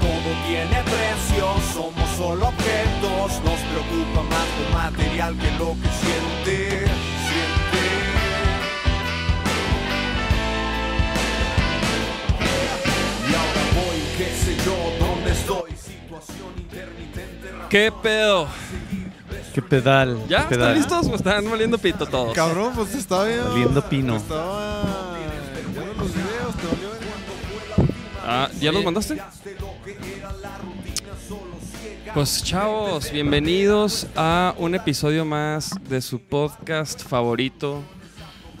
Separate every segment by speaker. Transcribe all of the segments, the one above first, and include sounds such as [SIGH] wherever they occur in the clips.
Speaker 1: Todo tiene precio, somos solo objetos, nos preocupa más lo material que lo que siente, siente. Y ahora voy, qué sé yo, dónde estoy, situación intermitente.
Speaker 2: ¿Qué pedo?
Speaker 3: ¿Qué pedal?
Speaker 2: ¿Ya?
Speaker 3: ¿Qué
Speaker 2: ¿Están
Speaker 3: pedal?
Speaker 2: listos? ¿O están valiendo pito todos?
Speaker 4: Cabrón, pues estaba bien.
Speaker 3: Valiendo pino.
Speaker 4: Estaba. viendo los videos, te valió verga.
Speaker 2: Ah, ¿Ya los mandaste? Pues chavos, bienvenidos a un episodio más de su podcast favorito.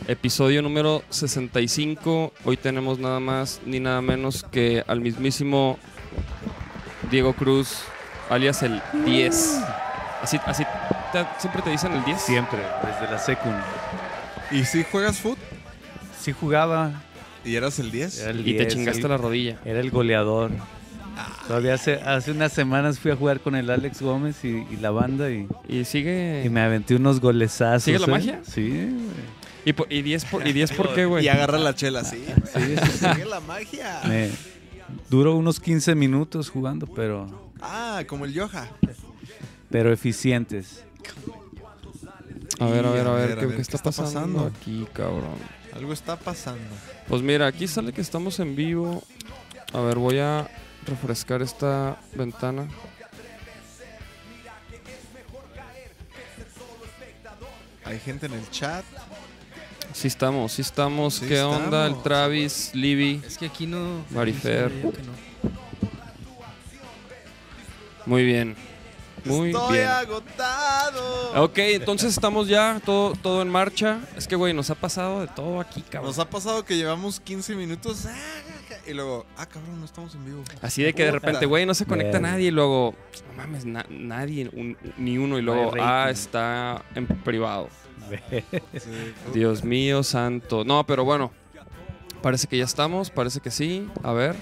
Speaker 2: Episodio número 65. Hoy tenemos nada más ni nada menos que al mismísimo Diego Cruz, alias el 10. Así, así te- siempre te dicen el 10.
Speaker 3: Siempre, desde la secund.
Speaker 4: ¿Y si juegas foot?
Speaker 3: Sí jugaba.
Speaker 4: ¿Y eras el 10?
Speaker 3: Era el
Speaker 2: Y te
Speaker 3: 10,
Speaker 2: chingaste
Speaker 3: el-
Speaker 2: la rodilla.
Speaker 3: Era el goleador. Todavía hace, hace unas semanas fui a jugar con el Alex Gómez y, y la banda y,
Speaker 2: Y
Speaker 3: y
Speaker 2: sigue.
Speaker 3: me aventé unos golezazos.
Speaker 2: ¿Sigue la
Speaker 3: ¿eh?
Speaker 2: magia?
Speaker 3: Sí, güey.
Speaker 2: ¿Y, por- y 10 por, y 10 por
Speaker 4: [LAUGHS]
Speaker 2: qué, güey?
Speaker 4: Y agarra la chela, sí.
Speaker 3: Ah, Sí,
Speaker 4: Sigue la magia.
Speaker 3: me- duró unos 15 minutos jugando, pero,
Speaker 4: Ah, como el Yoja.
Speaker 3: pero eficientes.
Speaker 2: A ver, a
Speaker 4: Y
Speaker 2: ver, a ver, ¿qué, qué
Speaker 4: ¿qué
Speaker 2: está,
Speaker 4: está
Speaker 2: pasando,
Speaker 4: pasando?
Speaker 2: aquí, cabrón?
Speaker 4: Algo está pasando.
Speaker 2: Pues mira, aquí sale que estamos en vivo. A ver, voy a refrescar esta ventana.
Speaker 4: Hay gente en el chat.
Speaker 2: Sí estamos, sí estamos.
Speaker 4: Sí
Speaker 2: ¿Qué onda? El
Speaker 4: estamos.
Speaker 2: Travis, Libby.
Speaker 5: Es que aquí no.
Speaker 2: Marifer.
Speaker 5: no se me dio que no.
Speaker 2: Muy bien. Muy
Speaker 4: Estoy
Speaker 2: bien. Ah,
Speaker 4: agotado.
Speaker 2: Ok, entonces estamos ya todo, todo en marcha. Es que, güey, nos ha pasado de todo aquí, cabrón.
Speaker 4: Nos ha pasado que llevamos 15 minutos. ah, Y luego, ah, cabrón, no estamos en vivo.
Speaker 2: Así de que de repente, güey, no se conecta
Speaker 3: Verga.
Speaker 2: nadie y luego, no mames, na- nadie, un- ni uno y
Speaker 3: No hay
Speaker 2: luego, ah,
Speaker 3: rating.
Speaker 2: está en privado.
Speaker 4: Sí.
Speaker 2: Dios mío, santo. No, pero bueno, parece que ya estamos, parece que sí. A ver,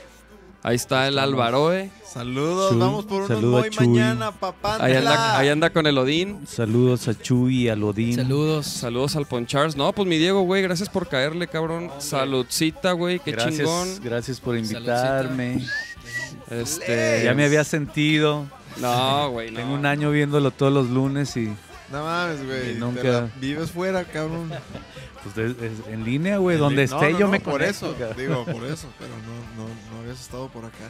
Speaker 2: ahí está el Alvaroe.
Speaker 4: Saludos,
Speaker 3: Chuy,
Speaker 4: vamos por unos
Speaker 3: saluda
Speaker 4: muy
Speaker 3: Chuy.
Speaker 4: mañana, papá.
Speaker 2: Ahí anda, ahí anda con el Odín.
Speaker 3: Saludos a Chuy, a Lodín.
Speaker 5: Saludos.
Speaker 2: Saludos al Ponchars. No, pues mi Diego, güey, gracias por caerle, cabrón. Saludcita, güey, qué
Speaker 3: gracias,
Speaker 2: chingón.
Speaker 3: gracias por invitarme.
Speaker 2: Este,
Speaker 3: Ya me había sentido.
Speaker 2: No, güey, no.
Speaker 3: Tengo un año viéndolo todos los lunes y
Speaker 4: No mames, güey.
Speaker 3: Y
Speaker 4: te
Speaker 3: nunca-
Speaker 4: la Vives fuera, cabrón.
Speaker 3: pues, es- es en línea, güey. Donde
Speaker 4: No,
Speaker 3: esté
Speaker 4: no,
Speaker 3: yo
Speaker 4: no,
Speaker 3: me
Speaker 4: Por
Speaker 3: conecto,
Speaker 4: eso,
Speaker 3: cabrón.
Speaker 4: digo, por eso. Pero no, no, no habías estado por acá.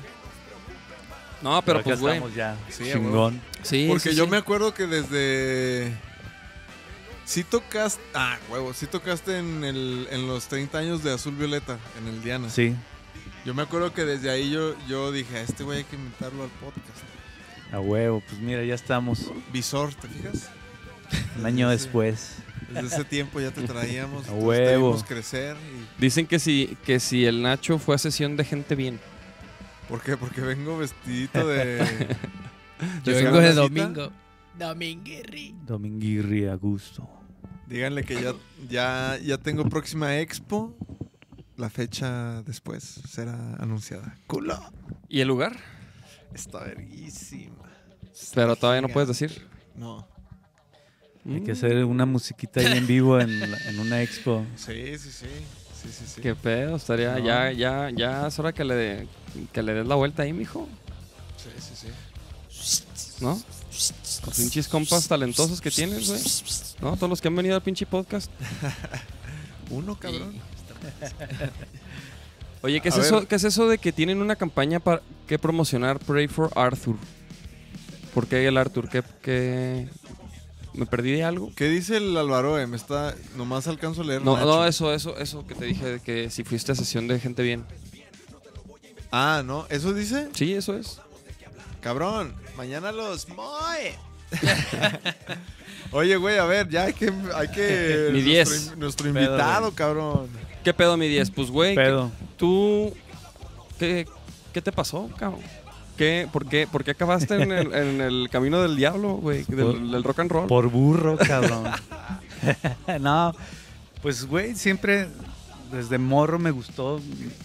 Speaker 2: No, pero
Speaker 3: acá
Speaker 2: pues, güey.
Speaker 3: estamos ya.
Speaker 4: Sí,
Speaker 3: Chingón.
Speaker 2: Sí,
Speaker 4: Porque
Speaker 2: sí,
Speaker 4: yo
Speaker 2: sí.
Speaker 4: me acuerdo que desde. Sí tocaste. Ah, huevo. Sí tocaste en, el, en los 30 años de Azul Violeta, en el Diana.
Speaker 3: Sí,
Speaker 4: Yo me acuerdo que desde ahí yo, yo dije, a este güey hay que invitarlo al podcast.
Speaker 3: a huevo. Pues mira, ya estamos.
Speaker 4: Visor, ¿te fijas?
Speaker 3: Un año
Speaker 4: Desde ese-
Speaker 3: después.
Speaker 4: Desde ese tiempo ya te
Speaker 3: A
Speaker 4: traíamos. entonces Te
Speaker 3: huevo.
Speaker 4: vimos crecer. Y,
Speaker 2: Dicen que si, que si el Nacho fue a sesión de gente bien.
Speaker 4: ¿Por qué? Porque vengo vestidito de.
Speaker 5: Yo
Speaker 4: ¿De
Speaker 5: vengo de
Speaker 4: cervecita?
Speaker 5: domingo. Dominguerri.
Speaker 3: Dominguirri, a gusto.
Speaker 4: Díganle que ya, ya, ya tengo próxima expo. La fecha después será anunciada. ¡Culo!
Speaker 2: ¿Y el lugar?
Speaker 4: Está verguísima. Está
Speaker 2: Pero todavía no
Speaker 4: gigante.
Speaker 2: puedes decir.
Speaker 4: No.
Speaker 3: Hay que
Speaker 2: Mm,
Speaker 3: hacer una musiquita ahí en vivo en, la- en una expo.
Speaker 4: Sí, sí, sí. Sí, sí, sí.
Speaker 2: Qué pedo, estaría
Speaker 3: No.
Speaker 2: ya, ya, ya es hora que le, de- que le des la vuelta ahí, mijo.
Speaker 4: Sí, sí, sí.
Speaker 2: ¿no? Los pinches compas talentosos que tienes, güey. ¿No? Todos los que han venido al pinche podcast.
Speaker 4: Uno, cabrón.
Speaker 2: Oye, ¿qué es,
Speaker 4: A
Speaker 2: eso,
Speaker 4: ver.
Speaker 2: ¿qué es eso de que tienen una campaña para que promocionar Pray for Arthur? ¿Por qué el Arthur? ¿Qué, qué... me perdí de algo?
Speaker 4: ¿Qué dice el Álvaro? Eh, Me está. Nomás alcanzo a leer.
Speaker 2: No,
Speaker 4: Nacho.
Speaker 2: no, eso, eso, eso que te dije de que si fuiste a sesión de gente bien.
Speaker 4: Ah, no. ¿Eso dice?
Speaker 2: Sí, eso es.
Speaker 4: Cabrón, mañana
Speaker 2: [LAUGHS]
Speaker 4: los moe. Oye, güey, a ver, ya hay que. Hay
Speaker 2: [LAUGHS]
Speaker 4: que
Speaker 2: Mi
Speaker 4: nuestro
Speaker 2: diez.
Speaker 4: in- Nuestro,
Speaker 3: güey.
Speaker 4: invitado, cabrón.
Speaker 2: ¿Qué pedo, mi 10? Pues, güey, ¿qué-
Speaker 3: Pero
Speaker 2: tú... ¿qué, ¿Qué te pasó, cabrón? qué, por qué, por qué acabaste en el, en el camino del diablo, güey? Del, del rock and roll.
Speaker 3: Por burro, cabrón. [LAUGHS] no, pues güey, siempre desde morro me gustó,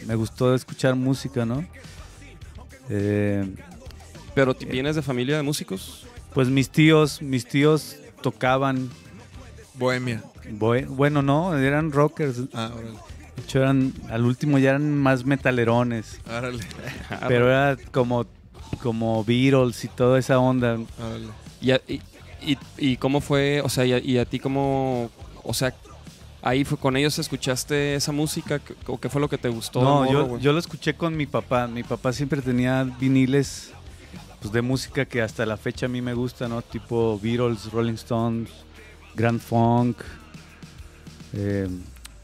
Speaker 3: me gustó escuchar música, ¿no? Eh,
Speaker 2: Pero ti- vienes de familia de músicos.
Speaker 3: pues mis tíos, mis tíos tocaban,
Speaker 4: Bohemia.
Speaker 3: boe- bueno, no, eran rockers,
Speaker 4: Ah, órale.
Speaker 3: de hecho eran, al último ya eran más metalerones,
Speaker 2: [LAUGHS]
Speaker 4: Árale,
Speaker 2: Ah,
Speaker 3: pero era como, como Beatles y toda esa onda.
Speaker 4: árale.
Speaker 2: ¿Y, a- y, y- y cómo fue? O sea, y a, y a ti cómo. O sea, ahí fue con ellos escuchaste esa música. ¿Qué- ¿O qué fue lo que te gustó? de
Speaker 3: No,
Speaker 2: morro,
Speaker 3: yo,
Speaker 2: güey?
Speaker 3: yo lo escuché con mi papá. Mi papá siempre tenía viniles pues, de música que hasta la fecha a mí me gusta, ¿no? Tipo Beatles, Rolling Stones, Grand Funk, eh,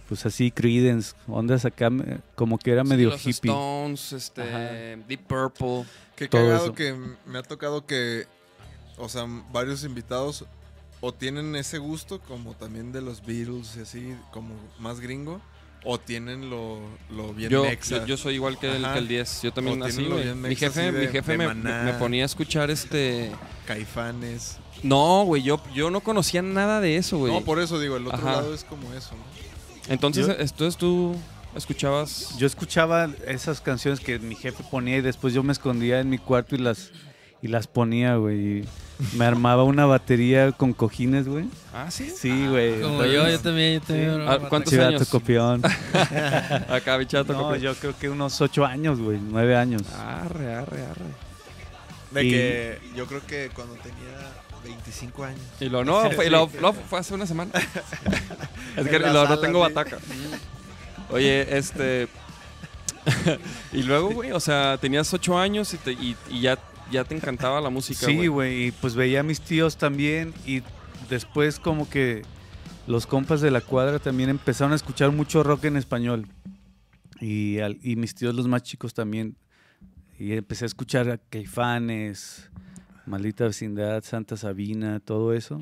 Speaker 3: pues así, Creedence, ondas acá me- como que era
Speaker 2: Sí,
Speaker 3: medio
Speaker 2: los
Speaker 3: hippie.
Speaker 2: Stones, este,
Speaker 3: Ajá.
Speaker 2: Deep Purple.
Speaker 4: Qué
Speaker 3: Todo
Speaker 4: cagado
Speaker 3: eso.
Speaker 4: que me ha tocado que, o sea, varios invitados o tienen ese gusto, como también de los Beatles y así, como más gringo, o tienen lo, lo bien
Speaker 2: Yo,
Speaker 4: mexa.
Speaker 2: yo, yo soy igual que el,
Speaker 4: Ajá.
Speaker 2: que el 10. Yo también
Speaker 4: O tienen
Speaker 2: así,
Speaker 4: lo
Speaker 2: güey.
Speaker 4: bien
Speaker 2: Mi
Speaker 4: mexa,
Speaker 2: jefe,
Speaker 4: así
Speaker 2: mi
Speaker 4: de-
Speaker 2: jefe
Speaker 4: de
Speaker 2: me,
Speaker 4: Maná.
Speaker 2: me ponía a escuchar este.
Speaker 4: Caifanes.
Speaker 2: No, güey, yo, yo no conocía nada de eso, güey.
Speaker 4: No, por eso digo, el otro
Speaker 2: Ajá.
Speaker 4: lado es como eso, ¿no?
Speaker 2: Entonces,
Speaker 3: Yo-
Speaker 2: entonces tú escuchabas.
Speaker 3: Yo escuchaba esas canciones que mi jefe ponía y después yo me escondía en mi cuarto y las, y las ponía, güey. y Me armaba una batería con cojines, güey.
Speaker 2: ah, sí.
Speaker 3: Sí, güey.
Speaker 5: Como
Speaker 3: entonces-
Speaker 5: yo, yo también, yo también.
Speaker 3: Sí.
Speaker 5: bro,
Speaker 2: Ah,
Speaker 5: bro,
Speaker 2: ¿cuántos
Speaker 5: acá.
Speaker 2: años? [LAUGHS]
Speaker 3: Chivato copión.
Speaker 2: Acá, bichato.
Speaker 3: No,
Speaker 2: copia.
Speaker 3: yo creo que unos ocho años, güey, nueve años.
Speaker 2: Arre, arre, arre.
Speaker 4: De
Speaker 3: Y-
Speaker 4: que yo creo que cuando tenía 25 años.
Speaker 2: Y lo no, fue, y
Speaker 4: [LAUGHS]
Speaker 2: lo- no, fue hace una semana. es que y
Speaker 4: En la
Speaker 2: lo, no
Speaker 4: sala,
Speaker 2: tengo
Speaker 4: güey.
Speaker 2: bataca. Oye, este. [LAUGHS] y luego, güey, o sea, tenías ocho años y, te- y, y ya, ya te encantaba la música,
Speaker 3: Sí,
Speaker 2: güey.
Speaker 3: güey, y pues veía a mis tíos también y después como que los compas de la cuadra también empezaron a escuchar mucho rock en español. Y, al- y mis tíos los más chicos también. Y empecé a escuchar a Caifanes, Maldita Vecindad, Santa Sabina, todo eso.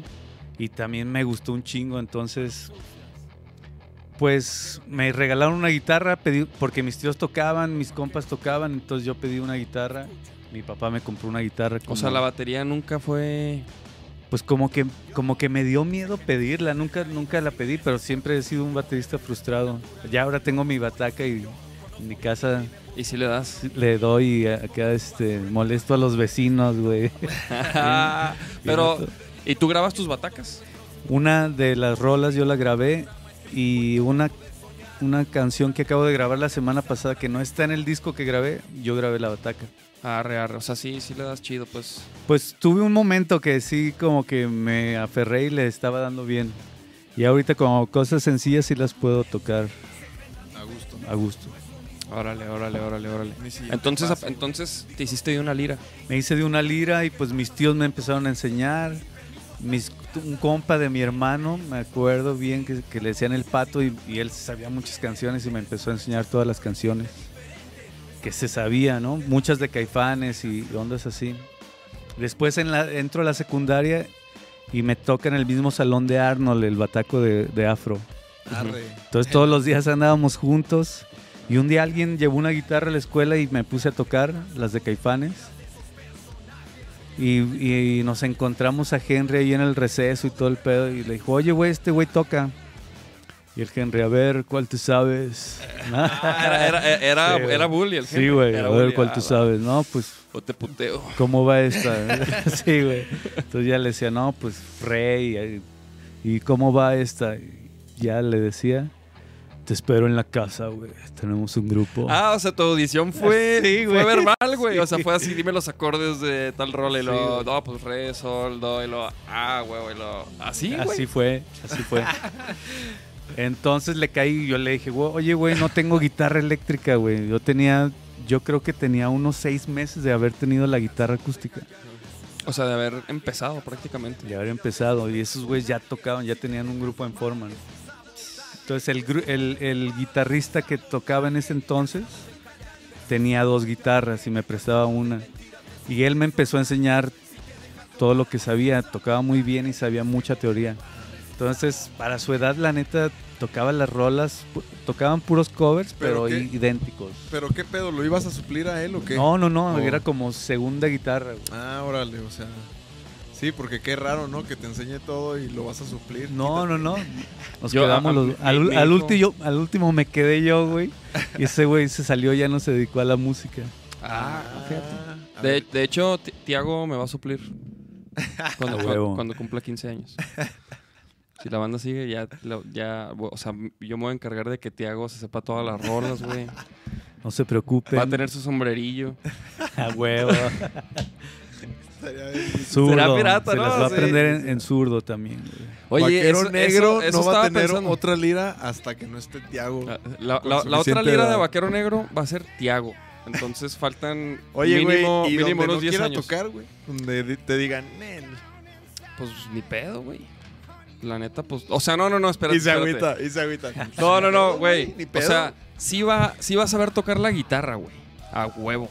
Speaker 3: Y también me gustó un chingo, entonces... Pues me regalaron una guitarra pedí, porque mis tíos tocaban, mis compas tocaban, entonces yo pedí una guitarra. Mi papá me compró una guitarra.
Speaker 2: O sea,
Speaker 3: como-
Speaker 2: la batería nunca fue.
Speaker 3: pues como que como que me dio miedo pedirla, nunca nunca la pedí, pero siempre he sido un baterista frustrado. Ya ahora tengo mi bataca y en mi casa
Speaker 2: Y si le [LAUGHS] das.
Speaker 3: le doy y acá este molesto a los vecinos, güey.
Speaker 2: Pero. ¿Y tú grabas tus batacas?
Speaker 3: [LAUGHS] Una de las rolas yo la grabé y una una canción que acabo de grabar la semana pasada que no está en el disco que grabé, yo grabé la bataca.
Speaker 2: Arre, arre. O sea, sí, sí le das chido, pues.
Speaker 3: Pues tuve un momento que sí como que me aferré y le estaba dando bien. Y ahorita como cosas sencillas sí las puedo tocar.
Speaker 4: A gusto.
Speaker 3: a gusto.
Speaker 2: Órale, órale, órale, órale.
Speaker 4: Mi siguiente
Speaker 2: Entonces,
Speaker 4: paso.
Speaker 2: entonces te hiciste de una lira.
Speaker 3: Me hice de una lira y pues mis tíos me empezaron a enseñar. Mis, un compa de mi hermano, me acuerdo bien que, que le decían el pato y, y él sabía muchas canciones y me empezó a enseñar todas las canciones que se sabía, ¿no? Muchas de caifanes y ondas así. Después en la, entro a la secundaria y me toca en el mismo salón de Arnold, el bataco de, de afro.
Speaker 4: Arre.
Speaker 3: Entonces todos los días andábamos juntos y un día alguien llevó una guitarra a la escuela y me puse a tocar las de Caifanes. Y, y nos encontramos a Henry ahí en el receso y todo el pedo y le dijo, oye güey, este güey toca. Y el Henry, a ver, ¿cuál tú sabes? [LAUGHS]
Speaker 2: Ah, era, era, era,
Speaker 3: Sí, güey.
Speaker 2: era bully el
Speaker 3: sí,
Speaker 2: jefe.
Speaker 3: güey,
Speaker 2: Era
Speaker 3: a ver,
Speaker 2: bully.
Speaker 3: ¿cuál tú
Speaker 2: Ah,
Speaker 3: sabes? No, pues
Speaker 2: O te puteo.
Speaker 3: ¿cómo va esta? [LAUGHS] sí, güey. Entonces ya le decía, no, pues Rey, ¿y cómo va esta? Y ya le decía, te espero en la casa, güey. Tenemos un grupo.
Speaker 2: Ah, o sea, tu audición [LAUGHS] fue,
Speaker 3: Sí,
Speaker 2: fue
Speaker 3: güey.
Speaker 2: verbal, güey.
Speaker 3: Sí.
Speaker 2: O sea, fue así, dime los acordes de tal rol y
Speaker 3: Sí,
Speaker 2: lo,
Speaker 3: güey.
Speaker 2: no, pues re, sol, do, y lo, ah, güey, y lo, así, güey.
Speaker 3: así fue, así fue. Entonces le caí y yo le dije, "Güey, oye, güey, no tengo guitarra eléctrica, güey. Yo tenía, yo creo que tenía unos seis meses de haber tenido la guitarra acústica.
Speaker 2: O sea, de haber empezado prácticamente.
Speaker 3: Ya habría empezado. Y esos güeyes ya tocaban, ya tenían un grupo en forma. ¿no? Entonces el, gru- el, el guitarrista que tocaba en ese entonces tenía dos guitarras y me prestaba una. Y él me empezó a enseñar todo lo que sabía. Tocaba muy bien y sabía mucha teoría. Entonces, para su edad, la neta, tocaba las rolas, pu- tocaban puros covers, pero,
Speaker 4: ¿Pero qué?
Speaker 3: i- idénticos.
Speaker 4: Pero qué pedo, ¿lo ibas a suplir a él o qué?
Speaker 3: No, no, no,
Speaker 4: Oh.
Speaker 3: era como segunda guitarra. güey.
Speaker 4: Ah, órale, o sea. Sí, porque qué raro, ¿no? Que te enseñe todo y lo vas a suplir.
Speaker 3: No, no, no. Nos
Speaker 2: Yo,
Speaker 3: quedamos
Speaker 2: a-
Speaker 3: los-
Speaker 2: mi-
Speaker 3: al,
Speaker 2: mi
Speaker 3: al
Speaker 2: hijo-
Speaker 3: ulti- yo- al último me quedé yo, güey. Y ese güey se salió, ya no se dedicó a la música.
Speaker 2: Ah,
Speaker 4: fíjate.
Speaker 2: De, de hecho, Ti- Tiago me va a
Speaker 4: [LAUGHS]
Speaker 2: suplir cuando,
Speaker 3: A
Speaker 2: cua-
Speaker 3: huevo.
Speaker 2: cuando cumpla 15 años. Si la banda sigue, ya, la- ya, o sea, yo me voy a encargar de que Tiago se sepa todas las rolas,
Speaker 4: [LAUGHS]
Speaker 2: güey.
Speaker 3: No se preocupe.
Speaker 2: Va a tener su sombrerillo.
Speaker 3: A
Speaker 2: [LAUGHS]
Speaker 3: huevo.
Speaker 4: Estaría bien.
Speaker 3: Zurdo.
Speaker 2: Será pirata,
Speaker 3: se
Speaker 2: ¿no?
Speaker 3: las va a
Speaker 2: Sí,
Speaker 3: aprender
Speaker 2: sí,
Speaker 3: en, en zurdo también, güey.
Speaker 4: Vaquero
Speaker 2: eso-
Speaker 4: negro
Speaker 2: eso- eso
Speaker 4: no va
Speaker 2: estaba
Speaker 4: a tener
Speaker 2: pensando.
Speaker 4: otra lira hasta que no esté Tiago.
Speaker 2: La, Ah, la-
Speaker 4: con
Speaker 2: la- la otra
Speaker 4: suficiente
Speaker 2: lira de
Speaker 4: edad.
Speaker 2: Vaquero Negro va a ser Tiago. Entonces faltan
Speaker 4: Oye, güey,
Speaker 2: mínimo,
Speaker 4: y
Speaker 2: mínimo
Speaker 4: donde
Speaker 2: unos
Speaker 4: no
Speaker 2: 10
Speaker 4: quiera
Speaker 2: años.
Speaker 4: tocar, güey. Donde di- te digan, "Nen".
Speaker 2: Pues ni pedo, güey. La neta, pues. O sea, no, no, no, espérate.
Speaker 4: Y se
Speaker 2: espérate.
Speaker 4: agüita, y se agüita.
Speaker 2: [LAUGHS] No, no, no, güey.
Speaker 4: Ni
Speaker 2: O
Speaker 4: pedo.
Speaker 2: sea, sí va, sí va a saber tocar la guitarra, güey. A huevo.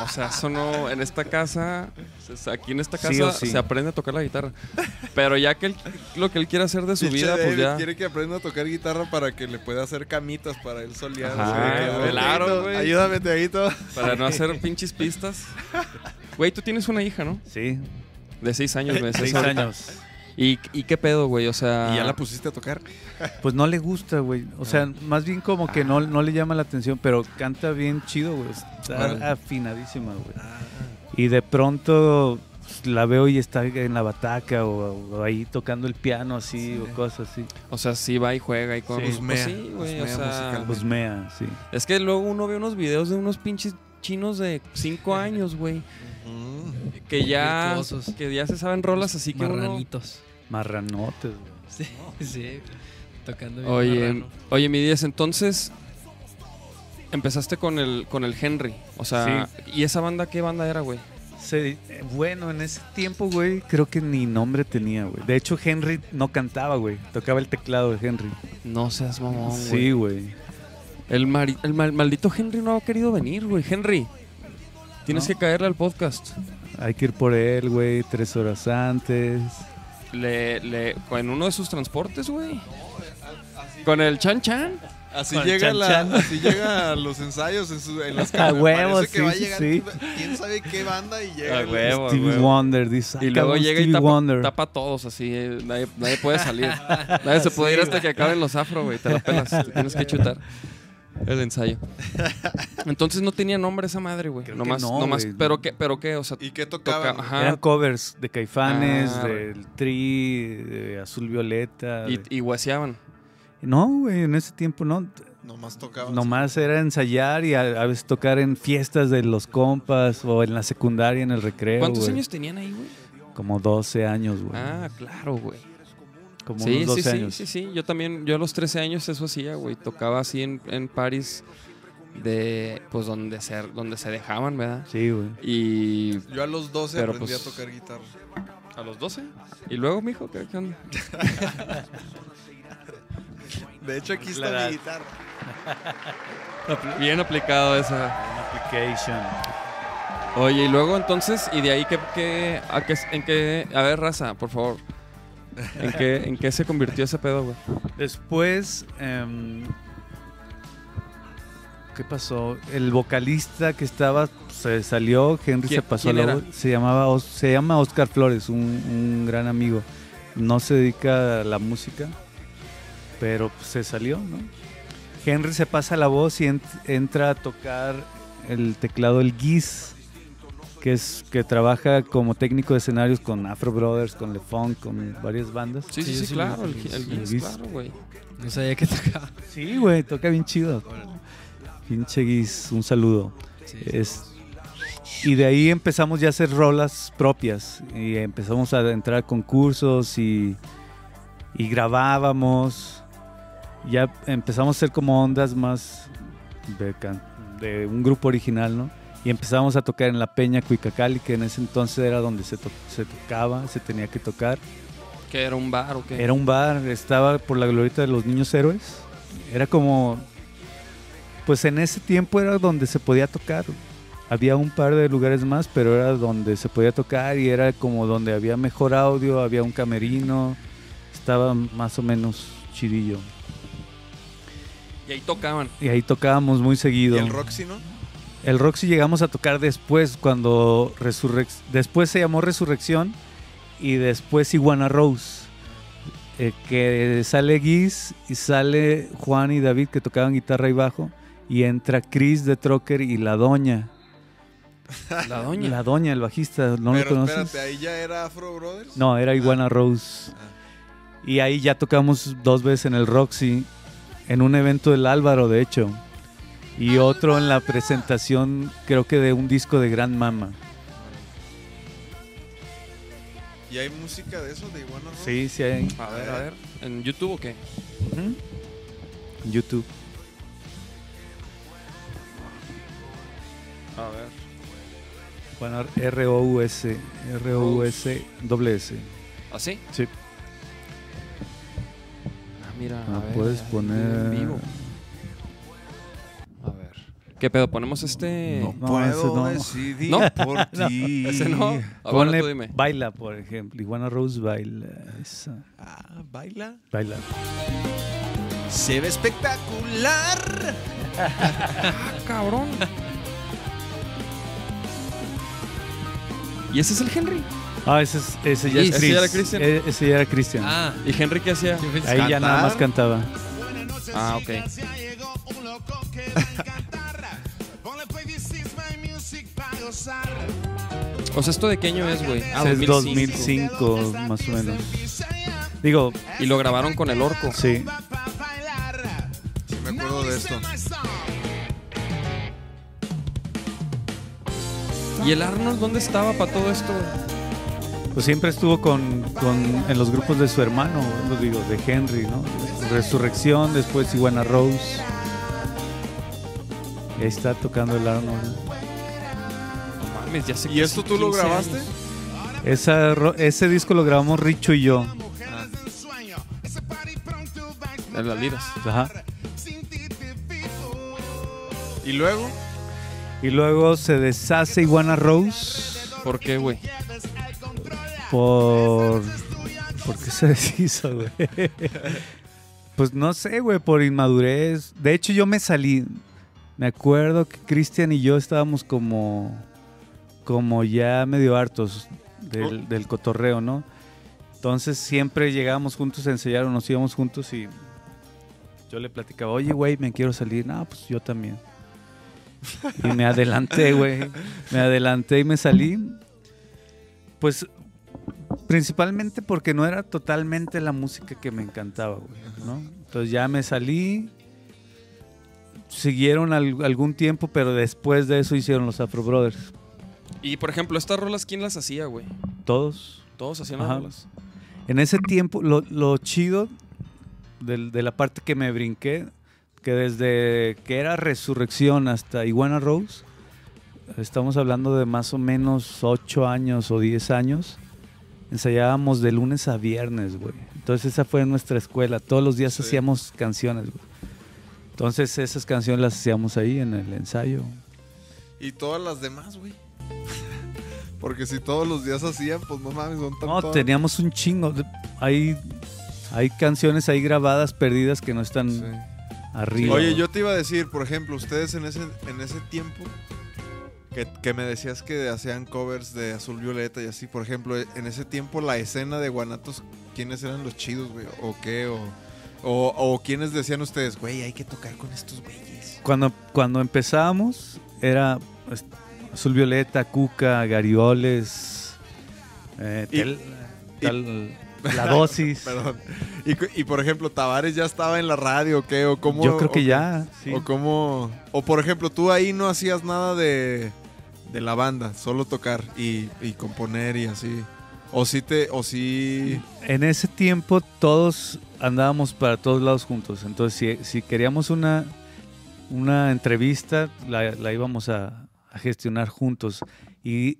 Speaker 2: O sea, eso no, en esta casa, o sea, aquí en esta casa
Speaker 3: Sí o sí.
Speaker 2: se aprende a tocar la guitarra. Pero ya que él- lo que él quiere hacer de su
Speaker 4: Pinche
Speaker 2: vida, pues
Speaker 4: David
Speaker 2: ya.
Speaker 4: Quiere que aprenda a tocar guitarra para que le pueda hacer camitas para él soleado.
Speaker 2: Ajá,
Speaker 4: Sí, que,
Speaker 2: claro,
Speaker 4: "Teguito,
Speaker 2: güey.
Speaker 4: Ayúdame, Teguito.
Speaker 2: Para no hacer pinches pistas. Güey, tú tienes una hija, ¿no?
Speaker 3: Sí,
Speaker 2: De seis años, me decías
Speaker 3: seis
Speaker 2: ahorita.
Speaker 3: años.
Speaker 2: ¿Y, y qué pedo, güey? O sea.
Speaker 4: Y ya la pusiste a tocar.
Speaker 3: Pues no le gusta, güey. O sea, más bien como que no, no le llama la atención, pero canta bien chido, güey. Está
Speaker 4: Órale.
Speaker 3: afinadísima, güey.
Speaker 2: Ah,
Speaker 3: Y de pronto pues, la veo y está en la bataca o, o ahí tocando el piano así o cosas así.
Speaker 2: O sea, sí va y juega y con.
Speaker 3: Sí.
Speaker 2: pues
Speaker 4: Husmea,
Speaker 2: sí, güey. O
Speaker 4: husmea
Speaker 2: sea.
Speaker 4: musicalmente.
Speaker 3: Pues mea, sí.
Speaker 2: Es que luego uno ve unos videos de unos pinches chinos de cinco años, güey.
Speaker 4: Mm.
Speaker 2: Que ya.
Speaker 5: Virtuosos.
Speaker 2: Que ya se saben rolas así que uno.
Speaker 5: Marranitos.
Speaker 3: Marranotes, güey.
Speaker 5: Sí, sí. Tocando bien
Speaker 2: Oye,
Speaker 5: marrano.
Speaker 2: oye, mi 10, entonces. Empezaste con el, con el Henry. O sea, ¿y esa banda qué banda era, güey?
Speaker 3: Se- eh, bueno, en ese tiempo, güey, creo que ni nombre tenía, güey. De hecho, Henry no cantaba, güey. Tocaba el teclado de Henry.
Speaker 2: No seas mamón, güey.
Speaker 3: sí, güey.
Speaker 2: El, mari- el mal- maldito Henry no ha querido venir, güey. Henry, tienes
Speaker 3: No.
Speaker 2: que caerle al podcast.
Speaker 3: Hay que ir por él, güey, tres horas antes.
Speaker 2: Le, le, en uno de sus transportes, güey. Con el Chan Chan.
Speaker 4: Así
Speaker 3: Con el
Speaker 4: llega,
Speaker 3: Chan
Speaker 4: la-
Speaker 3: Chan.
Speaker 4: así llega a los ensayos en, su- en las [LAUGHS]
Speaker 3: A huevo,
Speaker 4: parece que
Speaker 3: sí,
Speaker 4: va
Speaker 3: sí,
Speaker 4: llegando, Quién sabe qué banda y llega. el-
Speaker 3: Stevie Wonder dice.
Speaker 2: Y
Speaker 3: "Ah,
Speaker 2: luego
Speaker 3: cabrón,
Speaker 2: llega y
Speaker 3: Stevie
Speaker 2: tapa,
Speaker 3: Wonder".
Speaker 2: tapa a todos así. eh, Nadie, nadie puede salir. nadie se puede ir hasta que acaben los afro, güey. Te la pelas. te tienes que chutar el ensayo. Entonces no tenía nombre esa madre, güey.
Speaker 3: Creo que
Speaker 2: Nomás,
Speaker 3: no,
Speaker 2: nomás.
Speaker 3: güey.
Speaker 2: Pero qué, pero qué, o sea,
Speaker 4: ¿Y qué
Speaker 2: toca.
Speaker 4: tocaban?
Speaker 2: Ajá.
Speaker 3: Eran covers de Caifanes,
Speaker 2: Ah,
Speaker 3: del Tri, de Azul Violeta. de-
Speaker 2: Y, y hueseaban.
Speaker 3: No, güey, en ese tiempo no.
Speaker 4: Nomás tocaban.
Speaker 3: Nomás era ensayar y a, a veces tocar en fiestas de los compas o en la secundaria, en el recreo.
Speaker 2: ¿Cuántos
Speaker 3: güey.
Speaker 2: años tenían ahí, güey?
Speaker 3: Como 12 años, güey.
Speaker 2: Ah, claro, güey.
Speaker 3: Como
Speaker 2: Sí,
Speaker 3: unos 12
Speaker 2: sí, sí,
Speaker 3: años.
Speaker 2: sí, sí. Yo también, yo a los 13 años eso hacía, güey. Tocaba así en, en París de, pues, donde se, donde se dejaban, ¿verdad?
Speaker 3: Sí, güey.
Speaker 2: Y
Speaker 4: Yo a los 12
Speaker 2: Pero
Speaker 4: aprendí
Speaker 2: pues-
Speaker 4: a tocar guitarra.
Speaker 2: a los 12. Y luego, mijo, ¿qué, qué onda?
Speaker 4: De hecho, aquí está
Speaker 3: Claro.
Speaker 4: mi guitarra.
Speaker 2: Bien aplicado esa.
Speaker 3: Application.
Speaker 2: Oye, y luego entonces, y de ahí, ¿qué, qué- a qué- en qué, a ver, raza, por favor. ¿En qué, en qué se convirtió ese pedo, güey?
Speaker 3: Después, em, ¿qué pasó? El vocalista que estaba se salió, Henry
Speaker 2: ¿Quién-
Speaker 3: se pasó a
Speaker 2: quién
Speaker 3: la
Speaker 2: era?
Speaker 3: voz. Se llamaba Os- se llama Oscar Flores, un, un gran amigo. No se dedica a la música, pero pues, se salió, ¿no? Henry se pasa la voz y ent- entra a tocar el teclado el Giz, que es que trabaja como técnico de escenarios con Afro Brothers, con Le Funk, con varias bandas.
Speaker 2: Sí, sí,
Speaker 5: Sí,
Speaker 2: sí,
Speaker 5: sí,
Speaker 2: claro, el,
Speaker 5: el
Speaker 2: el,
Speaker 5: Giz.
Speaker 2: Giz,
Speaker 3: El Giz.
Speaker 2: claro, güey.
Speaker 5: No sabía que tocaba.
Speaker 3: Sí, güey, toca bien chido. Pinche Guis, un saludo.
Speaker 5: Sí, sí.
Speaker 3: Es... Y de ahí empezamos ya a hacer rolas propias. Y empezamos a entrar a concursos y, y grabábamos. Ya empezamos a hacer como ondas más de, can- de un grupo original, ¿no? Y empezamos a tocar en la Peña Cuicacali, que en ese entonces era donde se, to- se tocaba, se tenía que tocar.
Speaker 2: ¿Qué era un bar o qué?
Speaker 3: Era un bar, estaba por la glorieta de los niños héroes. Era como. Pues en ese tiempo era donde se podía tocar. Había un par de lugares más, pero era donde se podía tocar y era como donde había mejor audio, había un camerino. Estaba más o menos chidillo.
Speaker 2: Y ahí tocaban.
Speaker 3: Y ahí tocábamos muy seguido.
Speaker 4: Y el Roxy, ¿no?
Speaker 3: El Roxy llegamos a tocar después, cuando Resurrec después se llamó Resurrección y después Iguana Rose. eh, que sale Guis y sale Juan y David que tocaban guitarra y bajo. Y entra Chris de Trocker y la doña.
Speaker 2: La doña.
Speaker 3: La doña, el bajista, ¿no lo
Speaker 4: Pero
Speaker 3: conoces?
Speaker 4: espérate, ahí Ah. ya era Afro Brothers.
Speaker 3: No, era Iguana Rose. Y ahí ya tocamos dos veces en el Roxy, en un evento del Álvaro, de hecho. Y otro en la presentación, creo que de un disco de Gran Mama.
Speaker 4: ¿Y hay música de eso, de Iguana Rock?
Speaker 3: Sí, sí, hay.
Speaker 2: A ver, a ver. ¿En YouTube o qué?
Speaker 3: Ujú. En YouTube.
Speaker 2: A ver.
Speaker 3: Bueno, R-O-U-S. R-O-U-S. Doble S.
Speaker 2: ¿Así?
Speaker 3: Sí.
Speaker 2: Ah, mira. a
Speaker 3: Ah,
Speaker 2: ver,
Speaker 3: puedes
Speaker 2: ahí
Speaker 3: poner.
Speaker 2: En vivo. A ver. ¿Qué pedo? ¿Ponemos este?
Speaker 3: No. ese [LAUGHS]
Speaker 4: Puedo
Speaker 3: no.
Speaker 4: decidir
Speaker 2: ¿No?
Speaker 4: por ti.
Speaker 2: ¿Ese no? Ah, bueno,
Speaker 3: Ponle
Speaker 2: tú dime.
Speaker 3: Baila, por ejemplo. Iguana Rose baila. Esa.
Speaker 4: Ah, baila.
Speaker 3: Baila.
Speaker 4: Se ve espectacular.
Speaker 2: cabrón. ¿Y ese es el Henry?
Speaker 3: Ah, ese, es- ese ya
Speaker 2: Sí,
Speaker 3: es
Speaker 2: ese ya era
Speaker 3: Chris.
Speaker 2: Christian.
Speaker 3: Eh, Ese ya era Christian.
Speaker 5: Ah,
Speaker 2: ¿Y Henry qué hacía?
Speaker 5: yo pensé-
Speaker 3: Ahí ya nada más cantaba.
Speaker 2: Ah, ok. [LAUGHS] O sea, ¿esto de qué año es, güey? Ah,
Speaker 3: Ese es
Speaker 2: 2005.
Speaker 3: 2005 más o menos. Digo,
Speaker 2: Y lo grabaron con el orco.
Speaker 3: sí.
Speaker 4: Sí, me acuerdo de esto. Ah.
Speaker 2: ¿Y el Arnold dónde estaba para todo esto? güey?
Speaker 3: Pues siempre estuvo con, con- en los grupos de su hermano, lo digo, de Henry, ¿no? Resurrección, después Iguana Rose. Y Ahí está tocando el Arnold.
Speaker 2: No mames, ya sé
Speaker 4: ¿Y esto tú lo grabaste?
Speaker 3: Esa, ro- ese disco lo grabamos Richo y yo.
Speaker 2: En las liras.
Speaker 3: Ajá.
Speaker 4: Y luego,
Speaker 3: Y luego se deshace Iguana Rose
Speaker 2: ¿Por qué, güey?
Speaker 3: por... ¿Por qué se deshizo, güey? Pues no sé, güey, por inmadurez. De hecho, yo me salí. Me acuerdo que Cristian y yo estábamos como. como ya medio hartos del, del cotorreo, ¿no? Entonces siempre llegábamos juntos a ensayar o nos íbamos juntos y yo le platicaba, oye, güey, me quiero salir. No, pues yo también. Y me adelanté, güey. Me adelanté y me salí. Pues principalmente porque no era totalmente la música que me encantaba, güey, ¿no? Entonces ya me salí. Siguieron al- algún tiempo, pero después de eso hicieron los Afro Brothers.
Speaker 2: Y por ejemplo, estas rolas, ¿quién las hacía, güey?
Speaker 3: Todos.
Speaker 2: Todos hacían las
Speaker 3: Ajá.
Speaker 2: rolas.
Speaker 3: En ese tiempo, lo, lo chido del- de, la parte que me brinqué, que desde que era Resurrección hasta Iguana Rose, estamos hablando de más o menos 8 años o 10 años, ensayábamos de lunes a viernes, güey. Entonces esa fue nuestra escuela, todos los días
Speaker 4: Sí.
Speaker 3: hacíamos canciones, güey. Entonces esas canciones las hacíamos ahí en el ensayo.
Speaker 4: y todas las demás, güey. [LAUGHS] Porque si todos los días hacían, pues no mames, son tan
Speaker 3: No,
Speaker 4: todas-
Speaker 3: teníamos un chingo. de- Hay, hay canciones ahí grabadas, perdidas, que no están
Speaker 4: Sí.
Speaker 3: arriba.
Speaker 4: Oye,
Speaker 3: güey.
Speaker 4: yo te iba a decir, por ejemplo, ustedes en ese, en ese tiempo que, que me decías que hacían covers de Azul Violeta y así, por ejemplo, en ese tiempo la escena de Guanatos, ¿quiénes eran los chidos, güey? ¿O qué? ¿O, o, o quiénes decían ustedes, güey, hay que tocar con estos güeyes?
Speaker 3: Cuando, cuando empezábamos, era pues, Azul Violeta, Cuca, Garioles, eh,
Speaker 4: Y-
Speaker 3: tel-
Speaker 4: [LAUGHS]
Speaker 3: tal- la dosis.
Speaker 4: Perdón. Y, cu- y, por ejemplo, Tavares ya estaba en la radio, ¿o ¿qué? ¿O cómo,
Speaker 3: Yo creo
Speaker 4: o-
Speaker 3: que ya. sí.
Speaker 4: O cómo... O por ejemplo, tú ahí no hacías nada de, de la banda, solo tocar y, y componer y así. O sí te... O sí...
Speaker 3: En ese tiempo todos andábamos para todos lados juntos. Entonces, si, si queríamos una, una entrevista, la, la íbamos a, a gestionar juntos. Y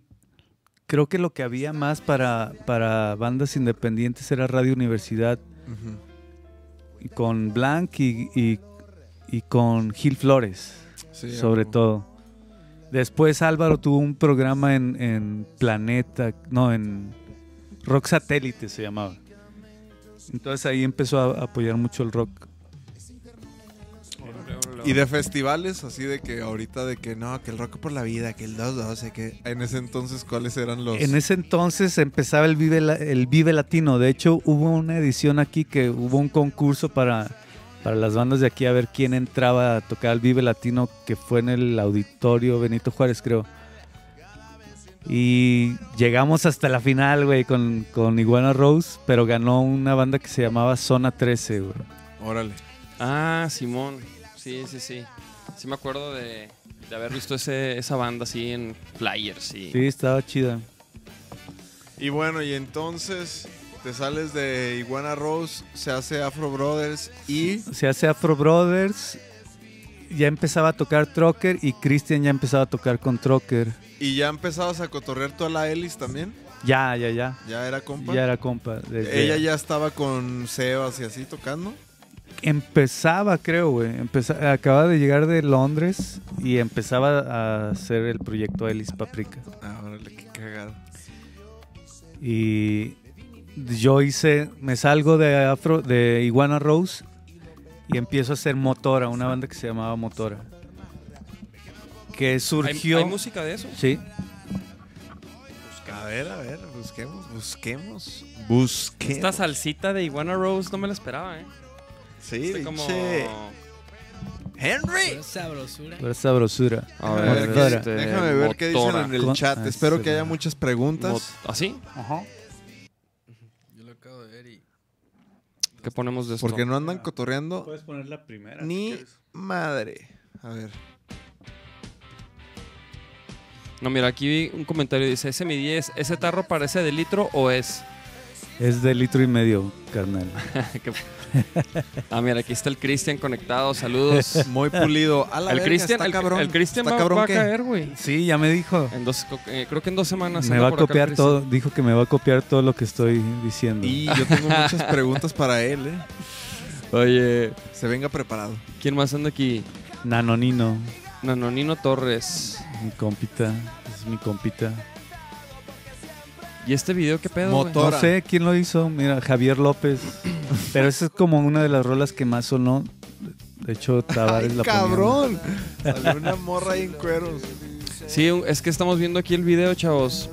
Speaker 3: creo que lo que había más para, para bandas independientes era Radio Universidad.
Speaker 4: Ujú.
Speaker 3: y con Blanc y, y- y con Gil Flores,
Speaker 4: Sí,
Speaker 3: sobre
Speaker 4: algo.
Speaker 3: todo. Después Álvaro tuvo un programa en, en Planeta, no, en Rock Satélite se llamaba. Entonces ahí empezó a apoyar mucho el rock.
Speaker 4: Y de festivales, así de que ahorita de que no, que el rock por la vida, que el 212, que en ese entonces cuáles eran los...
Speaker 3: En ese entonces empezaba el Vive, La- el Vive Latino. De hecho, hubo una edición aquí que hubo un concurso para, para las bandas de aquí a ver quién entraba a tocar al Vive Latino, que fue en el auditorio Benito Juárez, creo. Y llegamos hasta la final, güey, con, con Iguana Rose, pero ganó una banda que se llamaba Zona 13, güey.
Speaker 4: Órale.
Speaker 2: Ah, Simón. Sí, sí, sí. Sí me acuerdo de, de haber visto ese, esa banda así en flyers y...
Speaker 3: Sí, estaba chida.
Speaker 4: Y bueno, y entonces te sales de Iguana Rose, se hace Afro Brothers y...
Speaker 3: Se hace Afro Brothers, ya empezaba a tocar Trocker y Christian ya empezaba a tocar con Trocker.
Speaker 4: Y ya empezabas a cotorrear tú a la Ellis también.
Speaker 3: Ya, ya, ya.
Speaker 4: Ya era compa.
Speaker 3: Ya era compa. desde-
Speaker 4: Ella ya estaba con Sebas y así tocando.
Speaker 3: Empezaba, creo, güey. Empeza- Acababa de llegar de Londres y empezaba a hacer el proyecto Elis Paprika.
Speaker 4: Ah, órale, qué cagado.
Speaker 3: Y yo hice, me salgo de Afro, de Iguana Rose y empiezo a hacer Motora, una banda que se llamaba Motora. Que
Speaker 2: ¿Hay-
Speaker 3: surgió.
Speaker 2: ¿Hay, música de eso?
Speaker 3: sí.
Speaker 4: A ver, a ver, busquemos, busquemos. Busquemos.
Speaker 2: Esta salsita de Iguana Rose no me la esperaba, ¿eh?
Speaker 4: Sí,
Speaker 2: Está como...
Speaker 4: pinche Henry.
Speaker 5: Pero sabrosura.
Speaker 3: Por esa sabrosura.
Speaker 2: A
Speaker 4: A
Speaker 2: ver, Eh,
Speaker 4: ver,
Speaker 3: Motora.
Speaker 4: ¿qué- déjame ver qué dicen
Speaker 2: Motora.
Speaker 4: en el
Speaker 3: Con-
Speaker 4: chat.
Speaker 3: Ah,
Speaker 4: Espero
Speaker 3: sí,
Speaker 4: que haya
Speaker 3: va.
Speaker 4: muchas preguntas.
Speaker 2: Mot- ¿Ah, ¿Así?
Speaker 3: Ajá.
Speaker 5: Yo lo acabo de ver y.
Speaker 2: ¿Qué ponemos de esto?
Speaker 4: Porque no andan cotorreando
Speaker 3: poner la primera.
Speaker 4: ni madre. A ver.
Speaker 2: No, mira, aquí vi un comentario dice, ese mi 10, ¿ese tarro parece de litro o es? [LAUGHS]
Speaker 3: Es de litro y medio, carnal.
Speaker 2: Que- ah, mira, aquí está el Cristian conectado,
Speaker 4: [LAUGHS]
Speaker 2: saludos.
Speaker 4: Muy pulido. A
Speaker 2: [LAUGHS]
Speaker 4: la
Speaker 2: el
Speaker 4: verga,
Speaker 2: Cristian
Speaker 4: está
Speaker 2: el,
Speaker 4: cabrón.
Speaker 2: el Cristian
Speaker 4: Está
Speaker 2: va,
Speaker 4: cabrón
Speaker 2: va a
Speaker 4: que-
Speaker 2: caer, güey.
Speaker 3: Sí, ya me dijo.
Speaker 2: En dos- co- eh, creo que en dos semanas.
Speaker 3: Me
Speaker 2: anda
Speaker 3: va a
Speaker 2: por acá el
Speaker 3: copiar
Speaker 2: Cristian.
Speaker 3: todo. Dijo que me va a copiar todo lo que estoy diciendo.
Speaker 4: Y yo
Speaker 2: [LAUGHS]
Speaker 4: tengo muchas preguntas para él, ¿eh?
Speaker 2: Oye,
Speaker 4: Se venga preparado.
Speaker 2: ¿quién más anda aquí?
Speaker 3: Nanonino,
Speaker 2: Nanonino Torres.
Speaker 3: mi compita. Es mi compita.
Speaker 2: ¿Y este video qué pedo? güey?
Speaker 4: Motor. Tora.
Speaker 3: No sé quién lo hizo. Mira, Javier
Speaker 4: [CLEARS THROAT]
Speaker 3: López. Pero esa es como una de las rolas que más sonó. De hecho, Tavares
Speaker 4: ¡Ay,
Speaker 3: la ponía.
Speaker 4: cabrón! Salió una morra ahí en cueros.
Speaker 2: Sí, un- es que estamos viendo aquí el video, chavos.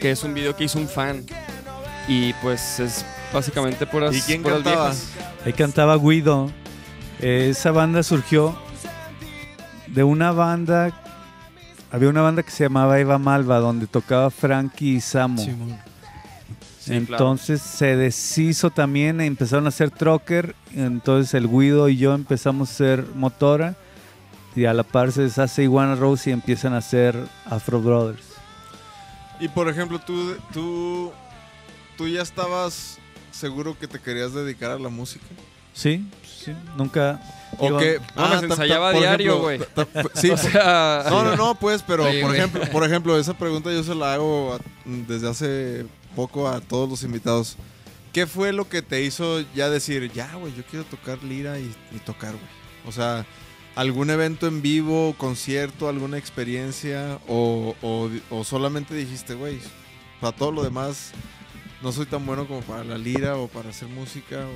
Speaker 2: Que es un video que hizo un fan. Y pues es básicamente puras,
Speaker 4: ¿Y quién
Speaker 2: puras
Speaker 4: cantaba?
Speaker 2: viejas.
Speaker 3: Ahí cantaba Guido. Eh, esa banda surgió de una banda. Había una banda que se llamaba Eva Malva, donde tocaba Frankie y Samo.
Speaker 5: Simón.
Speaker 2: Sí, claro.
Speaker 3: entonces se deshizo también, empezaron a hacer trocker, entonces el Guido y yo empezamos a ser motora y a la par se deshace Iguana Rose y empiezan a hacer Afro Brothers.
Speaker 4: Y por ejemplo, tú, tú, tú ya estabas seguro que te querías dedicar a la música.
Speaker 3: Sí, sí, nunca...
Speaker 4: O
Speaker 3: digo,
Speaker 4: que
Speaker 2: mames,
Speaker 4: Ah, ta- ta-
Speaker 2: ensayaba
Speaker 4: por
Speaker 2: diario,
Speaker 4: ejemplo,
Speaker 2: güey.
Speaker 4: ta- ta- Sí,
Speaker 2: O [LAUGHS] sea,
Speaker 4: [LAUGHS] no, no, no, pues, pero
Speaker 5: Oye,
Speaker 4: por
Speaker 5: güey.
Speaker 4: ejemplo, por ejemplo, esa pregunta yo se la hago a- desde hace poco a todos los invitados. ¿Qué fue lo que te hizo ya decir, ya, güey, yo quiero tocar lira y, y tocar, güey? O sea, algún evento en vivo, concierto, alguna experiencia o, o- o solamente dijiste, güey, para todo lo demás no soy tan bueno como para la lira o para hacer música. o- [LAUGHS]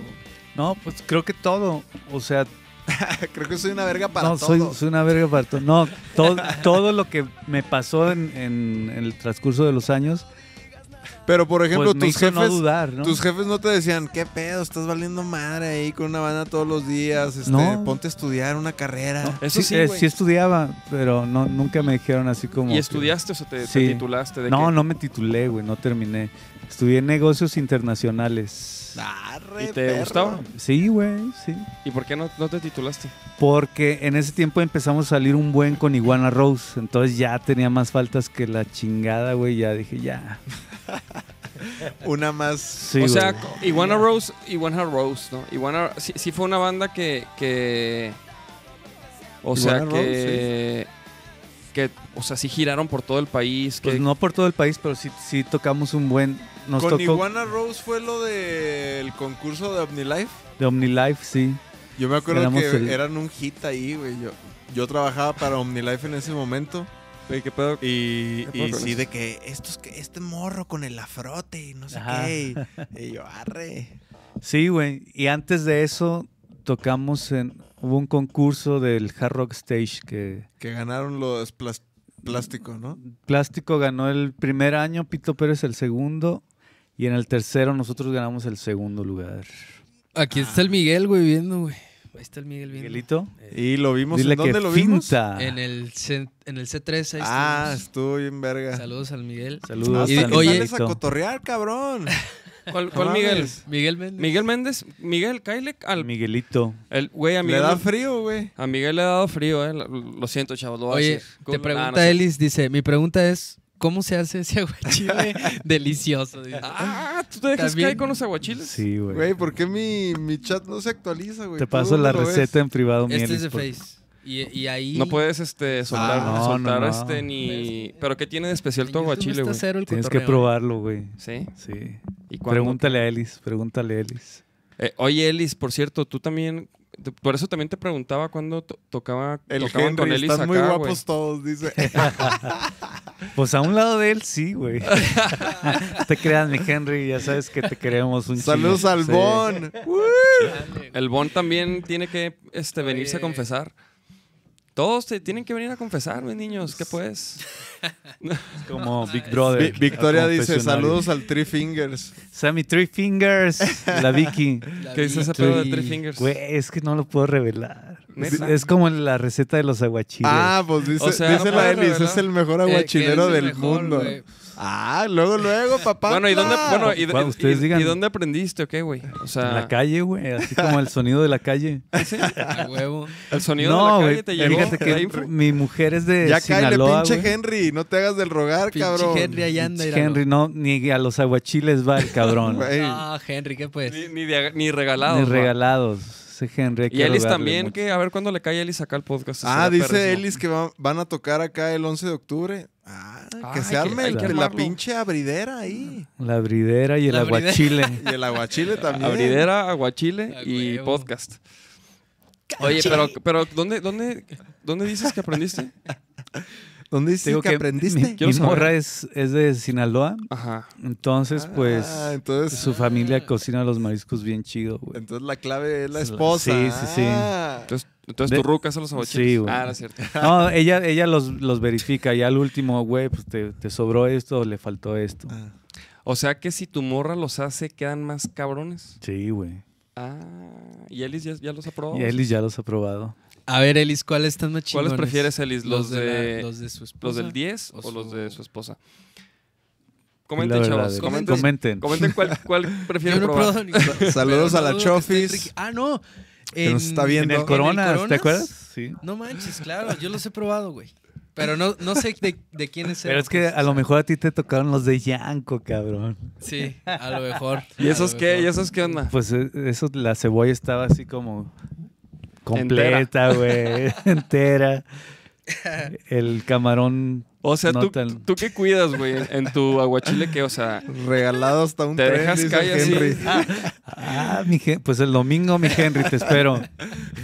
Speaker 3: No, pues creo que todo, o sea,
Speaker 4: Creo que soy una verga para
Speaker 3: no,
Speaker 4: todo.
Speaker 3: soy, soy una verga para todo. No, [LAUGHS] todo, todo lo que me pasó en, en- en el transcurso de los años,
Speaker 4: Pero por ejemplo,
Speaker 3: pues me
Speaker 4: tus
Speaker 3: hizo
Speaker 4: jefes
Speaker 3: no dudar, ¿no?
Speaker 4: Tus jefes no te decían, qué pedo, estás valiendo madre ahí con una banda todos los días, este,
Speaker 3: No.
Speaker 4: ponte a estudiar una carrera.
Speaker 3: No,
Speaker 2: Eso sí,
Speaker 3: eh,
Speaker 2: güey.
Speaker 3: sí estudiaba, pero no, nunca me dijeron así como...
Speaker 2: ¿Y
Speaker 3: que-
Speaker 2: estudiaste o sea, te, te
Speaker 3: Sí.
Speaker 2: titulaste? De
Speaker 3: No,
Speaker 2: que-
Speaker 3: no me titulé, güey, no terminé. Estudié negocios internacionales.
Speaker 2: Ah.
Speaker 4: Arre,
Speaker 2: ¿Y te
Speaker 4: perro.
Speaker 2: gustaba?
Speaker 3: Sí, güey, sí.
Speaker 2: ¿Y por qué no, no te titulaste?
Speaker 3: Porque en ese tiempo empezamos a salir un buen con Iguana Rose, entonces ya tenía más faltas que la chingada, güey, ya dije, ya.
Speaker 4: Una más.
Speaker 3: Sí,
Speaker 2: o sea,
Speaker 3: güey.
Speaker 2: co- Iguana Rose, Iguana Rose, ¿no? Iguana, sí, sí fue una banda que, que o sea,
Speaker 3: Iguana
Speaker 2: que, que, o sea, sí giraron por todo el país, que
Speaker 3: pues no por todo el país, pero sí, sí tocamos un buen... Nos
Speaker 4: Con
Speaker 3: tocó
Speaker 4: Iguana Rose fue lo del concurso de OmniLife.
Speaker 3: de OmniLife, sí.
Speaker 4: Yo me acuerdo
Speaker 3: Éramos
Speaker 4: que
Speaker 3: el-
Speaker 4: eran un hit ahí, güey. Yo, yo trabajaba para OmniLife en ese momento.
Speaker 2: Güey, ¿qué pedo?
Speaker 4: Y,
Speaker 2: ¿Qué
Speaker 4: y
Speaker 2: pedo con
Speaker 4: sí,
Speaker 2: eso?
Speaker 4: de que estos, que este morro con el afrote y no sé
Speaker 3: Ajá.
Speaker 4: qué. Y, y yo, arre.
Speaker 3: Sí, güey. Y antes de eso tocamos en. Hubo un concurso del Hard Rock Stage que
Speaker 4: Que ganaron los plas- plástico, ¿no?
Speaker 3: Plástico ganó el primer año, Pito Pérez el segundo. Y en el tercero nosotros ganamos el segundo lugar.
Speaker 5: Aquí está el Miguel, güey, viendo, güey. Ahí está el Miguel viendo.
Speaker 3: Miguelito, Ah.
Speaker 4: Y lo Eh, vimos.
Speaker 3: dile
Speaker 4: ¿En dónde
Speaker 3: que
Speaker 4: lo vimos?
Speaker 3: finta.
Speaker 5: En el, C, en el C3, ahí
Speaker 4: Ah,
Speaker 5: estuvimos.
Speaker 4: estuvo bien verga.
Speaker 5: Saludos al Miguel.
Speaker 3: Saludos.
Speaker 5: Ah, Y-
Speaker 4: Hasta que
Speaker 5: oye-
Speaker 4: sales a
Speaker 3: Miguelito.
Speaker 4: cotorrear, [LAUGHS] cabrón.
Speaker 2: ¿Cuál,
Speaker 4: No
Speaker 2: cuál Miguel?
Speaker 4: mames.
Speaker 5: Miguel Méndez.
Speaker 2: Miguel Méndez, Miguel Kailek, al
Speaker 3: Miguelito.
Speaker 2: el güey a
Speaker 4: Le
Speaker 2: Miguel.
Speaker 4: da frío, güey.
Speaker 2: A Miguel le ha dado frío, eh. Lo- Lo siento, chavos, lo voy a
Speaker 5: Oye,
Speaker 2: decir.
Speaker 5: te
Speaker 2: Cool. Ah,
Speaker 5: pregunta
Speaker 2: no sé.
Speaker 5: Elis, dice, mi pregunta es, ¿cómo se hace
Speaker 2: [LAUGHS]
Speaker 5: ese aguachile delicioso? Dice.
Speaker 2: Ah, tú te dejas
Speaker 5: También-
Speaker 2: caer con los aguachiles.
Speaker 3: Sí, güey.
Speaker 4: Güey, ¿por qué mi, mi chat no se actualiza, güey?
Speaker 3: Te
Speaker 4: ¿Tú
Speaker 3: paso
Speaker 4: dónde
Speaker 3: la
Speaker 4: lo ves?
Speaker 3: receta en privado, Miguel.
Speaker 5: este es de Face. Y, y ahí...
Speaker 2: No puedes este soltar,
Speaker 4: Ah, no,
Speaker 2: soltar
Speaker 3: no, no.
Speaker 2: este ni. Pero qué tiene de
Speaker 5: en
Speaker 2: especial tu
Speaker 5: YouTube
Speaker 2: aguachile,
Speaker 5: está
Speaker 2: güey.
Speaker 5: cero el
Speaker 3: Tienes que
Speaker 5: cotorreo. ¿eh?
Speaker 3: probarlo, güey.
Speaker 2: Sí.
Speaker 3: Sí.
Speaker 2: ¿Y cuándo?
Speaker 3: Pregúntale a Elis, pregúntale a Elis.
Speaker 2: Eh, oye, Elis, por cierto, tú también. te- Por eso también te preguntaba cuándo to- tocaba
Speaker 4: El
Speaker 2: tocaban
Speaker 4: Henry,
Speaker 2: con Elis
Speaker 4: están
Speaker 2: acá,
Speaker 4: muy guapos
Speaker 2: güey.
Speaker 4: todos, dice. [LAUGHS]
Speaker 3: Pues a un lado de él, sí, güey. [LAUGHS] No te creas, mi Henry, ya sabes que te queremos un
Speaker 4: Saludos
Speaker 3: chingo.
Speaker 4: al
Speaker 3: Sí.
Speaker 4: Bon.
Speaker 5: Dale,
Speaker 2: El Bon también tiene que este, venirse a
Speaker 5: Oye.
Speaker 2: confesar. Todos te tienen que venir a confesar, mis niños. ¿Qué pues?
Speaker 3: Es Como Big
Speaker 4: Vi-
Speaker 3: Brother.
Speaker 4: Victoria
Speaker 3: al
Speaker 4: dice,
Speaker 3: confesionario.
Speaker 4: saludos al Three Fingers.
Speaker 3: Sammy Three Fingers, la Vicky.
Speaker 5: la Eh,
Speaker 2: ¿Qué dice ese
Speaker 5: vi-
Speaker 2: pedo de
Speaker 5: y-
Speaker 2: Three Fingers?
Speaker 3: Güey, es que no lo puedo revelar. Es,
Speaker 2: Neta.
Speaker 3: es como la receta de los aguachiles.
Speaker 4: Ah, pues dice,
Speaker 2: O sea, no
Speaker 4: dice la
Speaker 2: puedes
Speaker 4: Elis,
Speaker 2: revelar.
Speaker 4: es el mejor
Speaker 5: Eh, que
Speaker 4: aguachilero
Speaker 5: es el
Speaker 4: del
Speaker 5: mejor,
Speaker 4: mundo.
Speaker 5: güey.
Speaker 4: Ah, luego, luego, papá.
Speaker 2: Bueno, ¿y dónde, bueno, y,
Speaker 3: Bueno,
Speaker 2: y-
Speaker 3: ustedes
Speaker 2: y-
Speaker 3: digan.
Speaker 2: ¿y dónde aprendiste o qué, güey? O sea,
Speaker 3: En la calle, güey, así como el sonido de la calle.
Speaker 5: A
Speaker 2: [LAUGHS]
Speaker 5: huevo.
Speaker 2: el sonido
Speaker 3: no,
Speaker 2: de la
Speaker 3: güey,
Speaker 2: calle te llegó.
Speaker 3: fíjate
Speaker 2: ¿Te da
Speaker 3: que
Speaker 2: info?
Speaker 3: mi mujer es de
Speaker 4: Ya cáele,
Speaker 3: Sinaloa,
Speaker 4: pinche
Speaker 3: güey.
Speaker 4: Henry, no te hagas del rogar,
Speaker 5: Pinche
Speaker 4: cabrón.
Speaker 5: Henry ahí anda.
Speaker 3: Pinche
Speaker 5: míralo.
Speaker 3: Henry, no, ni a los aguachiles va el cabrón.
Speaker 4: Güey,
Speaker 5: Ah, Henry, ¿qué pues?
Speaker 2: Ni, ni de- ni regalado.
Speaker 3: ni
Speaker 2: va.
Speaker 3: regalados. Ese Henry hay que
Speaker 2: Y Elis
Speaker 3: rogarle
Speaker 2: también,
Speaker 3: mucho.
Speaker 2: que a ver cuándo le cae a Elis acá el podcast.
Speaker 4: Ah,
Speaker 2: Será
Speaker 4: dice
Speaker 2: perrísimo.
Speaker 4: Ellis que va- van a tocar acá el 11 de octubre. Ah, que
Speaker 2: Ay,
Speaker 4: se
Speaker 2: que-
Speaker 4: arme
Speaker 2: hay
Speaker 4: el-
Speaker 3: que
Speaker 4: la
Speaker 2: armarlo.
Speaker 4: pinche abridera ahí.
Speaker 3: La bridera y el
Speaker 5: La bridera.
Speaker 3: aguachile.
Speaker 4: Y el [LAUGHS] aguachile también.
Speaker 2: Abridera, aguachile
Speaker 5: A
Speaker 2: y
Speaker 5: huevo.
Speaker 2: podcast. Oye, pero, pero ¿dónde, dónde, ¿dónde dices que [LAUGHS] aprendiste?
Speaker 4: ¿Dónde dices
Speaker 3: Te digo
Speaker 4: que,
Speaker 3: Mi,
Speaker 4: aprendiste?
Speaker 2: Quiero
Speaker 3: mi
Speaker 2: saber.
Speaker 3: morra es, es de Sinaloa,
Speaker 2: Ajá.
Speaker 3: entonces pues
Speaker 4: Ah, entonces,
Speaker 3: su familia cocina los mariscos bien chido, güey.
Speaker 4: entonces la clave es la
Speaker 3: Sí,
Speaker 4: esposa.
Speaker 3: sí, sí.
Speaker 4: Ah.
Speaker 2: Entonces, entonces
Speaker 3: De-
Speaker 2: tu ruca hace los aguachiles.
Speaker 3: Sí, güey.
Speaker 2: Ah, no es cierto.
Speaker 4: [LAUGHS]
Speaker 3: No, ella, ella los, los verifica y al último, güey, pues te, te sobró esto o le faltó esto.
Speaker 4: Ah.
Speaker 2: O sea que si tu morra los hace, quedan más cabrones.
Speaker 3: Sí, güey.
Speaker 2: Ah, y Elis ya, ya los aprobó.
Speaker 3: Y Elis ya los ha probado.
Speaker 5: A ver, Elis, ¿cuáles están más chingones?
Speaker 2: ¿Cuáles prefieres, Elis? ¿Los, de,
Speaker 5: la- los de su
Speaker 2: los
Speaker 5: esposa?
Speaker 2: del 10
Speaker 5: o
Speaker 2: o los
Speaker 5: su-
Speaker 2: de su esposa?
Speaker 3: La
Speaker 2: Comenten,
Speaker 3: verdad,
Speaker 2: chavos.
Speaker 3: eh.
Speaker 2: Comenten,
Speaker 3: Comenten.
Speaker 2: comenten
Speaker 4: [LAUGHS]
Speaker 2: cuál, cuál
Speaker 5: Yo
Speaker 2: prefieren
Speaker 5: no he
Speaker 2: probar.
Speaker 5: probado ninguno.
Speaker 4: Saludos
Speaker 5: Pero
Speaker 4: a la
Speaker 5: no dudo que
Speaker 4: Chofis.
Speaker 5: esté riqui- Ah, no.
Speaker 4: Que nos está viendo.
Speaker 3: En
Speaker 4: ¿En
Speaker 3: el
Speaker 4: el
Speaker 3: Corona, ¿te
Speaker 5: Coronas?
Speaker 3: acuerdas? Sí.
Speaker 5: No manches, claro, yo los he probado, güey. Pero no, no sé de, de quién es
Speaker 3: Pero es que a lo mejor a ti te tocaron los de Yanko, cabrón.
Speaker 5: Sí, a lo mejor.
Speaker 2: ¿Y
Speaker 5: a
Speaker 2: esos
Speaker 5: lo
Speaker 2: qué? ¿Y
Speaker 5: mejor.
Speaker 2: esos qué onda?
Speaker 3: Pues eh, eso, la cebolla estaba así como completa, güey, [LAUGHS] entera. El camarón,
Speaker 2: O sea,
Speaker 3: No
Speaker 2: ¿tú,
Speaker 3: tan-
Speaker 2: ¿tú qué cuidas, güey, en- en tu aguachile? que, O sea,
Speaker 4: Regalado hasta un
Speaker 2: Te
Speaker 4: tren,
Speaker 2: dejas
Speaker 4: dice
Speaker 2: caer así.
Speaker 4: Henry.
Speaker 3: ah, mi Hen- pues el domingo, mi Henry, te espero.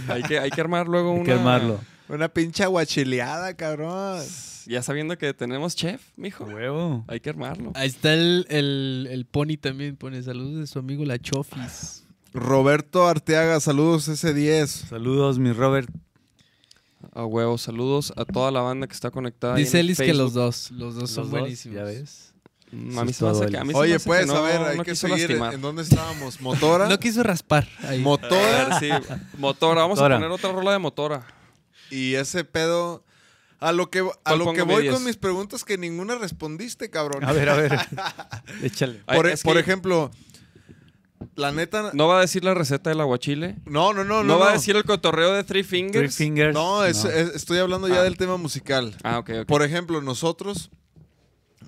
Speaker 2: hay que, hay que armar luego
Speaker 3: Hay
Speaker 2: una...
Speaker 3: que armarlo.
Speaker 4: Una pinche aguachileada, cabrón.
Speaker 2: Ya sabiendo que tenemos chef, mijo.
Speaker 3: Huevo.
Speaker 2: Hay que armarlo.
Speaker 5: Ahí está el, el, el Pony también, pone saludos de su amigo la Chofis.
Speaker 4: Roberto Arteaga, saludos ese 10.
Speaker 3: Saludos, mi Robert.
Speaker 2: A huevo, saludos a toda la banda que está conectada. ahí
Speaker 5: Dice
Speaker 2: en
Speaker 5: Elis que los
Speaker 2: Facebook.
Speaker 5: dos, los dos son
Speaker 3: Los dos,
Speaker 5: buenísimos.
Speaker 3: Ya ves.
Speaker 2: Mm, A mí
Speaker 3: Eso
Speaker 2: se me hace
Speaker 3: es
Speaker 2: que a
Speaker 3: todo,
Speaker 2: mí se me
Speaker 4: Oye,
Speaker 2: hace que
Speaker 4: pues,
Speaker 2: no-
Speaker 4: a ver, hay
Speaker 2: no
Speaker 4: que
Speaker 2: quiso
Speaker 4: seguir.
Speaker 2: lastimar.
Speaker 4: ¿En dónde
Speaker 2: [LAUGHS]
Speaker 4: estábamos? ¿Motora?
Speaker 5: No quiso raspar ahí.
Speaker 4: Motora.
Speaker 2: A ver, sí. Motora, vamos
Speaker 3: Motora.
Speaker 2: a poner otra rola de motora.
Speaker 4: Y ese pedo. A lo que, a
Speaker 2: ¿Cuál
Speaker 4: lo que
Speaker 2: pongo mi
Speaker 4: voy
Speaker 2: 10?
Speaker 4: con mis preguntas que ninguna respondiste, cabrón.
Speaker 3: A ver, a ver. Échale.
Speaker 2: Ay,
Speaker 4: [LAUGHS] Por, e-
Speaker 2: es que
Speaker 4: por ejemplo, la neta.
Speaker 2: No va a decir la receta del aguachile.
Speaker 4: No, no, no.
Speaker 2: No,
Speaker 4: No,
Speaker 2: va a
Speaker 4: no.
Speaker 2: decir el cotorreo de Three Fingers.
Speaker 3: Three fingers.
Speaker 4: No, es- es- estoy hablando ya
Speaker 2: Ah.
Speaker 4: del tema musical.
Speaker 2: Ah, ok, ok.
Speaker 4: Por ejemplo, nosotros.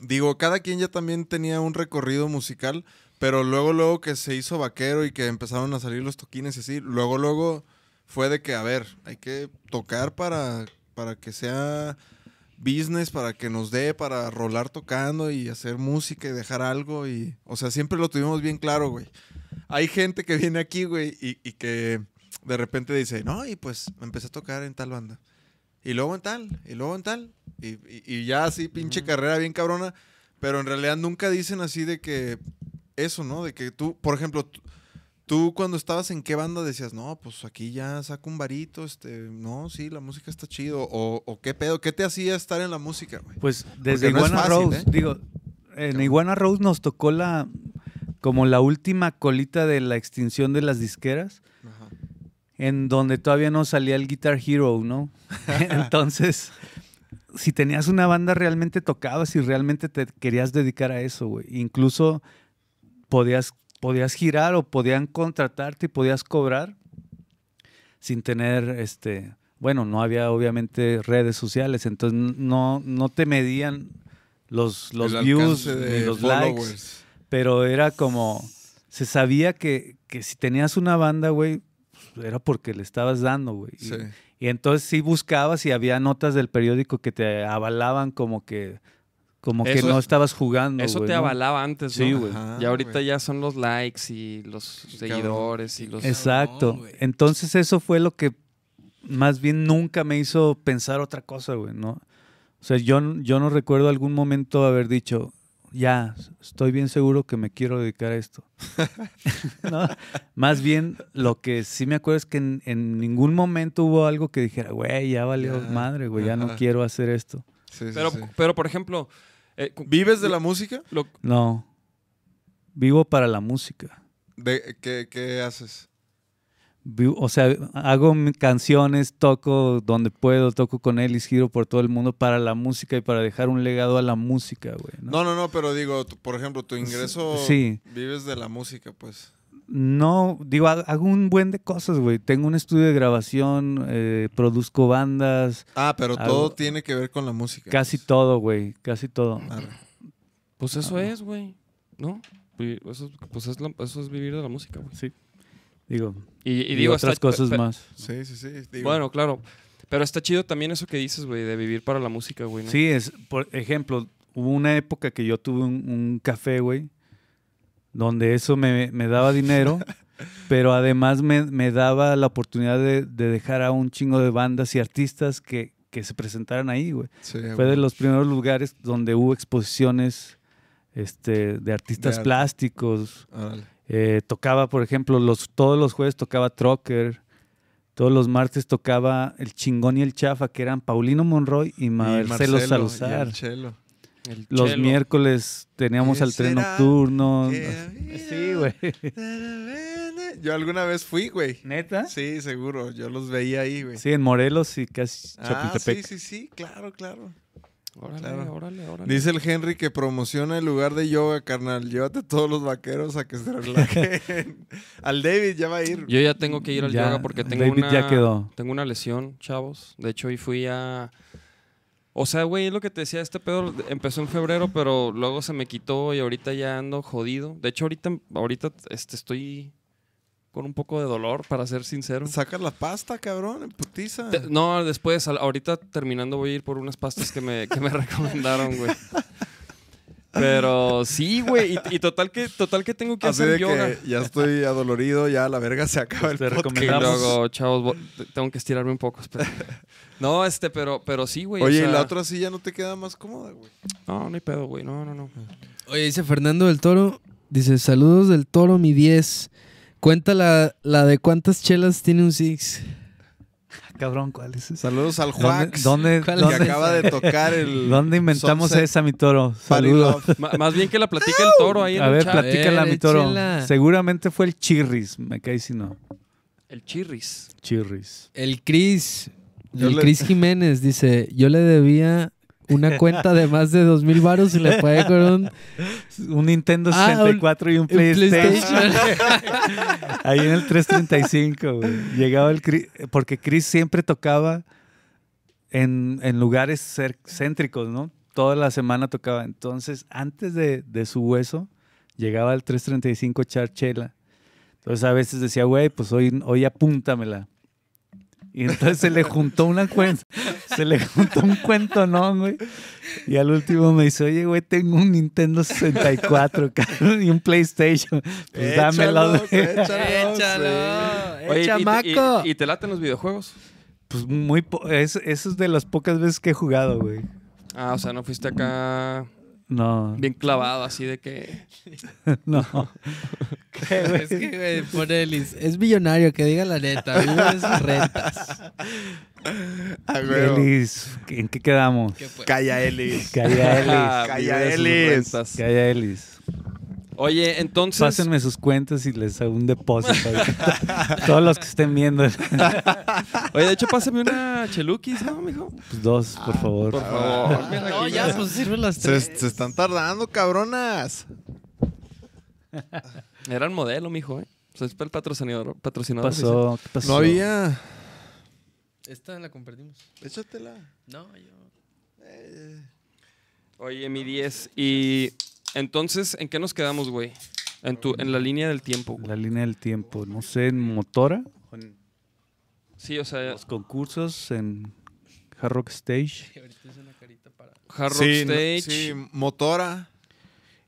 Speaker 4: Digo, cada quien ya también tenía un recorrido musical, pero luego, luego que se hizo vaquero y que empezaron a salir los toquines y así, luego, luego fue de que, a ver, hay que tocar para, para que sea business, para que nos dé, para rolar tocando y hacer música y dejar algo. Y, o sea, siempre lo tuvimos bien claro, güey. Hay gente que viene aquí, güey, y, y que de repente dice, no, y pues empecé a tocar en tal banda. Y luego en tal, y luego en tal. Y, y- y ya así, pinche carrera bien cabrona. Pero en realidad nunca dicen así de que eso, ¿no? De que tú, por ejemplo, tú- Tú cuando estabas en qué banda decías, no, pues aquí ya saco un varito, este, no, sí, la música está chido, o, o qué pedo, ¿qué te hacía estar en la música, güey?
Speaker 3: Pues desde
Speaker 4: no es
Speaker 3: Iguana
Speaker 4: fácil,
Speaker 3: Rose,
Speaker 4: ¿eh?
Speaker 3: digo, en Iguana Rose nos tocó la como la última colita de la extinción de las disqueras,
Speaker 4: Ajá.
Speaker 3: en donde todavía no salía el Guitar Hero,
Speaker 4: [LAUGHS]
Speaker 3: ¿no? Entonces, si tenías una banda realmente tocabas y realmente te querías dedicar a eso, güey. Incluso podías podías girar o podían contratarte y podías cobrar sin tener este bueno no había obviamente redes sociales entonces n- no no te medían los los
Speaker 4: El
Speaker 3: views
Speaker 4: alcance de
Speaker 3: ni los likes
Speaker 4: followers.
Speaker 3: pero era como se sabía que, que si tenías una banda güey pues, era porque le estabas dando güey Y-
Speaker 4: Sí.
Speaker 3: y entonces sí buscabas y había notas del periódico que te avalaban como que como que
Speaker 2: Eso-
Speaker 3: no estabas jugando
Speaker 2: Eso
Speaker 3: güey,
Speaker 2: te
Speaker 3: ¿no?
Speaker 2: avalaba antes,
Speaker 3: Sí,
Speaker 2: ¿no?
Speaker 3: güey.
Speaker 4: Ajá,
Speaker 2: Y ahorita
Speaker 4: güey.
Speaker 2: ya son los likes y los seguidores y los...
Speaker 4: Pues,
Speaker 5: Es-
Speaker 3: Exacto.
Speaker 5: cabrón, güey.
Speaker 3: Entonces eso fue lo que más bien nunca me hizo pensar otra cosa, güey, ¿no? O sea, yo, n- yo no recuerdo algún momento haber dicho, ya, estoy bien seguro que me quiero dedicar a
Speaker 4: [LAUGHS]
Speaker 3: esto. [LAUGHS] ¿No? Más bien, lo que sí me acuerdo es que en, en ningún momento hubo algo que dijera, güey, ya valió
Speaker 4: Ya,
Speaker 3: madre, güey, ya no
Speaker 4: ajá.
Speaker 3: quiero hacer esto.
Speaker 4: Sí, sí,
Speaker 2: Pero,
Speaker 4: sí.
Speaker 2: pero, por ejemplo... eh, cu-
Speaker 4: ¿Vives de la música?
Speaker 2: lo-
Speaker 3: No. Vivo para la música.
Speaker 4: ¿De qué, qué haces?
Speaker 3: vi- O sea, hago mi- canciones, toco donde puedo, toco con él y giro por todo el mundo para la música y para dejar un legado a la música, güey. ¿no?
Speaker 4: No, no, no, pero digo, tú- por ejemplo, tu ingreso
Speaker 3: sí.
Speaker 4: vives de la música, pues.
Speaker 3: No, digo, ha- hago un buen de cosas, güey. Tengo un estudio de grabación, eh, produzco bandas,
Speaker 4: Ah, pero
Speaker 3: Algo-
Speaker 4: todo tiene que ver con la música.
Speaker 3: casi
Speaker 4: pues.
Speaker 3: todo, güey, casi todo.
Speaker 4: Arre.
Speaker 2: Pues eso
Speaker 4: Ah,
Speaker 2: es, güey. ¿No? Vi- Eso, es- pues es la- eso es vivir de la música, güey.
Speaker 3: Digo,
Speaker 2: Y,
Speaker 3: y,
Speaker 2: y digo,
Speaker 3: otras
Speaker 2: está-
Speaker 3: cosas
Speaker 2: pe- pe-
Speaker 3: más.
Speaker 4: Sí, sí, sí. digo.
Speaker 2: Bueno, claro. Pero está chido también eso que dices, güey, de vivir para la música, güey. ¿no?
Speaker 3: Sí, es, por ejemplo, hubo una época que yo tuve un, un café, güey, donde eso me, me daba dinero, pero además me, me daba la oportunidad de, de dejar a un chingo de bandas y artistas que, que se presentaran ahí, güey.
Speaker 4: Sí,
Speaker 3: Fue de
Speaker 4: güey.
Speaker 3: los primeros lugares donde hubo exposiciones este, de artistas
Speaker 4: arte.
Speaker 3: plásticos.
Speaker 4: Órale.
Speaker 3: Eh, tocaba, por ejemplo, los, todos los jueves tocaba Trocker. Todos los martes tocaba El Chingón y El Chafa, que eran Paulino Monroy y
Speaker 4: Y
Speaker 3: Marcelo,
Speaker 4: y
Speaker 3: Salazar.
Speaker 4: el Chelo.
Speaker 2: El
Speaker 3: Los
Speaker 2: chelo.
Speaker 3: miércoles teníamos
Speaker 4: ¿Qué
Speaker 3: al tren
Speaker 4: será
Speaker 3: nocturno.
Speaker 4: ¿Qué
Speaker 3: Sí, güey. [LAUGHS]
Speaker 4: Yo alguna vez fui, güey.
Speaker 3: ¿Neta? Sí.
Speaker 4: Sí, seguro. Yo los veía ahí, güey.
Speaker 3: en Morelos y casi
Speaker 4: Ah,
Speaker 3: Chapultepec.
Speaker 4: sí, sí, sí, claro, claro.
Speaker 2: Órale,
Speaker 4: Claro.
Speaker 2: órale, órale.
Speaker 4: Dice el Henry que promociona el lugar de yoga, carnal. Llévate todos los vaqueros a
Speaker 3: [LAUGHS]
Speaker 4: que se relajen. Al David ya va a ir.
Speaker 2: Yo ya tengo que ir al
Speaker 3: Ya,
Speaker 2: yoga porque tengo
Speaker 3: David
Speaker 2: una...
Speaker 3: ya quedó.
Speaker 2: Tengo una lesión, chavos. De hecho, hoy fui a... O sea, güey, es lo que te decía, este pedo empezó en febrero, pero luego se me quitó y ahorita ya ando jodido. De hecho, ahorita, ahorita este, estoy con un poco de dolor, para ser sincero.
Speaker 4: Sacas la pasta, cabrón, en putiza.
Speaker 2: Te- no, después, al- ahorita terminando voy a ir por unas pastas que me, que me [LAUGHS] recomendaron, güey. Pero sí, güey. Y, y total que total que tengo que
Speaker 4: Así
Speaker 2: hacer
Speaker 4: de
Speaker 2: yoga.
Speaker 4: que ya estoy adolorido, ya la verga se acaba
Speaker 3: Pues
Speaker 4: el
Speaker 3: te
Speaker 4: podcast.
Speaker 2: Y
Speaker 3: recomendamos.
Speaker 2: luego, chavos, vo- te- tengo que estirarme un poco. espera. [LAUGHS] No, este, pero, pero sí, güey. o
Speaker 4: Oye,
Speaker 2: sea,
Speaker 4: y la otra silla no te queda más cómoda, güey.
Speaker 2: No, no hay pedo, güey. No, no, no.
Speaker 5: Oye, dice Fernando del Toro. Dice, saludos del Toro, mi 10. Cuenta la, la de cuántas chelas tiene un Six.
Speaker 3: Cabrón, ¿cuál es ese?
Speaker 4: Saludos al
Speaker 3: ¿Dónde,
Speaker 4: Juax,
Speaker 3: dónde,
Speaker 5: ¿Cuál
Speaker 4: que
Speaker 5: es
Speaker 3: dónde-
Speaker 5: ese?
Speaker 4: acaba de tocar
Speaker 3: [LAUGHS]
Speaker 4: el...
Speaker 3: dónde inventamos
Speaker 4: Sunset
Speaker 3: esa, mi toro?
Speaker 4: Party
Speaker 3: Saludos.
Speaker 4: Love.
Speaker 2: Ma- más bien que la platique [LAUGHS] el toro ahí en
Speaker 3: A
Speaker 2: el
Speaker 3: ver,
Speaker 2: chat.
Speaker 3: platícala,
Speaker 5: A ver,
Speaker 3: mi toro.
Speaker 5: échela.
Speaker 3: Seguramente fue el Chirris. Me cae si no.
Speaker 2: El chirris.
Speaker 3: Chirris.
Speaker 5: El Cris.
Speaker 4: Yo
Speaker 5: El
Speaker 2: [LAUGHS]
Speaker 4: le-
Speaker 5: Cris Jiménez dice, yo le debía una cuenta de más de dos mil baros y le pagué
Speaker 2: [LAUGHS]
Speaker 5: con un
Speaker 3: Un Nintendo
Speaker 5: Ah,
Speaker 3: 64 y un
Speaker 5: un
Speaker 3: PlayStation.
Speaker 2: [LAUGHS]
Speaker 5: PlayStation.
Speaker 3: Ahí en el 335, güey. Llegaba el Chris, porque Chris siempre tocaba en, en lugares cer- céntricos, ¿no? Toda la semana tocaba. Entonces, antes de, de su hueso, llegaba al 335 a echar chela. Entonces, a veces decía, güey, pues hoy, hoy apúntamela. Y entonces se le juntó una cuenta, se le juntó un cuento, ¿no, güey? Y al último me dice, oye, güey, tengo un Nintendo 64, cabrón, y un PlayStation. Pues dámelo,
Speaker 4: Échalos,
Speaker 3: güey.
Speaker 4: échalos, güey.
Speaker 2: Oye, y-
Speaker 5: ¡Eh, chamaco!
Speaker 2: Y, y te laten los videojuegos.
Speaker 3: Pues muy po- es, eso es de las pocas veces que he jugado, güey.
Speaker 2: Ah, o sea, no fuiste acá.
Speaker 3: No,
Speaker 2: Bien clavado, así de que.
Speaker 3: [LAUGHS] no.
Speaker 5: [LAUGHS] Es que, güey, pone Elis, es millonario, que diga la neta, vive de sus rentas.
Speaker 4: [LAUGHS] Ah, güey.
Speaker 3: Elis, ¿en qué quedamos?
Speaker 5: ¿Qué fue?
Speaker 4: Calla, Elis. [LAUGHS]
Speaker 2: [LAUGHS]
Speaker 3: Calla
Speaker 2: Ah,
Speaker 3: Elis.
Speaker 4: Calla,
Speaker 2: vive de sus
Speaker 4: Elis.
Speaker 2: rentas.
Speaker 3: Calla Elis.
Speaker 4: Pues
Speaker 2: Oye, entonces.
Speaker 3: Pásenme sus cuentas y les hago un depósito.
Speaker 4: [LAUGHS]
Speaker 3: ahí. Todos los que estén viendo, [LAUGHS]
Speaker 2: Oye, de hecho, pásame una Chelukis, ¿no, mijo?
Speaker 3: pues dos,
Speaker 4: Ah,
Speaker 3: por favor.
Speaker 2: Por favor. Oh, mira,
Speaker 4: [LAUGHS]
Speaker 5: No,
Speaker 2: aquí
Speaker 5: ya, pues sirven las
Speaker 4: Se,
Speaker 5: tres.
Speaker 4: se están tardando, cabronas.
Speaker 2: Era el modelo, mijo, ¿eh? O sea, es para el patrocinador.
Speaker 3: ¿Qué
Speaker 2: patrocinador oficial.
Speaker 3: pasó? ¿Qué pasó?
Speaker 4: No había.
Speaker 5: Esta la compartimos.
Speaker 4: Échatela.
Speaker 5: No, yo.
Speaker 2: Oye, mi 10. Y entonces, ¿en qué nos quedamos, güey? En, tu, en la línea del tiempo, güey.
Speaker 3: La línea del tiempo, no sé, en motora, en
Speaker 2: Sí, o sea,
Speaker 3: los concursos, en Hard Rock Stage.
Speaker 5: Ahorita hice una carita para.
Speaker 2: Hard Rock
Speaker 4: Sí, no-
Speaker 2: Stage.
Speaker 4: sí, motora.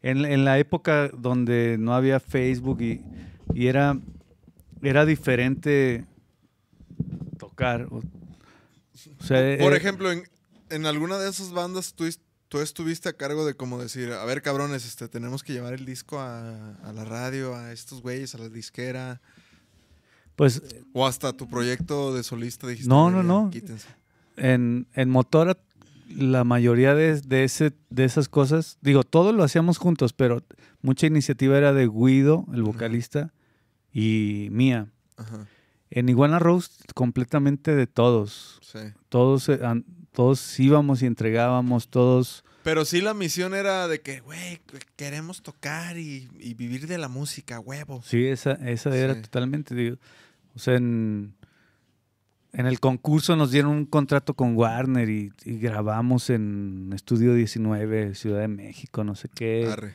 Speaker 3: En, en la época donde no había Facebook y, y era, era diferente tocar. O, o sea,
Speaker 4: Por
Speaker 3: eh,
Speaker 4: ejemplo, en, en alguna de esas bandas tú, is- tú estuviste a cargo de como decir, a ver cabrones, este, tenemos que llevar el disco a, a la radio, a estos güeyes, a la disquera,
Speaker 3: Pues
Speaker 4: o hasta tu proyecto de solista dijiste.
Speaker 3: No, no,
Speaker 4: "Oigan,
Speaker 3: no.
Speaker 4: Quítense.
Speaker 3: en, en Motora, la mayoría de, de ese, de esas cosas, digo, todo lo hacíamos juntos, pero mucha iniciativa era de Guido, el vocalista, y mía.
Speaker 4: Ajá,
Speaker 3: En Iguana Rose, completamente de todos.
Speaker 4: sí.
Speaker 3: Todos, eh, an- todos íbamos y entregábamos, todos.
Speaker 4: Pero sí la misión era de que, güey, qu- queremos tocar y, y vivir de la música, huevo.
Speaker 3: Sí, esa, esa era
Speaker 4: Sí.
Speaker 3: totalmente. digo, o sea, en, en el concurso nos dieron un contrato con Warner y, y grabamos en Estudio 19, Ciudad de México, no sé qué.
Speaker 4: Arre.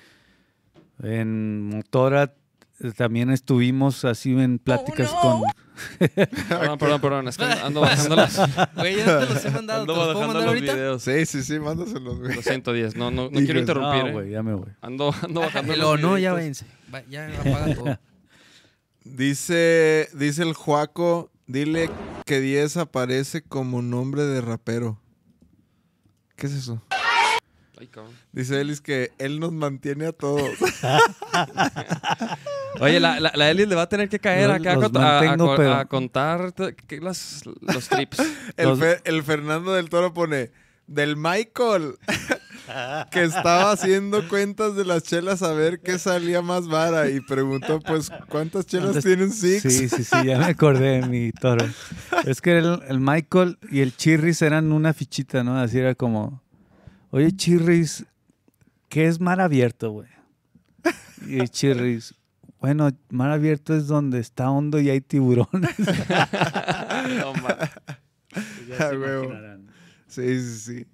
Speaker 3: En Motora eh, también estuvimos así en pláticas con...
Speaker 2: Ah, Perdón, perdón, perdón. Es que ando bajando
Speaker 5: [LAUGHS]
Speaker 2: las.
Speaker 5: Güey, ya te los he mandado. ¿Te
Speaker 2: Ando
Speaker 5: los puedo
Speaker 2: bajando
Speaker 5: mandar
Speaker 2: los
Speaker 5: ahorita?
Speaker 2: videos.
Speaker 4: Sí, sí, sí, mándaselos, güey.
Speaker 2: Lo siento, 10. No, no, no
Speaker 4: Hijos,
Speaker 2: quiero interrumpir.
Speaker 3: No,
Speaker 2: eh.
Speaker 3: güey, ya me voy.
Speaker 2: Ando, ando bajando.
Speaker 5: Ájalo,
Speaker 2: los
Speaker 5: no, ya
Speaker 2: videitos.
Speaker 5: váyanse. Va- ya apaga todo.
Speaker 4: Dice, dice el Juaco, dile que 10 aparece como nombre de rapero. ¿Qué es eso?
Speaker 2: Ay, cabrón.
Speaker 4: Dice Elis que él nos mantiene a todos.
Speaker 2: Oye, la, la, la Elis le va a tener que caer
Speaker 3: Los-
Speaker 2: acá a
Speaker 3: los
Speaker 2: cont- a, a
Speaker 3: mantengo,
Speaker 2: co-
Speaker 3: pero-
Speaker 2: a contar t- que las, los clips.
Speaker 4: El,
Speaker 3: Los-
Speaker 4: Fer- el Fernando del Toro pone del Michael que estaba haciendo cuentas de las chelas a ver qué salía más vara y preguntó pues cuántas chelas
Speaker 3: ¿Cuántas-
Speaker 4: tienen Six.
Speaker 3: Sí, sí, sí, ya me acordé de mi toro. Es que el, el Michael y el Chirris eran una fichita, ¿no? Así era como, oye Chirris, ¿qué es mar abierto, güey? Y el Chirris, bueno, mar abierto es donde está hondo y hay tiburones.
Speaker 2: [LAUGHS] No, ma-
Speaker 4: [LAUGHS] Ah, huevo. Sí, sí, sí.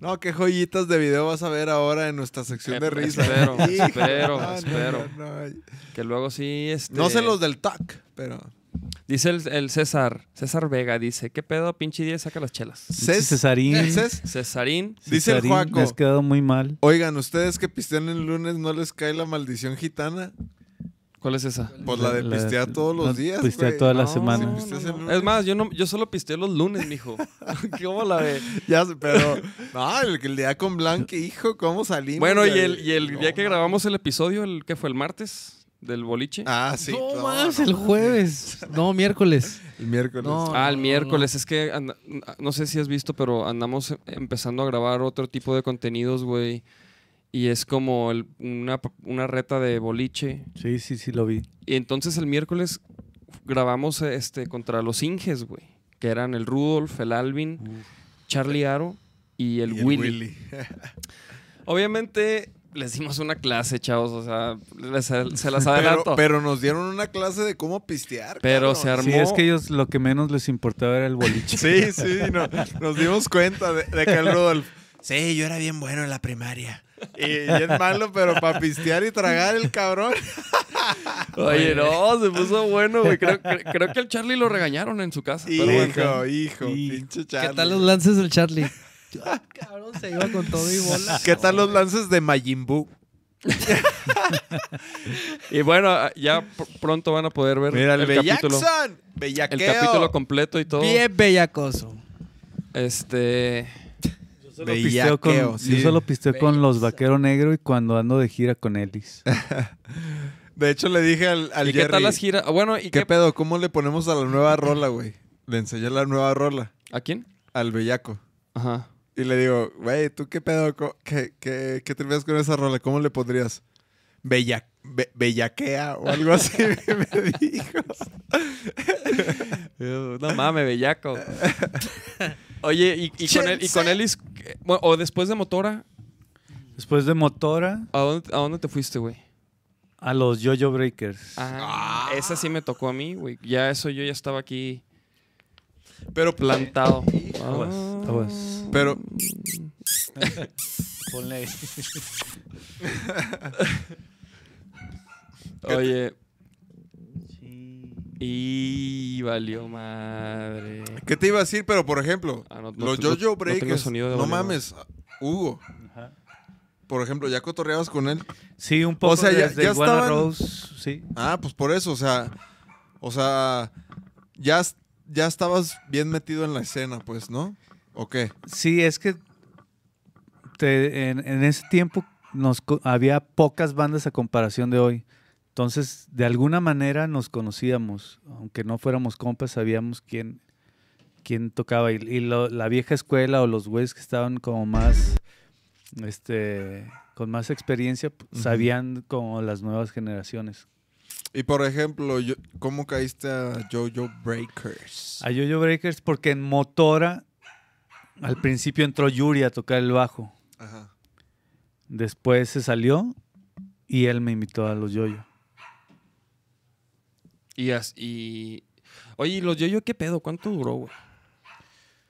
Speaker 4: No, qué joyitas de video vas a ver ahora en nuestra sección de
Speaker 2: Eh,
Speaker 4: risa.
Speaker 2: espero,
Speaker 4: [LAUGHS] Hijo,
Speaker 2: espero,
Speaker 4: no, no,
Speaker 2: espero.
Speaker 4: No, no.
Speaker 2: que luego sí. Este,
Speaker 4: No sé los del TAC, pero.
Speaker 2: Dice el, el César. César Vega dice: ¿Qué pedo, pinche 10? Saca las chelas.
Speaker 4: Ces-
Speaker 3: Cesarín.
Speaker 4: Ces-
Speaker 2: Cesarín.
Speaker 4: eh, Dice el
Speaker 3: Cesarín,
Speaker 4: Juaco.
Speaker 3: Me has quedado muy mal.
Speaker 4: Oigan, ustedes que pistean el lunes, ¿no les cae la maldición gitana?
Speaker 2: ¿Cuál es esa?
Speaker 4: Pues la de pistear todos los
Speaker 3: la
Speaker 4: días,
Speaker 3: Pistear
Speaker 4: güey.
Speaker 3: toda la
Speaker 2: No,
Speaker 3: semana.
Speaker 2: no,
Speaker 4: Pisteas
Speaker 2: no,
Speaker 4: el
Speaker 2: no.
Speaker 4: lunes.
Speaker 2: Es más, yo, no, yo solo pisteo los lunes, mijo. [LAUGHS] ¿Cómo la ve?
Speaker 4: Ya, sé, pero. No, el, el día con Blanque, hijo, ¿cómo salimos?
Speaker 2: Bueno, y
Speaker 4: de-
Speaker 2: el, y el
Speaker 4: No,
Speaker 2: día que
Speaker 4: ma-
Speaker 2: grabamos el episodio, el que fue el martes del boliche. Ah,
Speaker 4: Ah, sí.
Speaker 5: no más,
Speaker 4: no, [LAUGHS]
Speaker 5: el jueves. No, miércoles.
Speaker 4: El miércoles.
Speaker 5: No.
Speaker 2: Ah, el miércoles. Es que anda- no sé si has visto, pero andamos em, empezando a grabar otro tipo de contenidos, güey. Y es como el- una, una reta de boliche.
Speaker 3: Sí, sí, sí, lo vi.
Speaker 2: Y entonces el miércoles grabamos este contra los Inges, güey. Que eran el Rudolf, el Alvin, Charlie Aro y el,
Speaker 4: Y
Speaker 2: Willy. Obviamente les dimos una clase, chavos, o sea, les- se las
Speaker 4: Pero,
Speaker 2: adelanto. Pero,
Speaker 4: pero nos dieron una clase de cómo pistear. cabrón.
Speaker 2: se armó.
Speaker 3: Sí, es que ellos lo que menos les importaba era el boliche.
Speaker 4: Sí, sí, no, nos dimos cuenta de, de que el Rudolf. Sí, yo era bien bueno en la primaria. Y bien malo, pero para pistear y tragar el cabrón.
Speaker 2: Oye, no, se puso bueno, güey. Creo, cre- creo que el Charlie lo regañaron en su casa. pero bueno.
Speaker 4: Hijo, hijo,
Speaker 3: Y-
Speaker 4: pinche
Speaker 5: ¿Qué
Speaker 4: Charlie.
Speaker 5: tal los lances
Speaker 4: [LAUGHS]
Speaker 5: del Charlie? Ah, cabrón, se iba con todo y bola.
Speaker 4: ¿Qué tal los lances de Majin Buu?
Speaker 2: Y bueno, ya pr- pronto van a poder ver
Speaker 4: Mira, el,
Speaker 2: el, capítulo.
Speaker 4: Bellaxan.
Speaker 2: El
Speaker 4: Bellaqueo.
Speaker 2: capítulo completo y todo.
Speaker 5: Bien bellacoso.
Speaker 2: Este.
Speaker 3: Yo solo pisteo con,
Speaker 4: Bellaqueo, sí.
Speaker 3: Yo solo pisteo con los vaqueros negros y cuando ando de gira con
Speaker 4: [LAUGHS]
Speaker 3: Ellis.
Speaker 4: De hecho, le dije al, al
Speaker 2: ¿Y
Speaker 4: Jerry,
Speaker 2: qué tal las giras? Ah, Bueno, ¿y
Speaker 4: ¿qué
Speaker 2: qué,
Speaker 4: pedo? ¿Cómo le ponemos a la nueva rola, güey? Le enseñé la nueva rola
Speaker 2: ¿A quién?
Speaker 4: al bellaco.
Speaker 2: Ajá.
Speaker 4: Y le digo, güey, ¿tú qué pedo? Co- ¿Qué, qué, qué te ves con esa rola? ¿Cómo le pondrías? Bella, be- bellaquea o algo así [LAUGHS] me dijo. Pues
Speaker 2: No mames,
Speaker 4: [LAUGHS]
Speaker 2: bellaco. Oye, ¿y, y con, el, y con Ellis? qué- bueno, o después de Motora,
Speaker 3: Después de Motora,
Speaker 2: ¿a dónde, a dónde te fuiste, güey?
Speaker 3: a los Jojo Breakers.
Speaker 2: Ah, esa sí me tocó a mí, güey. Ya eso yo ya estaba aquí
Speaker 4: Pero,
Speaker 2: plantado.
Speaker 3: Aguas,
Speaker 2: Ah.
Speaker 3: aguas.
Speaker 4: pero,
Speaker 3: Ponle ahí.
Speaker 2: Oye. Y valió madre.
Speaker 4: ¿qué te iba a decir? Pero, por ejemplo,
Speaker 2: Ah, no- no
Speaker 4: los
Speaker 2: te- no- no
Speaker 4: Jojo
Speaker 2: tengo
Speaker 4: Breakers,
Speaker 2: sonido de
Speaker 4: no
Speaker 2: Bolívar.
Speaker 4: mames, Hugo. Por ejemplo, ¿ya cotorreabas con él?
Speaker 3: Sí, un poco
Speaker 4: sea, ya-
Speaker 3: desde
Speaker 4: ya
Speaker 3: Iguana
Speaker 4: estaban-
Speaker 3: Rose, sí.
Speaker 4: Ah, pues por eso, o sea, o sea, ya, es- ya estabas bien metido en la escena, pues, ¿no? ¿O qué?
Speaker 3: Sí, es que te- en, en ese tiempo nos co- había pocas bandas a comparación de hoy. Entonces, de alguna manera nos conocíamos. Aunque no fuéramos compas, sabíamos quién, quién tocaba. Y, y lo- la vieja escuela o los güeyes que estaban como más, este, con más experiencia, p-
Speaker 4: Ujú.
Speaker 3: sabían como las nuevas generaciones.
Speaker 4: Y por ejemplo, yo- ¿cómo caíste a Jojo Breakers?
Speaker 3: A Yo-Yo Breakers, porque en Motora, al principio entró Yuri a tocar el bajo.
Speaker 4: Ajá.
Speaker 3: Después se salió y él me invitó a los yoyo.
Speaker 2: Y, as- y- Oye, ¿y los yo-yo qué pedo? ¿Cuánto duró, güey?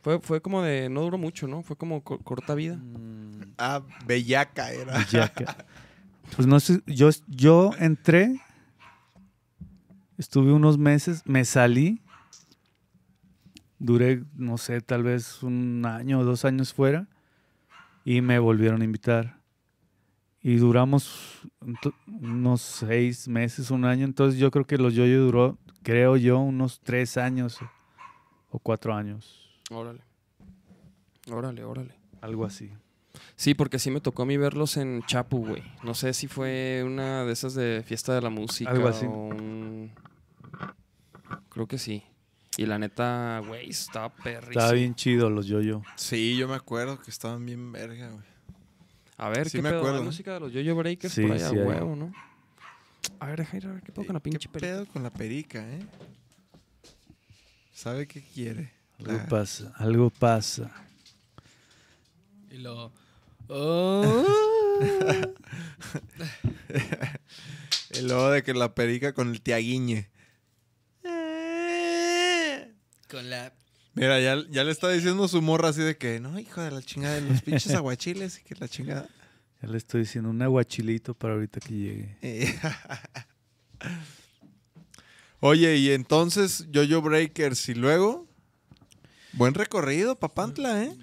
Speaker 2: Fue, fue como de. No duró mucho, ¿no? Fue como co- corta vida.
Speaker 4: Ah, Bellaca era.
Speaker 3: Ya que- Pues no sé, yo, yo entré, estuve unos meses, me salí, duré, no sé, tal vez un año o dos años fuera y me volvieron a invitar. Y duramos ento- unos seis meses, un año, entonces yo creo que los yoyo duró, creo yo, unos tres años o cuatro años,
Speaker 2: Órale. Órale, órale.
Speaker 3: algo así.
Speaker 2: Sí, porque sí me tocó a mí verlos en Chapu, güey. No sé si fue una de esas de fiesta de la música.
Speaker 3: Algo así.
Speaker 2: o un- Creo que sí. Y la neta, güey, está perrísimo.
Speaker 3: Estaba bien chido los yo-yo.
Speaker 4: Sí, yo me acuerdo que estaban bien verga, güey.
Speaker 2: A ver,
Speaker 4: Sí
Speaker 2: ¿qué
Speaker 4: me
Speaker 2: pedo?
Speaker 4: acuerdo,
Speaker 2: Hay
Speaker 4: ¿eh?
Speaker 2: música de los Yo-Yo Breakers
Speaker 3: Sí,
Speaker 2: por allá,
Speaker 3: sí hay.
Speaker 2: huevo, ¿no? A ver, Jair, a ver, ¿qué pedo con la
Speaker 4: ¿Qué
Speaker 2: pinche película?
Speaker 4: pedo con la perica, eh? ¿Sabe qué quiere?
Speaker 3: Algo
Speaker 4: La-
Speaker 3: pasa, algo pasa.
Speaker 6: Y lo.
Speaker 5: [LAUGHS]
Speaker 6: Oh.
Speaker 4: Y luego de que la perica con el tiaguiñe.
Speaker 6: con la.
Speaker 4: Mira, ya, ya le está diciendo su morra así de que, no, hijo de la chingada, de los pinches
Speaker 2: [LAUGHS]
Speaker 4: aguachiles y que la chingada. [LAUGHS]
Speaker 3: Ya le estoy diciendo un aguachilito para ahorita que llegue.
Speaker 4: Eh. Oye, y entonces Jojo Breakers y luego. Buen recorrido, Papantla, ¿eh?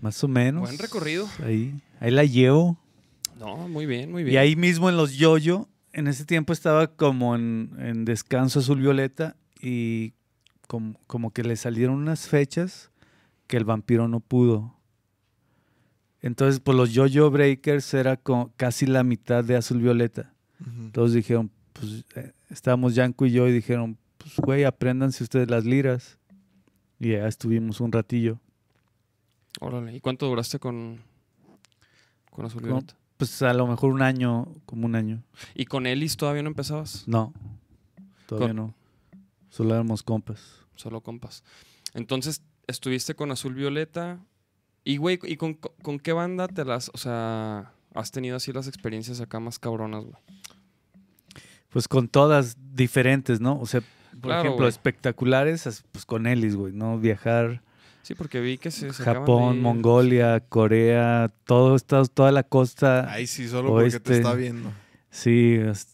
Speaker 3: Más o menos.
Speaker 2: Buen recorrido.
Speaker 3: Ahí, ahí la llevo.
Speaker 2: No, muy bien, muy bien.
Speaker 3: Y ahí mismo en los yoyo, en ese tiempo estaba como en, en descanso azul violeta y com- como que le salieron unas fechas que el vampiro no pudo. Entonces, pues los yoyo breakers era co- casi la mitad de azul violeta.
Speaker 2: Mm.
Speaker 3: Todos dijeron, pues eh, estábamos Yanko y yo y dijeron, pues güey, apréndanse ustedes las liras. Y ya estuvimos un ratillo.
Speaker 2: Órale, ¿y cuánto duraste con, con Azul
Speaker 3: Con-
Speaker 2: Violeta?
Speaker 3: Pues a lo mejor un año, como un año.
Speaker 2: ¿Y con Ellis todavía no empezabas?
Speaker 3: No, todavía
Speaker 2: Con-
Speaker 3: no. Solo éramos compas.
Speaker 2: Solo compas. Entonces, estuviste con Azul Violeta. Y, güey, ¿y con, con qué banda te las... O sea, has tenido así las experiencias acá más cabronas, güey?
Speaker 3: Pues con todas diferentes, ¿no? O sea, por
Speaker 2: Claro,
Speaker 3: ejemplo,
Speaker 2: güey.
Speaker 3: espectaculares, as- pues con Ellis, güey, ¿no? Viajar
Speaker 2: Sí, porque vi que se... se acaban de
Speaker 3: Japón,
Speaker 2: ir.
Speaker 3: Mongolia, Corea, todo Estados, toda la costa.
Speaker 4: Ay, sí, solo porque te
Speaker 3: Oeste.
Speaker 4: está viendo.
Speaker 3: Sí, es-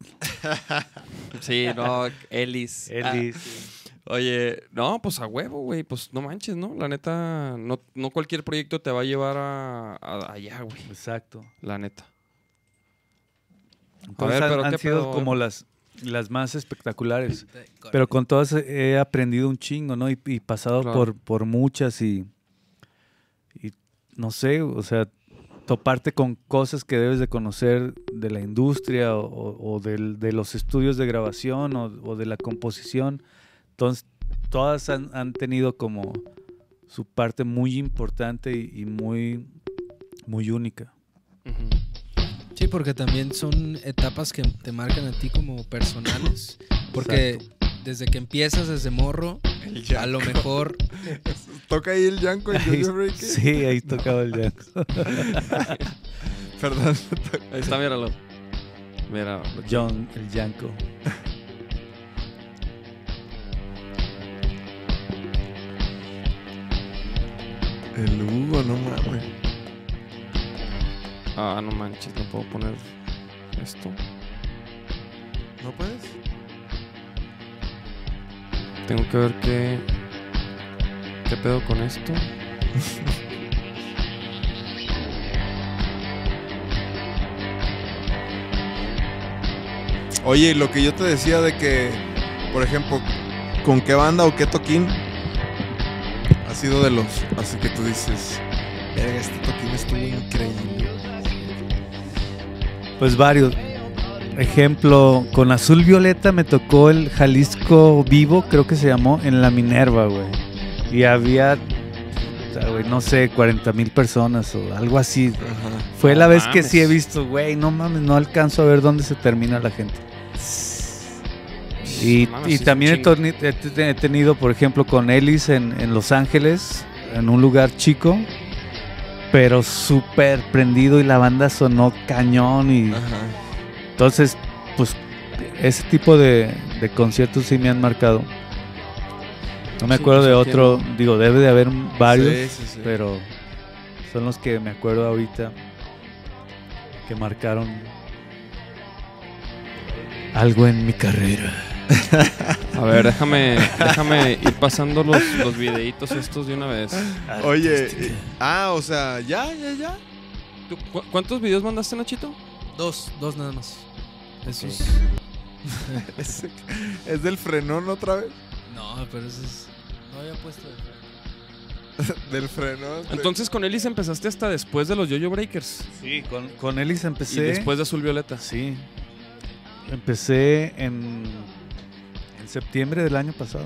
Speaker 2: Sí, no,
Speaker 3: [LAUGHS]
Speaker 2: Ellis. Ah,
Speaker 3: Ellis.
Speaker 2: Oye, no, pues a huevo, güey. Pues no manches, ¿no? La neta, no, no cualquier proyecto te va a llevar a, a- allá, güey.
Speaker 3: Exacto.
Speaker 2: La neta.
Speaker 3: Entonces
Speaker 2: ver,
Speaker 3: han-
Speaker 2: pero
Speaker 3: han,
Speaker 2: ¿qué
Speaker 3: sido
Speaker 2: pedo?
Speaker 3: como las, las más espectaculares.
Speaker 6: con-
Speaker 3: Pero con todas he aprendido un chingo, ¿no? Y, y pasado
Speaker 2: Claro.
Speaker 3: por, por muchas y, y no sé, o sea, toparte con cosas que debes de conocer de la industria o, o- o del- de los estudios de grabación o, o de la composición. Entonces, todas han, han tenido como su parte muy importante y, y muy, muy única.
Speaker 2: Ujú.
Speaker 6: Sí, porque también son etapas que te marcan a ti como personales. Porque desde que empiezas desde morro,
Speaker 4: El
Speaker 6: a
Speaker 4: Jack.
Speaker 6: lo mejor
Speaker 4: Toca ahí el Yanko [LAUGHS] en
Speaker 3: Ahí-
Speaker 4: Jojo
Speaker 3: [LAUGHS]
Speaker 4: Breaker.
Speaker 3: sí, ahí tocaba el jazz.
Speaker 4: Perdón.
Speaker 2: Ahí está, míralo. Mira,
Speaker 3: John, el Yanko.
Speaker 4: El Hugo, no mames.
Speaker 2: ah, no manches, no puedo poner esto.
Speaker 4: ¿No puedes?
Speaker 2: Tengo que ver qué. ¿Qué pedo con esto?
Speaker 4: Oye, y lo que yo te decía de que, por ejemplo, ¿con qué banda o qué toquín? Ha sido de los. Así que tú dices, verga, este toquín estuvo increíble.
Speaker 3: Pues varios. Ejemplo, con Azul Violeta me tocó el Jalisco Vivo, creo que se llamó, en la Minerva, güey. Y había, o sea, güey, no sé, 40 mil personas o algo así.
Speaker 4: Ajá.
Speaker 3: Fue
Speaker 2: No
Speaker 3: la vez que
Speaker 2: mames.
Speaker 3: sí he visto, güey, no mames, no alcanzo a ver dónde se termina la gente. Y,
Speaker 2: No mames,
Speaker 3: y
Speaker 2: sí es un
Speaker 3: también he,
Speaker 2: chingo.
Speaker 3: torni- he te- he tenido, por ejemplo, con Ellis en, en Los Ángeles, en un lugar chico, pero súper prendido y la banda sonó cañón y...
Speaker 4: Ajá.
Speaker 3: Entonces, pues ese tipo de, de conciertos sí me han marcado. No me
Speaker 2: Sí,
Speaker 3: acuerdo
Speaker 2: pues,
Speaker 3: de
Speaker 2: aquí
Speaker 3: otro, digo, debe de haber varios,
Speaker 4: Sí, sí, sí.
Speaker 3: pero son los que me acuerdo ahorita que marcaron algo en mi carrera.
Speaker 2: A ver, déjame, déjame ir pasando los, los videitos estos de una vez.
Speaker 4: Oye, y- ah, o sea, ya, ya, ya. [LAUGHS]
Speaker 2: ¿Tú cu- ¿Cuántos videos mandaste, Nachito?
Speaker 6: dos, dos nada más. Esos.
Speaker 4: Es, es del frenón otra vez.
Speaker 6: No, pero eso es. No había puesto. de-
Speaker 4: Del frenón. de-
Speaker 2: Entonces con Ellis empezaste hasta después de los Yo-Yo Breakers.
Speaker 3: Sí, con, con Ellis
Speaker 2: Y
Speaker 3: empecé.
Speaker 2: después de Azul Violeta.
Speaker 3: Sí. Empecé en, en septiembre del año pasado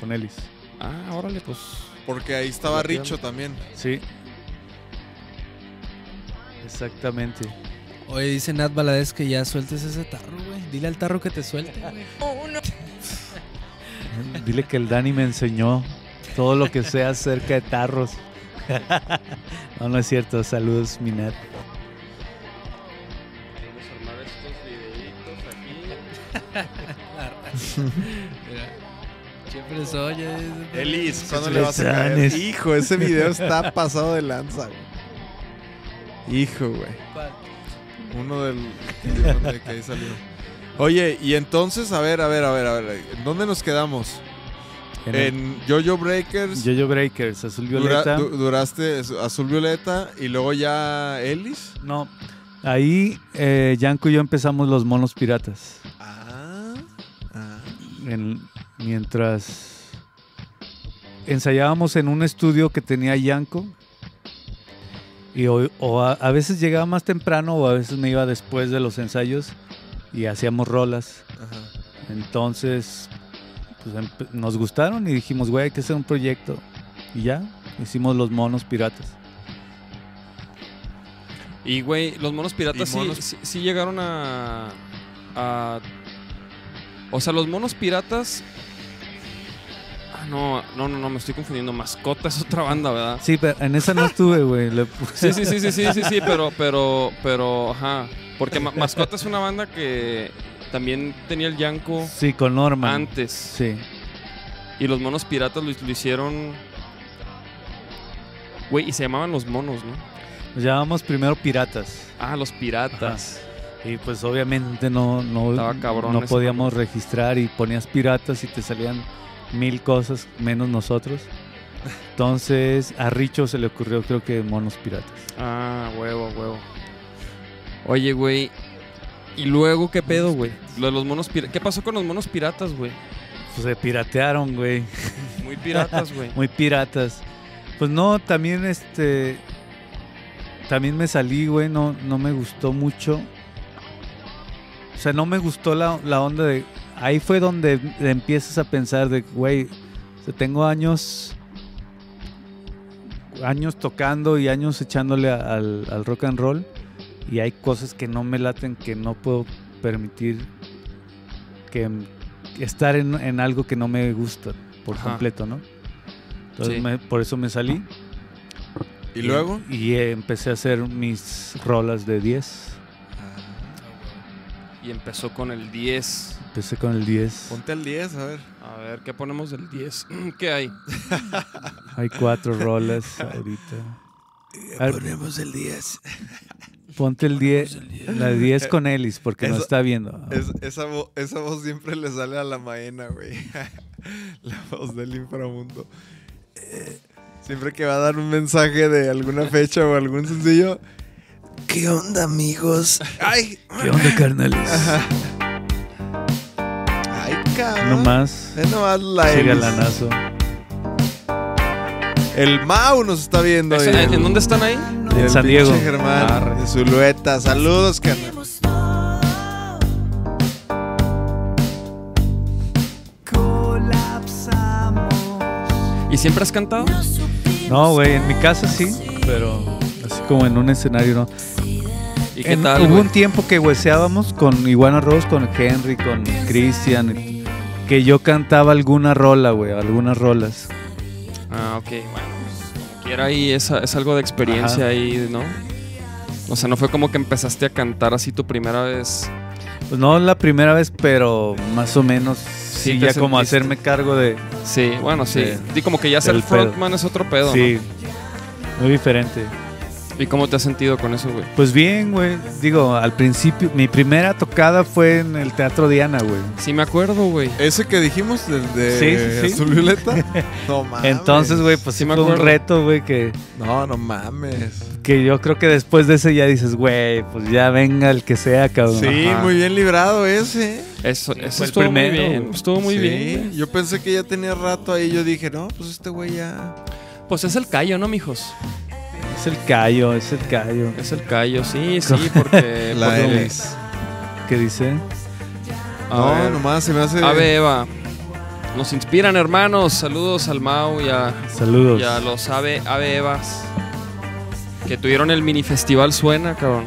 Speaker 3: con Ellis.
Speaker 2: Ah, órale, pues.
Speaker 4: Porque ahí estaba Richo también.
Speaker 3: Sí. Exactamente. [LAUGHS]
Speaker 6: Oye, dice Nat Valadez que ya sueltes ese tarro, güey. Dile al tarro que te suelte, güey.
Speaker 3: Dile que el Dani me enseñó todo lo que sé acerca de tarros. [LAUGHS] No, no es cierto. Saludos, Minat.
Speaker 6: Mira, Siempre soy. eh,
Speaker 4: Elis, ¿cuándo
Speaker 3: Sus
Speaker 4: le vas a caer?
Speaker 3: lesanes.
Speaker 4: Hijo,
Speaker 3: [LAUGHS]
Speaker 4: ese video está pasado de lanza, güey. Hijo, güey.
Speaker 6: ¿Cuál?
Speaker 4: Uno del de que ahí salió. Oye, y entonces, a ver, a ver, a ver, a ver, ¿en ¿dónde nos quedamos? En Jojo Breakers,
Speaker 3: Jojo Breakers, Azul
Speaker 4: dura-
Speaker 3: Violeta.
Speaker 4: du- duraste Azul Violeta y luego ya Ellis.
Speaker 3: No, ahí eh, Yanko y yo empezamos los monos piratas.
Speaker 4: Ah, ah.
Speaker 3: en- mientras ensayábamos en un estudio que tenía Yanko. Y o, o a, a veces llegaba más temprano o a veces me iba después de los ensayos y hacíamos rolas.
Speaker 4: ajá.
Speaker 3: Entonces pues, empe- nos gustaron y dijimos, güey, hay que hacer un proyecto. Y ya, hicimos los monos piratas.
Speaker 2: Y, güey, los monos piratas
Speaker 4: Y
Speaker 2: sí-
Speaker 4: monos-
Speaker 2: Sí, sí llegaron a, a- O sea, los monos piratas. Ah, no, no, no, no, me estoy confundiendo. Mascota es [LAUGHS] otra banda, ¿verdad?
Speaker 3: Sí, pero en esa no estuve, güey. le puse-
Speaker 2: Sí, sí, sí, sí, sí, sí, sí, pero, pero, pero, ajá. Porque Ma- Mascota es una banda que también tenía el Yanko
Speaker 3: Sí, con Norman.
Speaker 2: antes.
Speaker 3: Sí.
Speaker 2: Y los monos piratas lo, lo hicieron. Güey, y se llamaban los monos, ¿no?
Speaker 3: Nos llamamos primero piratas.
Speaker 2: Ah, los piratas.
Speaker 3: Y pues obviamente no, no,
Speaker 2: Estaba cabrón
Speaker 3: no
Speaker 2: ese
Speaker 3: podíamos registrar y ponías piratas y te salían mil cosas
Speaker 2: [LAUGHS]
Speaker 3: menos nosotros. Entonces a Richo se le ocurrió creo que monos piratas.
Speaker 2: Ah, huevo, huevo. Oye, güey. ¿Y luego qué pedo, güey? Lo de los monos piratas. ¿Qué pasó con los monos piratas, güey?
Speaker 3: Pues se piratearon, güey.
Speaker 2: [LAUGHS] Muy piratas, güey.
Speaker 3: Muy piratas. Pues no, también este También me salí, güey, no, no me gustó mucho. O sea, no me gustó la, la onda de... Ahí fue donde empiezas a pensar de, güey, o sea, tengo años... Años tocando y años echándole a- al, al rock and roll. Y hay cosas que no me laten, que no puedo permitir que que estar en, en algo que no me gusta por
Speaker 2: Ajá.
Speaker 3: completo, ¿no? Entonces
Speaker 2: Sí.
Speaker 3: me- por eso me salí.
Speaker 4: ¿Y luego?
Speaker 3: Y eh, empecé a hacer mis rolas de 10.
Speaker 2: Y empezó con el 10.
Speaker 3: Empecé con el 10.
Speaker 4: Ponte al 10, a ver.
Speaker 2: A ver, ¿qué ponemos del 10? [CLEARS THROAT] ¿Qué hay?
Speaker 3: Hay cuatro
Speaker 4: [LAUGHS]
Speaker 3: rolas ahorita. A ver,
Speaker 4: Ponemos el 10.
Speaker 3: ponte el 10. La 10 con Ellis, porque no
Speaker 4: Eso-
Speaker 3: está viendo.
Speaker 4: esa, vo- esa voz siempre le sale a la maena, güey. [LAUGHS] la voz del inframundo. Eh, siempre que va a dar un mensaje de alguna fecha o algún sencillo. ¿Qué onda, amigos? ¡Ay!
Speaker 3: ¿Qué onda, carnales?
Speaker 4: ¡Ay, cabrón!
Speaker 3: No más.
Speaker 4: Es nomás la
Speaker 3: Ese
Speaker 4: Elis.
Speaker 3: galanazo.
Speaker 4: El Mau nos está viendo.
Speaker 2: Eso,
Speaker 4: y
Speaker 2: ¿En
Speaker 4: el-
Speaker 2: en dónde están ahí?
Speaker 3: En
Speaker 4: y el
Speaker 3: San
Speaker 4: pinche
Speaker 3: Diego. Ah,
Speaker 4: Germán
Speaker 3: Arre.
Speaker 4: de Zulueta. Saludos, carnal.
Speaker 2: ¿Y siempre has cantado?
Speaker 3: No, güey, en mi casa sí, pero así como en un escenario, ¿no?
Speaker 2: ¿Y qué
Speaker 3: En-
Speaker 2: tal?
Speaker 3: hubo
Speaker 2: güey?
Speaker 3: un tiempo que hueseábamos con Iguana Rose, con Henry, con Christian, que yo cantaba alguna rola, güey, algunas rolas.
Speaker 2: Ah, ok, bueno. pues, como Quiera ahí es, es algo de experiencia
Speaker 3: Ajá.
Speaker 2: ahí, ¿no? O sea, no fue como que empezaste a cantar así tu primera vez.
Speaker 3: Pues no la primera vez, pero más o menos sí,
Speaker 2: te
Speaker 3: ya como
Speaker 2: sentiste.
Speaker 3: hacerme cargo de...
Speaker 2: Sí, bueno, sí.
Speaker 3: Sí.
Speaker 2: Y como que ya ser
Speaker 3: El pedo.
Speaker 2: frontman es otro pedo,
Speaker 3: sí, muy diferente.
Speaker 2: ¿no? ¿Y cómo te has sentido con eso, güey?
Speaker 3: Pues bien, güey, digo, al principio, mi primera tocada fue en el Teatro Diana, güey.
Speaker 2: Sí, me acuerdo, güey.
Speaker 4: Ese que dijimos, del de
Speaker 3: Sí, sí, sí.
Speaker 4: Azul Violeta.
Speaker 3: [LAUGHS]
Speaker 4: No mames.
Speaker 3: Entonces, güey, pues
Speaker 2: Sí
Speaker 3: sí
Speaker 2: me
Speaker 3: fue un
Speaker 2: acuerdo.
Speaker 3: reto, güey, que,
Speaker 4: No, no mames.
Speaker 3: que yo creo que después de ese ya dices, güey, pues ya venga el que sea, cabrón.
Speaker 4: Sí,
Speaker 2: Ajá.
Speaker 4: muy bien librado ese.
Speaker 2: Eso, eso
Speaker 3: fue el
Speaker 2: estuvo
Speaker 3: primero,
Speaker 2: muy bien.
Speaker 3: güey.
Speaker 2: Estuvo muy
Speaker 4: Sí,
Speaker 2: bien. güey.
Speaker 4: Yo pensé que ya tenía rato ahí. Yo dije, no, pues este güey ya.
Speaker 2: Pues es el callo, ¿no, mijos?
Speaker 3: Es el callo, es el callo.
Speaker 2: Es el callo,
Speaker 3: [LAUGHS]
Speaker 2: sí, sí, porque.
Speaker 4: La
Speaker 2: porque-
Speaker 4: Elis.
Speaker 3: ¿Qué dice?
Speaker 2: A
Speaker 4: No,
Speaker 2: ver.
Speaker 4: nomás se me hace.
Speaker 2: Ave Eva. Nos inspiran, hermanos. Saludos al Mau y a,
Speaker 3: Saludos.
Speaker 2: y a los Ave, Ave Evas. Que tuvieron el mini festival Suena, cabrón.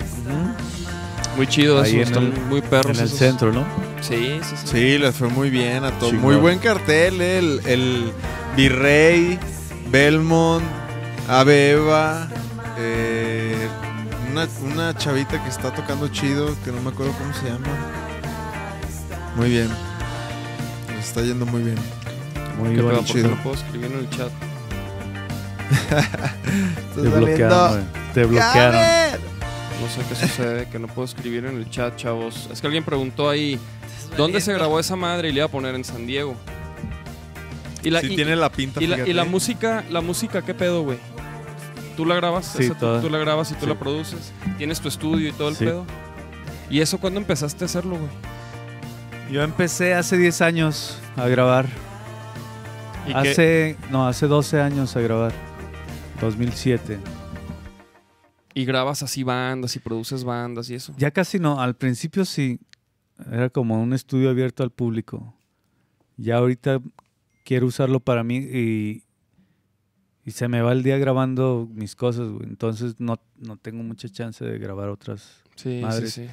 Speaker 2: Muy chido,
Speaker 3: Ahí
Speaker 2: esos,
Speaker 3: en
Speaker 2: están
Speaker 3: el-
Speaker 2: muy perros.
Speaker 3: En el
Speaker 2: esos.
Speaker 3: centro, ¿no?
Speaker 2: Sí, sí, sí.
Speaker 4: Sí, les fue muy bien a todos.
Speaker 3: Chingón.
Speaker 4: Muy buen cartel, eh, el, el Virrey, Belmont, Abeba, eh, una, una chavita que está tocando chido, que no me acuerdo cómo se llama. Muy bien. Les está yendo muy bien.
Speaker 3: Muy
Speaker 2: Qué pedo,
Speaker 3: bueno.
Speaker 2: ¿por qué
Speaker 4: chido.
Speaker 2: no puedo escribir en el chat?
Speaker 3: Te bloquearon, güey. Te bloquearon.
Speaker 2: No sé qué sucede, que no puedo escribir en el chat, chavos. Es que alguien preguntó ahí, ¿dónde se grabó esa madre? Y le iba a poner en San Diego. Y la,
Speaker 4: Si
Speaker 2: y-
Speaker 4: tiene la pinta
Speaker 2: y la- y la
Speaker 4: fíjate.
Speaker 2: música, la música, ¿qué pedo, güey? ¿Tú la grabas?
Speaker 3: Sí,
Speaker 2: Esa tú-
Speaker 3: toda.
Speaker 2: tú, la grabas y tú
Speaker 3: Sí.
Speaker 2: la produces. Tienes tu estudio y todo el
Speaker 3: Sí.
Speaker 2: pedo. ¿Y eso cuándo empezaste a hacerlo, güey?
Speaker 3: Yo empecé hace 10 años a grabar.
Speaker 2: ¿Y qué-
Speaker 3: Hace, no, hace 12 años a grabar. 2007.
Speaker 2: y grabas así bandas y produces bandas y eso.
Speaker 3: Ya casi no, al principio sí. Era como un estudio abierto al público. Ya ahorita quiero usarlo para mí y, y se me va el día grabando mis cosas, güey. Entonces no, no tengo mucha chance de grabar otras
Speaker 2: Sí,
Speaker 3: Madres.
Speaker 2: sí, sí.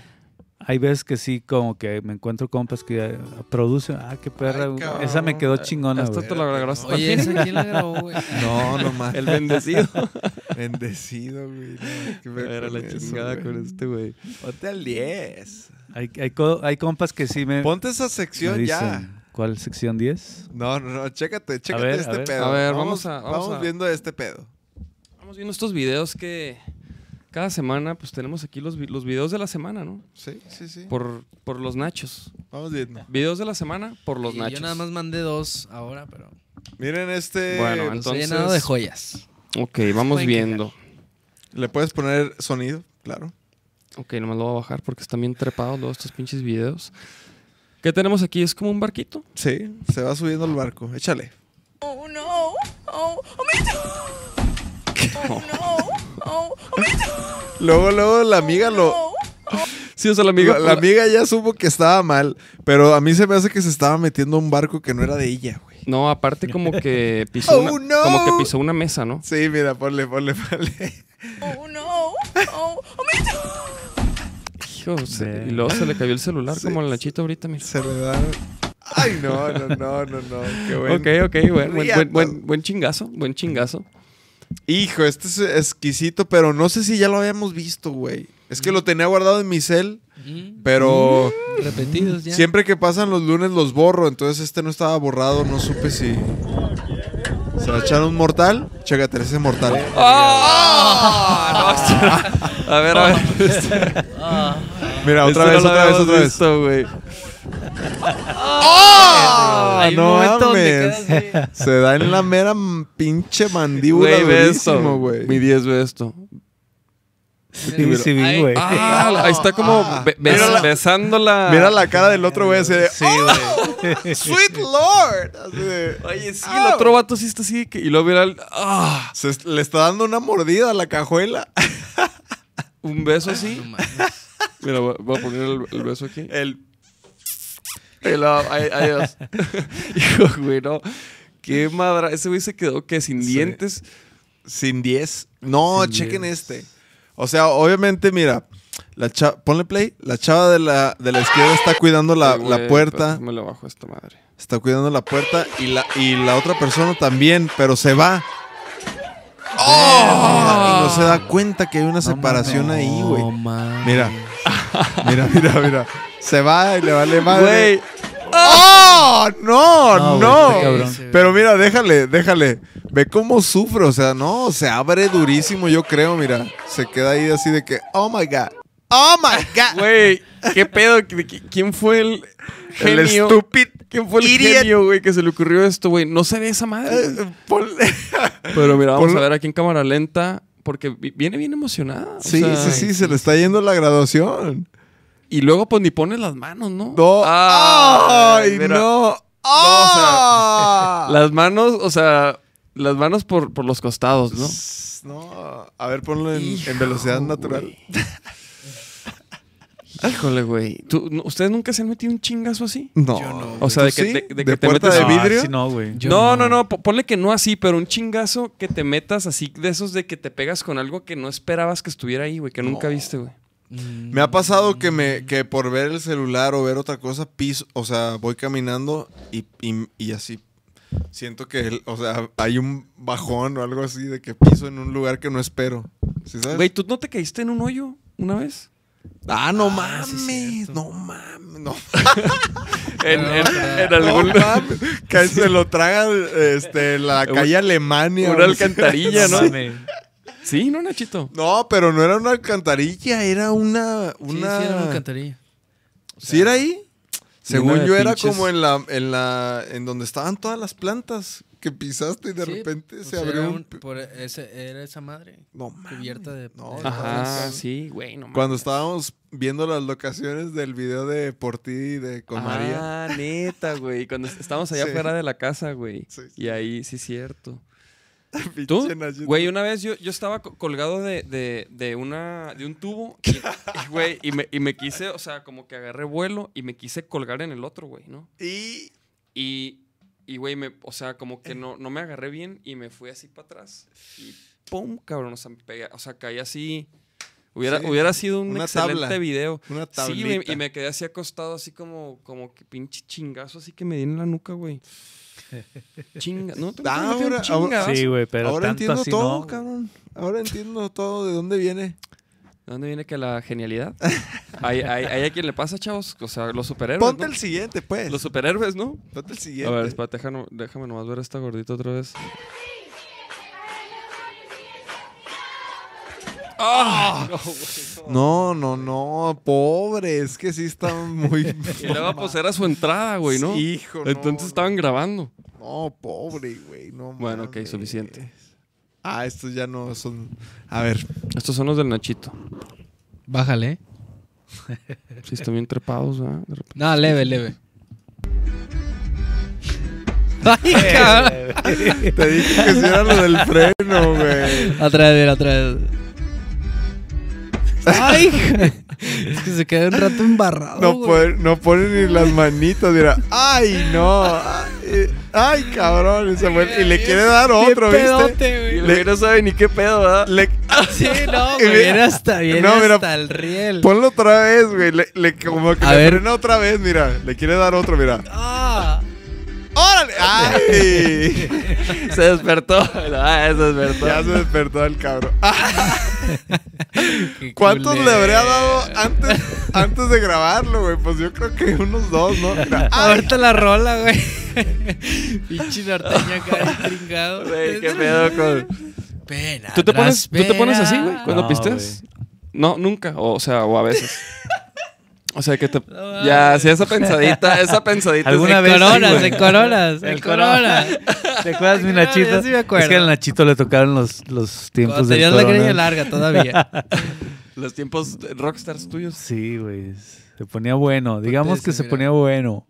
Speaker 3: Hay veces que sí, como que me encuentro compas que producen. Ah, qué perra.
Speaker 4: Ay,
Speaker 3: güey.
Speaker 4: cabrón.
Speaker 3: Esa me quedó chingona,
Speaker 2: Esta
Speaker 3: güey.
Speaker 2: te la grabaste
Speaker 6: Oye,
Speaker 2: también.
Speaker 6: ¿esa
Speaker 2: [LAUGHS]
Speaker 6: quién la grabó, güey?
Speaker 4: No, no mames.
Speaker 2: El bendecido.
Speaker 4: [LAUGHS] Bendecido, güey. no, hay que ver
Speaker 2: Era
Speaker 4: con
Speaker 2: la
Speaker 4: eso,
Speaker 2: chingada
Speaker 4: güey.
Speaker 2: con este, güey.
Speaker 4: Ponte al 10.
Speaker 3: Hay, hay co- hay compas que sí me,
Speaker 4: Ponte esa
Speaker 3: me
Speaker 4: sección
Speaker 3: dicen.
Speaker 4: ya.
Speaker 3: ¿Cuál sección 10?
Speaker 4: No, no, no, chécate, chécate
Speaker 3: ver, a
Speaker 4: este
Speaker 3: ver.
Speaker 4: pedo.
Speaker 2: A ver, vamos a- vamos
Speaker 4: vamos
Speaker 2: a-
Speaker 4: viendo este pedo.
Speaker 2: Estamos viendo estos videos que cada semana, pues tenemos aquí los, vi- los videos de la semana, ¿no?
Speaker 4: Sí, sí, sí.
Speaker 2: Por, por los nachos.
Speaker 4: Vamos viendo.
Speaker 2: Videos de la semana por los
Speaker 6: Y
Speaker 2: nachos.
Speaker 6: Yo nada más mandé dos ahora, pero
Speaker 4: Miren este.
Speaker 2: Bueno,
Speaker 6: los he
Speaker 2: Entonces-
Speaker 6: llenado de joyas.
Speaker 2: Ok, vamos
Speaker 6: Pueden
Speaker 2: viendo.
Speaker 4: Le puedes poner sonido, claro.
Speaker 2: Ok, nomás lo voy a bajar porque están bien trepados todos estos pinches videos. ¿Qué tenemos aquí? ¿Es como un barquito?
Speaker 4: Sí, se va subiendo el barco. Échale.
Speaker 7: Oh no. Oh, oh me too. Oh no.
Speaker 4: Luego, luego la amiga lo.
Speaker 2: Sí, o sea, la amiga.
Speaker 4: La, la amiga ya supo que estaba mal, pero a mí se me hace que se estaba metiendo a un barco que no era de ella, güey.
Speaker 2: No, aparte como [LAUGHS] que pisó
Speaker 4: Oh,
Speaker 2: una,
Speaker 4: no.
Speaker 2: como que pisó una mesa, ¿no?
Speaker 4: Sí, mira, ponle, ponle, ponle.
Speaker 7: Oh,
Speaker 2: Hijo, se- y luego se le cayó el celular como la chita ahorita, mira.
Speaker 4: Se le da. Ay, no, no, no, no, no. Qué bueno.
Speaker 2: Ok, ok, buen, buen, buen, buen, buen chingazo, buen chingazo.
Speaker 4: Hijo, este es exquisito, pero no sé si ya lo habíamos visto, güey. Es que lo tenía guardado en mi cel,
Speaker 6: Mm,
Speaker 4: pero
Speaker 6: Repetidos
Speaker 5: Mm.
Speaker 6: ya.
Speaker 4: siempre que pasan los lunes los borro, entonces este no estaba borrado, no supe si. Se va a echar un mortal. Chécate, ese mortal. Ah,
Speaker 2: [LAUGHS] a ver,
Speaker 4: [LAUGHS]
Speaker 2: a ver.
Speaker 4: Mira,
Speaker 2: Este
Speaker 4: otra vez, otra vez, otra vez. ¡Ah!
Speaker 6: Hay un
Speaker 4: no
Speaker 6: momento donde
Speaker 4: mames. Se da en la mera m- pinche mandíbula
Speaker 2: Güey, ve
Speaker 4: durísimo,
Speaker 2: esto.
Speaker 4: güey.
Speaker 2: Mi 10 ve esto.
Speaker 3: Sí, sí, vi, güey.
Speaker 2: Ah, ahí está como be- bes-
Speaker 4: Eh. Mira la-
Speaker 2: besándola.
Speaker 4: Mira la cara del otro güey así de...
Speaker 3: Sí, güey.
Speaker 4: "Oh, ¡Sweet Lord! Así de-
Speaker 2: Oye, sí,
Speaker 3: Ah,
Speaker 2: el
Speaker 4: Ah.
Speaker 2: otro vato sí está así. que- Y luego mira el- ah,
Speaker 4: Se est- le está dando una mordida a la cajuela.
Speaker 2: un beso
Speaker 6: No
Speaker 2: así.
Speaker 6: mames.
Speaker 2: Mira, voy a- voy a poner el, el beso aquí.
Speaker 4: El...
Speaker 2: El- ay- adiós. [LAUGHS] Hijo, güey, no. Qué madra. Ese güey se quedó que sin
Speaker 4: Sí.
Speaker 2: dientes.
Speaker 4: Sin 10. No,
Speaker 2: Sin
Speaker 4: chequen
Speaker 2: diez.
Speaker 4: este. O sea, obviamente, mira. La cha- Ponle play. La chava de la, de la izquierda está cuidando la,
Speaker 2: Ay,
Speaker 4: la
Speaker 2: güey,
Speaker 4: puerta.
Speaker 2: Me lo bajo esta madre.
Speaker 4: Está cuidando la puerta y la, y la otra persona también, pero se va. ¡Oh! Y no se da cuenta que hay una separación ahí, güey.
Speaker 6: No mames.
Speaker 4: Mira. Mira, mira, mira. Se va y le vale madre.
Speaker 2: Güey.
Speaker 4: ¡Oh!
Speaker 3: No,
Speaker 4: No,
Speaker 3: güey,
Speaker 4: no.
Speaker 3: está cabrón.
Speaker 4: pero mira, déjale, déjale. Ve cómo sufre, o sea, no, se abre durísimo, yo creo, mira. Se queda ahí así de que, oh my god. Oh my
Speaker 2: [LAUGHS]
Speaker 4: god.
Speaker 2: Güey, qué pedo. ¿Qui- qui- ¿Quién fue el
Speaker 4: El
Speaker 2: genio?
Speaker 4: estúpido.
Speaker 2: ¿Quién fue el
Speaker 4: idiot.
Speaker 2: genio, güey, que se le ocurrió esto, güey? No se ve esa madre. güey.
Speaker 4: Ponle-
Speaker 2: Pero mira, vamos
Speaker 4: ponlo-
Speaker 2: a ver aquí en cámara lenta. Porque vi- viene bien emocionada. o
Speaker 4: [LAUGHS] Sí,
Speaker 2: sea,
Speaker 4: sí, sí, se le está yendo la graduación.
Speaker 2: Y luego, pues, ni pone las manos, ¿no?
Speaker 4: No.
Speaker 2: Ah,
Speaker 4: ¡Ay,
Speaker 2: mira.
Speaker 4: no!
Speaker 2: [LAUGHS]
Speaker 4: ¡Ah!
Speaker 2: Las manos, o sea, las manos por, por los costados, ¿no?
Speaker 4: No, A ver, ponlo en, en
Speaker 2: Hijo,
Speaker 4: velocidad natural.
Speaker 2: güey. Híjole, güey. ¿Tú- no- ¿Ustedes nunca se han metido un chingazo así?
Speaker 4: No.
Speaker 6: Yo no.
Speaker 2: O sea, de
Speaker 4: ¿Tú
Speaker 2: que
Speaker 4: sí?
Speaker 2: te- de
Speaker 4: ¿De
Speaker 2: que te
Speaker 4: puerta
Speaker 2: metes-
Speaker 4: de
Speaker 3: Ah,
Speaker 4: vidrio?
Speaker 3: sí, no, güey.
Speaker 6: Yo
Speaker 2: no,
Speaker 6: no.
Speaker 2: no, no, po- ponle que no así, pero un chingazo que te metas así de esos de que te pegas con algo que no esperabas que estuviera ahí, güey, que nunca
Speaker 4: No.
Speaker 2: viste, güey.
Speaker 6: Mm.
Speaker 4: Me ha pasado que me que por ver el celular o ver otra cosa piso, o sea, voy caminando y, y- y así siento que el- o sea, hay un bajón o algo así de que piso en un lugar que no espero. ¿Sí sabes?
Speaker 2: Güey, ¿tú no te caíste en un hoyo una vez?
Speaker 4: ah, no
Speaker 6: Ah, sí es
Speaker 4: mames,
Speaker 6: cierto.
Speaker 4: no mames, no.
Speaker 2: En,
Speaker 6: No,
Speaker 2: en-
Speaker 6: no.
Speaker 2: en [LAUGHS] algún
Speaker 4: No mames, [LAUGHS] que se lo traga este la calle Alemania.
Speaker 2: una
Speaker 4: o sea. [LAUGHS]
Speaker 2: alcantarilla, ¿no?
Speaker 3: No mames.
Speaker 2: Sí, no, Nachito.
Speaker 4: No, pero no era una alcantarilla, era una.
Speaker 6: Sí,
Speaker 4: una...
Speaker 6: sí, era una alcantarilla.
Speaker 4: ¿Sí era ahí? Según
Speaker 2: de
Speaker 4: yo era
Speaker 2: pinches-
Speaker 4: como en la, en la. en donde estaban todas las plantas que pisaste y de
Speaker 6: Sí,
Speaker 4: repente
Speaker 6: pues
Speaker 4: se
Speaker 6: era
Speaker 4: abrió
Speaker 6: un-
Speaker 4: un. p-
Speaker 6: por ese, era esa madre.
Speaker 4: No mames.
Speaker 6: cubierta de-
Speaker 4: No,
Speaker 6: de-
Speaker 2: Ajá,
Speaker 4: estabas-
Speaker 2: sí, güey, no mames.
Speaker 4: Cuando estábamos viendo las locaciones del video de Por ti y de Con María.
Speaker 2: Ah, neta, güey. Cuando est- estábamos allá
Speaker 4: Sí.
Speaker 2: afuera de la casa, güey.
Speaker 4: Sí, sí.
Speaker 2: Y ahí, sí, cierto.
Speaker 4: [LAUGHS] Pinche
Speaker 2: ¿Tú?
Speaker 4: Nachito.
Speaker 2: Güey, una vez yo, yo estaba co- colgado de, de, de una, de un tubo y, [LAUGHS] y, güey, y me, y me quise, o sea, como que agarré vuelo y me quise colgar en el otro, güey, ¿no?
Speaker 4: Y. Eh.
Speaker 2: Y, y güey, me, o sea, como que no, no me agarré bien y me fui así para atrás. Y pum, cabrón, o sea, me pegué- o sea caí así. Hubiera,
Speaker 4: Sí,
Speaker 2: hubiera sido un
Speaker 4: una
Speaker 2: excelente
Speaker 4: tabla.
Speaker 2: video.
Speaker 4: Una
Speaker 2: Sí,
Speaker 4: tablita.
Speaker 2: güey, y me quedé así acostado, así como, como que pinche chingazo, así que me di en la nuca, güey. Chinga, no, te
Speaker 4: Ah,
Speaker 2: metí un
Speaker 4: ahora- ahora-
Speaker 2: chingazo?
Speaker 3: Sí, güey, pero
Speaker 4: Ahora
Speaker 3: tanto
Speaker 4: entiendo
Speaker 3: así
Speaker 4: todo,
Speaker 3: no, güey.
Speaker 4: cabrón. Ahora entiendo todo de dónde viene.
Speaker 2: ¿De dónde viene que la genialidad? hay, hay, hay a quien le pasa, chavos. O sea, los superhéroes.
Speaker 4: Ponte
Speaker 2: ¿no?
Speaker 4: el siguiente, pues.
Speaker 2: Los superhéroes, ¿no?
Speaker 4: Ponte el
Speaker 2: A
Speaker 4: siguiente.
Speaker 2: ver, espérate, déjame, déjame nomás ver a esta gordita otra vez. ¡Ah!
Speaker 4: No, no, no, pobre, es que sí estaban
Speaker 2: [LAUGHS]
Speaker 4: muy... [LAUGHS]
Speaker 2: Y luego, pues era su entrada, güey, ¿no?
Speaker 4: Sí, Hijo, no,
Speaker 2: Entonces
Speaker 4: no.
Speaker 2: estaban grabando.
Speaker 4: No, pobre, güey, no
Speaker 2: Bueno, ok,
Speaker 4: mames.
Speaker 2: suficiente.
Speaker 4: Ah, estos ya no son... A ver, [LAUGHS]
Speaker 2: Estos son los del Nachito.
Speaker 6: Bájale.
Speaker 2: Sí, están bien trepados, ¿verdad? De repente.
Speaker 6: No, leve, leve. [LAUGHS] Ay, cabrón.
Speaker 4: te dije que si era lo del freno, güey.
Speaker 5: Otra vez, mira, otra vez. ¡Ay! es que se queda un rato embarrado.
Speaker 4: No,
Speaker 5: Oh, güey.
Speaker 4: pueden- no ponen ni las manitas, dirá, ay, no, ay, ay, cabrón, y, se muere. Y le quiere dar
Speaker 5: Bien
Speaker 4: otro, ¿viste?
Speaker 5: pedote, güey.
Speaker 2: El güey no sabe ni qué pedo, ¿verdad?
Speaker 4: Le-
Speaker 5: [LAUGHS] Sí,
Speaker 4: Y
Speaker 5: no, güey.
Speaker 4: mira-
Speaker 5: Viene hasta, viene
Speaker 4: No, mira,
Speaker 5: hasta el riel.
Speaker 4: ponlo otra vez, güey, le, le- como que
Speaker 5: A
Speaker 4: le
Speaker 5: ver.
Speaker 4: frena otra vez, mira, le quiere dar otro, mira.
Speaker 5: Ah.
Speaker 4: ¡Órale! ¡Ay!
Speaker 2: [LAUGHS] Se despertó. [LAUGHS] Ah, se despertó.
Speaker 4: ya se despertó el cabrón. ¿Cuántos le habría dado antes, antes de grabarlo, güey? Pues yo creo que unos dos, ¿no? Mira, ¡ay!
Speaker 5: Ahorita la rola, güey. Pinche norteño acá, tringado.
Speaker 2: Güey, qué pedo con...
Speaker 6: Pena.
Speaker 2: ¿Tú te,
Speaker 6: tras
Speaker 2: pones, ¿Tú te pones así,
Speaker 6: pena.
Speaker 2: güey? Cuando
Speaker 3: No,
Speaker 2: pisteas. No, nunca. O, o sea, o a
Speaker 3: [LAUGHS]
Speaker 2: veces. O sea, que te. ya, sí, esa pensadita. Esa pensadita.
Speaker 3: ¿Alguna
Speaker 2: sí.
Speaker 3: vez?
Speaker 5: Coronas,
Speaker 3: Sí, güey.
Speaker 5: de coronas, de
Speaker 3: El
Speaker 5: coronas.
Speaker 3: ¿Te acuerdas, mi
Speaker 5: Ay, claro,
Speaker 3: Nachito?
Speaker 5: ya sí me acuerdo.
Speaker 3: Es que al Nachito le tocaron los, los tiempos
Speaker 5: Cuando
Speaker 3: de
Speaker 5: tenías la greña larga todavía.
Speaker 2: Los tiempos de rockstars tuyos.
Speaker 3: Sí, güey. Se ponía bueno. Digamos
Speaker 5: sí,
Speaker 3: que se
Speaker 5: mira.
Speaker 3: ponía bueno. [LAUGHS]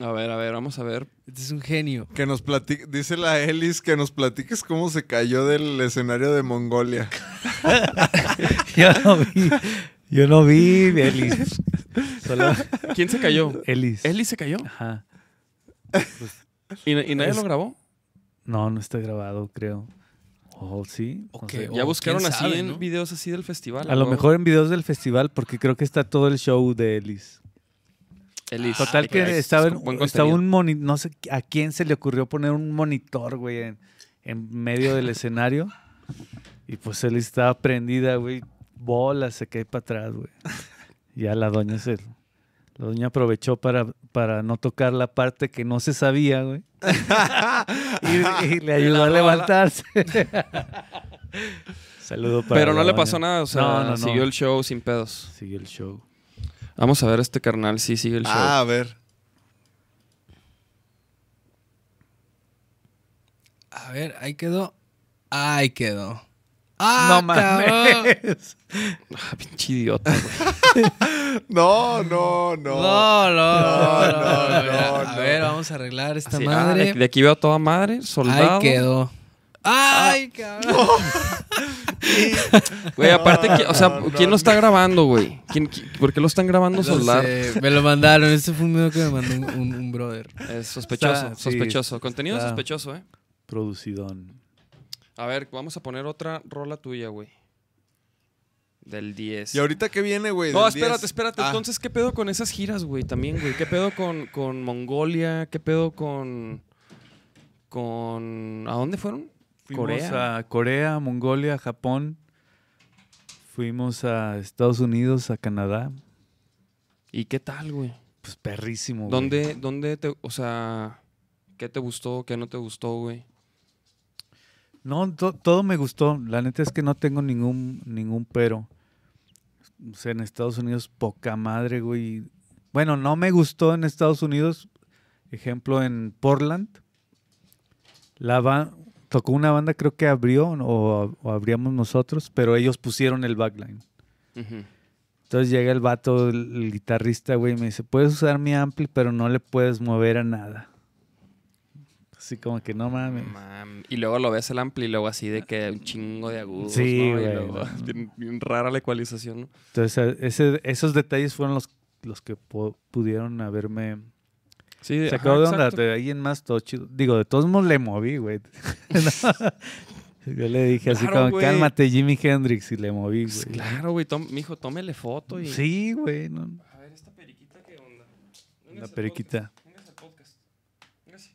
Speaker 2: A ver, a ver, vamos a ver.
Speaker 5: Este es un genio.
Speaker 4: Que nos platique, dice la Elis, que nos platiques cómo se cayó del escenario de Mongolia.
Speaker 3: Yo no vi. Yo no vi, Elis. Solo
Speaker 2: ¿Quién se cayó?
Speaker 3: Elis.
Speaker 2: Eli se cayó.
Speaker 3: Ajá.
Speaker 2: ¿Y, y nadie
Speaker 3: Es-
Speaker 2: lo grabó?
Speaker 3: No, no está grabado, creo. O sí. no
Speaker 6: Ok,
Speaker 3: sé.
Speaker 6: o-
Speaker 2: Ya buscaron
Speaker 6: quién
Speaker 2: así
Speaker 6: sabe,
Speaker 2: en
Speaker 6: ¿no?
Speaker 2: videos así del festival.
Speaker 3: A lo
Speaker 2: huevo.
Speaker 3: mejor en videos del festival, porque creo que está todo el show de Elis.
Speaker 2: Eli.
Speaker 3: Total
Speaker 2: Ah,
Speaker 3: que
Speaker 2: es- es
Speaker 3: estaba, en-
Speaker 2: buen
Speaker 3: estaba
Speaker 2: contenido.
Speaker 3: un monitor, no sé a quién se le ocurrió poner un monitor, güey, en, en medio
Speaker 2: [LAUGHS]
Speaker 3: del escenario. Y pues él estaba prendida, güey, bola, se cae para atrás,
Speaker 2: [LAUGHS]
Speaker 3: güey. Ya la doña se... La doña aprovechó para, para no tocar la parte que no se
Speaker 2: [LAUGHS]
Speaker 3: sabía, güey. y, y le ayudó a
Speaker 2: rola. [LAUGHS]
Speaker 3: levantarse. Saludo para
Speaker 2: Pero
Speaker 3: la
Speaker 2: no le
Speaker 3: doña.
Speaker 2: pasó nada. O sea,
Speaker 3: No, no, no.
Speaker 2: siguió el show sin pedos.
Speaker 3: Siguió el show.
Speaker 2: Vamos a ver este carnal. Sí, sigue el show.
Speaker 4: Ah, a ver.
Speaker 6: A ver, ahí quedó. Ahí quedó. ¡Ah,
Speaker 3: no
Speaker 6: cabrón!
Speaker 2: [LAUGHS]
Speaker 3: mames.
Speaker 2: Ah, pinche idiota, güey.
Speaker 4: No,
Speaker 6: No,
Speaker 4: no, no.
Speaker 6: no, no, no,
Speaker 4: no,
Speaker 6: no, mira,
Speaker 4: no,
Speaker 6: A
Speaker 4: no.
Speaker 6: ver, vamos a arreglar esta
Speaker 2: Así, ah, de, de
Speaker 6: madre.
Speaker 2: aquí veo a toda madre, soldado.
Speaker 6: Ahí quedó.
Speaker 2: Ah,
Speaker 6: ¡Ay, cabrón!
Speaker 2: Güey, aparte, ¿quién- o sea,
Speaker 4: No, no,
Speaker 2: ¿quién lo está grabando, güey? ¿Quién, qui- ¿Por qué lo están grabando
Speaker 6: No
Speaker 2: soldado?
Speaker 6: sé, me lo mandaron. Este fue un video que me mandó un, un- un brother.
Speaker 2: Es sospechoso,
Speaker 3: Está- sí,
Speaker 2: sospechoso. Contenido
Speaker 3: está.
Speaker 2: sospechoso, ¿eh?
Speaker 3: [LAUGHS] Producidón.
Speaker 2: A ver, vamos a poner otra rola tuya, güey. Del 10.
Speaker 4: ¿Y ahorita qué viene, güey?
Speaker 2: No,
Speaker 4: Del
Speaker 2: espérate,
Speaker 4: 10.
Speaker 2: espérate.
Speaker 4: Ah,
Speaker 2: Entonces, ¿qué pedo con esas giras, güey? También, güey. ¿Qué pedo con, con Mongolia? ¿Qué pedo con. con. ¿A dónde fueron?
Speaker 3: Fuimos
Speaker 2: Corea.
Speaker 3: a Corea, Mongolia, Japón. Fuimos a Estados Unidos, a Canadá.
Speaker 2: ¿Y qué tal, güey?
Speaker 3: Pues perrísimo. güey.
Speaker 2: ¿Dónde, ¿Dónde te. O sea. ¿Qué te gustó? ¿Qué no te gustó, güey?
Speaker 3: No, to- todo me gustó. La neta es que no tengo ningún, ningún pero. O sea, en Estados Unidos, poca madre, güey. Bueno, no me gustó en Estados Unidos. Ejemplo, en Portland. La ba- tocó una banda, creo que abrió o, o abríamos nosotros, pero ellos pusieron el backline.
Speaker 2: Ujú.
Speaker 3: Entonces llega el vato, el, el guitarrista, güey, y me dice, puedes usar mi ampli, pero no le puedes mover a nada. Así como que no mames.
Speaker 2: Mam, Y luego lo ves el ampli y luego así de que un chingo de agudos.
Speaker 3: Sí,
Speaker 2: ¿no? Y
Speaker 3: güey,
Speaker 2: luego, [LAUGHS]
Speaker 3: no.
Speaker 2: bien, bien rara la ecualización. ¿no?
Speaker 3: Entonces a- ese- esos detalles fueron los, los que po- pudieron haberme
Speaker 2: Sí,
Speaker 3: sacado de onda. De ahí en más todo chido. Digo, de todos modos le moví, güey. [LAUGHS] Yo le dije así
Speaker 2: Claro,
Speaker 3: como,
Speaker 2: güey.
Speaker 3: cálmate Jimi Hendrix, y le moví, güey.
Speaker 2: Pues claro, güey. tom- mijo, tómele foto y.
Speaker 3: Sí, güey. no-
Speaker 2: A ver, esta periquita, ¿qué onda? Véngase
Speaker 3: la
Speaker 2: al
Speaker 3: periquita.
Speaker 2: podcast, véngase al podcast, véngase.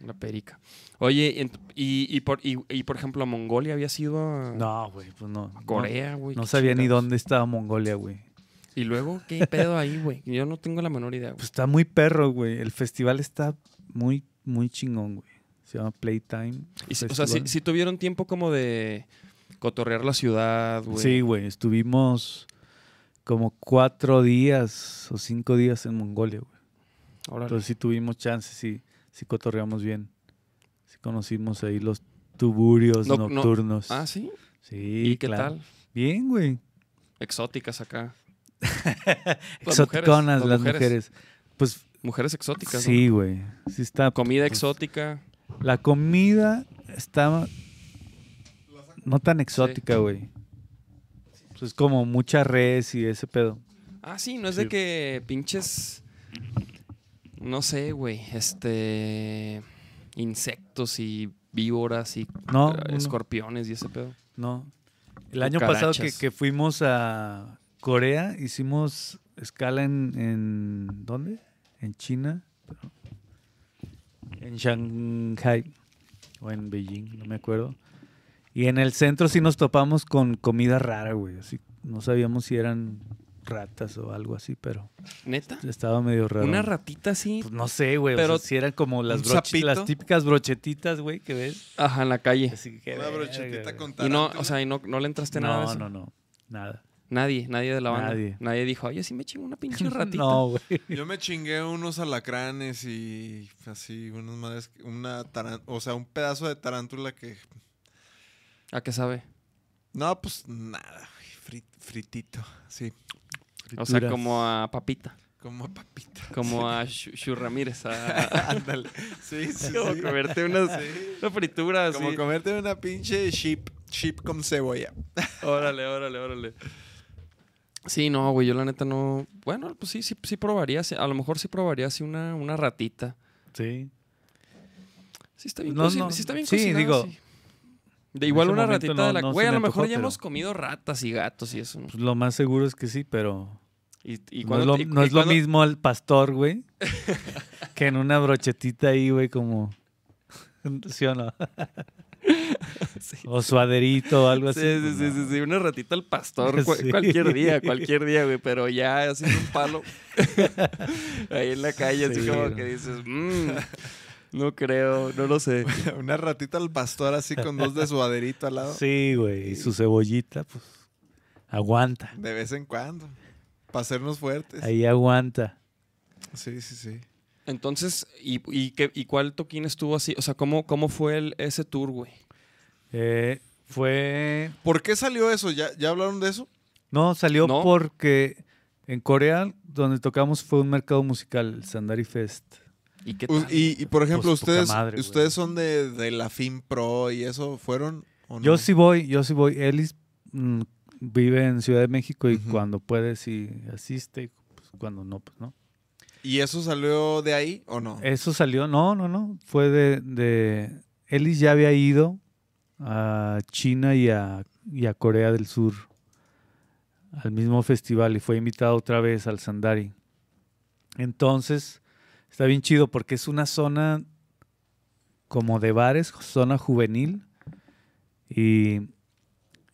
Speaker 2: La perica. Oye, y ent- y, y por, y, y por ejemplo, a Mongolia había sido a
Speaker 3: No, güey, pues no.
Speaker 2: a
Speaker 3: no-
Speaker 2: Corea, güey.
Speaker 3: No,
Speaker 2: qué
Speaker 3: sabía ni
Speaker 2: chingados.
Speaker 3: dónde estaba Mongolia, güey.
Speaker 2: Y luego, ¿qué pedo ahí, güey? Yo no tengo la menor idea, güey.
Speaker 3: Pues está muy perro, güey. El festival está muy, muy chingón, güey. Se llama Playtime.
Speaker 2: Y si- o sea, si,
Speaker 3: festival.
Speaker 2: si tuvieron tiempo como de cotorrear la ciudad, güey.
Speaker 3: Sí, güey. Estuvimos como cuatro días o cinco días en Mongolia, güey.
Speaker 2: Órale.
Speaker 3: Entonces sí tuvimos chance, sí, sí cotorreamos bien. Sí conocimos ahí los tuburios
Speaker 2: No- no-
Speaker 3: nocturnos.
Speaker 2: ah, sí.
Speaker 3: Sí,
Speaker 2: ¿Y qué
Speaker 3: claro.
Speaker 2: tal?
Speaker 3: Bien, güey.
Speaker 2: Exóticas
Speaker 3: [LAUGHS]
Speaker 2: acá. Las mujeres,
Speaker 3: Exoticonas
Speaker 2: las
Speaker 3: las
Speaker 2: mujeres.
Speaker 3: mujeres. Pues
Speaker 2: Mujeres exóticas. ¿no?
Speaker 3: sí, güey. Sí está.
Speaker 2: Comida
Speaker 3: pues,
Speaker 2: exótica.
Speaker 3: La comida está no tan exótica, güey. Pues como mucha res y ese pedo.
Speaker 2: Ah, sí, no es de
Speaker 3: Sí.
Speaker 2: que pinches. No sé, güey. Este. Insectos y víboras y
Speaker 3: No,
Speaker 2: eh,
Speaker 3: no.
Speaker 2: escorpiones y ese pedo.
Speaker 3: No. El año pasado que,
Speaker 2: Cucarachas.
Speaker 3: que fuimos a Corea, hicimos escala en, en- ¿dónde? En China. En Shanghai o en Beijing, no me acuerdo. Y en el centro sí nos topamos con comida rara, güey. Así, no sabíamos si eran ratas o algo así, pero
Speaker 2: ¿Neta?
Speaker 3: estaba medio raro.
Speaker 2: Una ratita así.
Speaker 3: Pues no sé, güey. Pero
Speaker 2: Pero-
Speaker 3: si eran como las,
Speaker 4: ¿Un
Speaker 3: broche-
Speaker 4: sapito?
Speaker 3: las típicas brochetitas, güey, que ves.
Speaker 2: Ajá, en la calle.
Speaker 3: Así que,
Speaker 4: Una
Speaker 3: verga,
Speaker 4: brochetita
Speaker 3: güey.
Speaker 4: con
Speaker 2: Y no,
Speaker 4: tarántula.
Speaker 2: o sea, y no, ¿Este no le entraste nada de
Speaker 3: No,
Speaker 2: eso.
Speaker 3: no, no. Nada.
Speaker 2: Nadie, nadie de la banda.
Speaker 3: Nadie.
Speaker 2: Nadie. dijo, oye, sí me chingo una
Speaker 3: [LAUGHS]
Speaker 2: pinche ratita.
Speaker 3: No, güey.
Speaker 4: Yo me chingué unos alacranes y así, unas madres, una taran- o sea, un pedazo de tarántula que...
Speaker 2: ¿A qué sabe?
Speaker 4: No, pues nada, güey, frit- fritito, sí,
Speaker 2: [LAUGHS] O sea, como a Papita.
Speaker 4: como
Speaker 3: [LAUGHS]
Speaker 4: papita.
Speaker 2: Como a Shu Shu Ramírez. [LAUGHS] a-
Speaker 4: Ándale, sí, sí,
Speaker 2: como
Speaker 4: sí.
Speaker 2: comerte [LAUGHS] unas,
Speaker 4: Sí.
Speaker 2: una fritura así.
Speaker 4: Como comerte una pinche sheep, sheep con cebolla. [LAUGHS]
Speaker 2: Órale, órale, órale. Sí, no, güey, yo la neta no. Bueno, pues sí, sí, sí probaría. sí, A lo mejor sí probaría así una, una ratita.
Speaker 3: Sí.
Speaker 2: Sí, está bien.
Speaker 3: No,
Speaker 2: cocin-
Speaker 3: no,
Speaker 2: Sí, está bien.
Speaker 3: sí,
Speaker 2: cocinada,
Speaker 3: digo,
Speaker 2: sí. De igual
Speaker 3: ese
Speaker 2: una
Speaker 3: momento
Speaker 2: ratita
Speaker 3: no-
Speaker 2: de la.
Speaker 3: no se
Speaker 2: Güey, a
Speaker 3: me
Speaker 2: lo mejor
Speaker 3: antojó,
Speaker 2: ya
Speaker 3: pero-
Speaker 2: hemos comido ratas y gatos y eso. ¿no?
Speaker 3: Pues lo más seguro es que sí, pero
Speaker 2: Y, y
Speaker 3: no
Speaker 2: cuando
Speaker 3: es lo,
Speaker 2: te- y-
Speaker 3: no
Speaker 2: y
Speaker 3: es lo
Speaker 2: cuando-
Speaker 3: mismo al pastor,
Speaker 2: [LAUGHS]
Speaker 3: güey, que en una brochetita ahí, güey, como... ¿Sí o no?
Speaker 2: [LAUGHS] Sí.
Speaker 3: O suaderito o algo
Speaker 2: Sí,
Speaker 3: así.
Speaker 2: sí,
Speaker 3: pues,
Speaker 2: sí,
Speaker 3: no.
Speaker 2: sí, sí, una ratita al
Speaker 3: [LAUGHS]
Speaker 2: pastor cua-
Speaker 3: Sí.
Speaker 2: cualquier día,
Speaker 3: [LAUGHS]
Speaker 2: cualquier día, güey, pero ya haciendo un palo ahí en la calle, así
Speaker 3: Sí,
Speaker 2: como
Speaker 3: no.
Speaker 2: que dices, "Mm, no creo, no lo sé.
Speaker 4: Una ratita al pastor así con dos de suaderito al lado.
Speaker 3: [LAUGHS] Sí, güey, y su cebollita, pues, aguanta.
Speaker 4: De vez en cuando. Para hacernos fuertes.
Speaker 3: Ahí aguanta.
Speaker 4: Sí, sí, sí.
Speaker 2: Entonces, ¿y, y, qué- y cuál toquín estuvo así? O sea, ¿cómo, cómo fue el, ese tour, güey?
Speaker 3: Eh, fue...
Speaker 4: ¿Por qué salió eso? ¿Ya, ya hablaron de eso?
Speaker 3: No, salió
Speaker 2: No.
Speaker 3: porque en Corea, donde tocamos, fue un mercado musical, el Sandari Fest.
Speaker 2: ¿Y qué
Speaker 4: U-
Speaker 2: tal?
Speaker 4: y, y, por ejemplo,
Speaker 3: Pues, poca
Speaker 4: ustedes,
Speaker 3: madre, güey.
Speaker 4: ustedes son de, de la FinPro y eso, ¿fueron o no?
Speaker 3: Yo sí voy, yo sí voy. Ellis mm, vive en Ciudad de México y
Speaker 4: Ujú.
Speaker 3: cuando puede sí asiste, y, pues, cuando no, pues no.
Speaker 4: ¿Y eso salió de ahí o no?
Speaker 3: Eso salió, no, no, no. Fue de, de Ellis ya había ido a China y a, y a Corea del Sur al mismo festival y fue invitado otra vez al Sandari. Entonces, está bien chido porque es una zona como de bares, zona juvenil. Y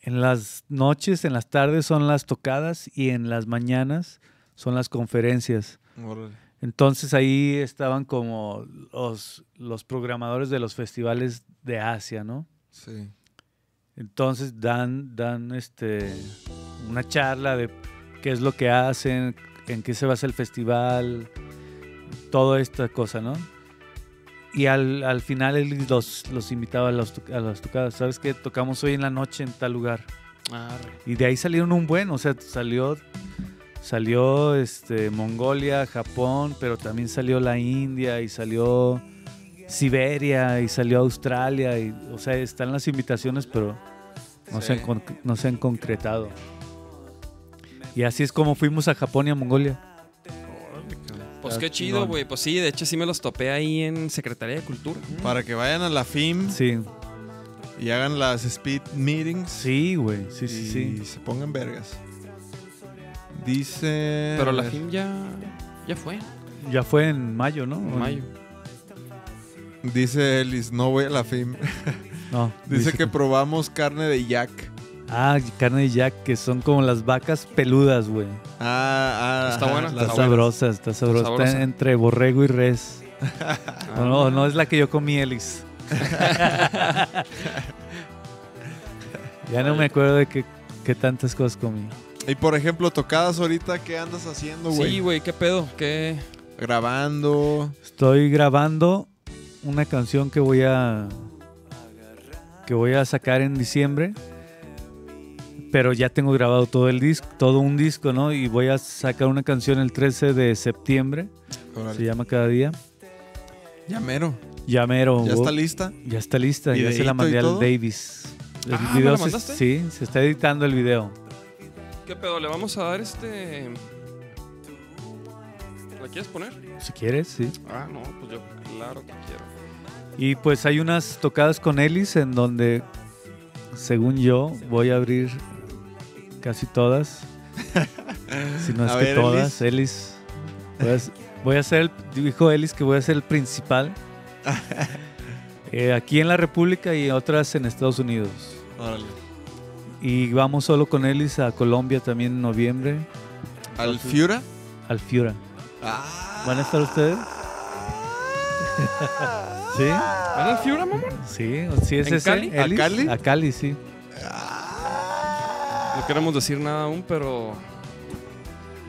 Speaker 3: en las noches, en las tardes son las tocadas y en las mañanas son las conferencias.
Speaker 4: Órale.
Speaker 3: Entonces ahí estaban como los, los programadores de los festivales de Asia, ¿no?
Speaker 4: Sí.
Speaker 3: Entonces dan, dan este, una charla de qué es lo que hacen, en qué se basa el festival, toda esta cosa, ¿no? Y al, al final él los, los invitaba a, los to- a las tocadas. ¿Sabes qué? Tocamos hoy en la noche en tal lugar.
Speaker 2: Arre.
Speaker 3: Y de ahí salieron un buen, o sea, salió salió este Mongolia, Japón, pero también salió la India y salió Siberia y salió Australia y o sea, están las invitaciones, pero no se han
Speaker 4: Sí.
Speaker 3: con- no se han concretado. Y así es como fuimos a Japón y a Mongolia.
Speaker 2: Pues
Speaker 3: Ah,
Speaker 2: qué
Speaker 3: no.
Speaker 2: chido, güey. Pues sí, de hecho sí me los topé ahí en Secretaría de Cultura.
Speaker 4: Para que vayan a la FIM
Speaker 3: Sí,
Speaker 4: y hagan las speed meetings.
Speaker 3: sí, güey, sí, sí, sí.
Speaker 4: Y se pongan vergas. Dice.
Speaker 2: Pero
Speaker 3: Eh.
Speaker 2: la
Speaker 4: FIM
Speaker 2: fin ya, ya fue,
Speaker 3: Ya fue en mayo, ¿no?
Speaker 2: en mayo.
Speaker 4: Dice Ellis, no voy a la FIM. [LAUGHS]
Speaker 3: No.
Speaker 4: Dice que probamos carne de yak.
Speaker 3: Ah, carne de jack, que son como las vacas peludas, güey.
Speaker 4: Ah, ah,
Speaker 2: Está
Speaker 4: ajá,
Speaker 2: buena,
Speaker 4: la-
Speaker 3: Está sabrosa, está sabrosa. Está
Speaker 2: sabrosa.
Speaker 3: entre borrego y res.
Speaker 2: Ah,
Speaker 3: O no, no es la que yo comí, Elis. ya no me acuerdo de qué, qué tantas cosas comí.
Speaker 4: Y por ejemplo, tocadas ahorita, ¿qué andas haciendo, güey?
Speaker 2: Sí, güey, qué pedo, qué...
Speaker 4: Grabando.
Speaker 3: Estoy grabando una canción que voy a que voy a sacar en diciembre. Pero ya tengo grabado todo el disco, todo un disco, ¿no? Y voy a sacar una canción el 13 de septiembre.
Speaker 4: Órale.
Speaker 3: Se llama Cada día.
Speaker 4: Ya mero.
Speaker 3: Ya mero,
Speaker 4: ¿Ya
Speaker 3: güey.
Speaker 4: está lista?
Speaker 3: Ya está lista, ya se
Speaker 4: ¿Videíto
Speaker 3: la
Speaker 4: y
Speaker 3: mandé al
Speaker 4: todo?
Speaker 3: Davis. El
Speaker 2: Ah, ¿me
Speaker 3: video
Speaker 2: la
Speaker 3: se-
Speaker 2: mandaste?
Speaker 3: sí, se está editando el video.
Speaker 2: ¿Qué pedo? ¿Le vamos a dar este...? ¿La quieres poner?
Speaker 3: Si quieres, sí.
Speaker 2: Ah, no, pues yo claro que quiero.
Speaker 3: Y pues hay unas tocadas con Ellis en donde, según yo, voy a abrir casi todas. si no es
Speaker 4: A
Speaker 3: que
Speaker 4: ver,
Speaker 3: todas, Ellis. Voy a s- voy a ser, el, dijo Ellis que voy a ser el principal. Eh, aquí en la República y otras en Estados Unidos.
Speaker 4: Órale.
Speaker 3: Y vamos solo con Ellis a Colombia también en noviembre,
Speaker 4: ¿Al Fiura?
Speaker 3: al Fiora.
Speaker 4: Ah.
Speaker 3: ¿Van a estar ustedes? ¿Sí?
Speaker 2: ¿Van al Fiura, mamón?
Speaker 3: Sí, sí es
Speaker 2: ¿En
Speaker 3: ese,
Speaker 2: Cali?
Speaker 4: ¿A
Speaker 3: Ellis.
Speaker 4: Cali?
Speaker 3: A Cali, sí.
Speaker 2: No queremos decir nada aún, pero...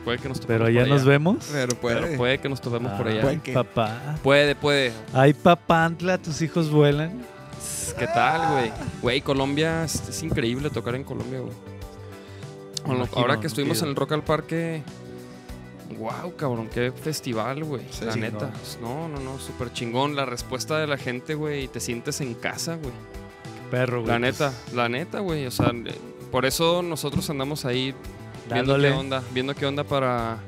Speaker 2: Puede que nos topemos
Speaker 3: Pero
Speaker 2: por
Speaker 3: allá nos Ah. vemos.
Speaker 4: Pero puede.
Speaker 2: Pero puede que nos topemos por allá.
Speaker 4: puede.
Speaker 3: Ay, papá.
Speaker 2: Puede, puede.
Speaker 3: Ay, papantla, tus hijos vuelan.
Speaker 2: ¿Qué tal, güey? Güey, Colombia, es, es increíble tocar en Colombia, güey. Con lo-
Speaker 3: Imagino,
Speaker 2: ahora que estuvimos
Speaker 3: tío.
Speaker 2: en el Rock al Parque, wow, cabrón, qué festival, güey.
Speaker 4: Sí,
Speaker 2: la
Speaker 4: chingón.
Speaker 2: neta. Pues, No, no, no, súper chingón. La respuesta de la gente, güey, y te sientes en casa, güey.
Speaker 3: Perro, güey.
Speaker 2: La neta, la neta, güey. O sea, eh, por eso nosotros andamos ahí viendo qué
Speaker 3: Dándole.
Speaker 2: onda, viendo qué onda para,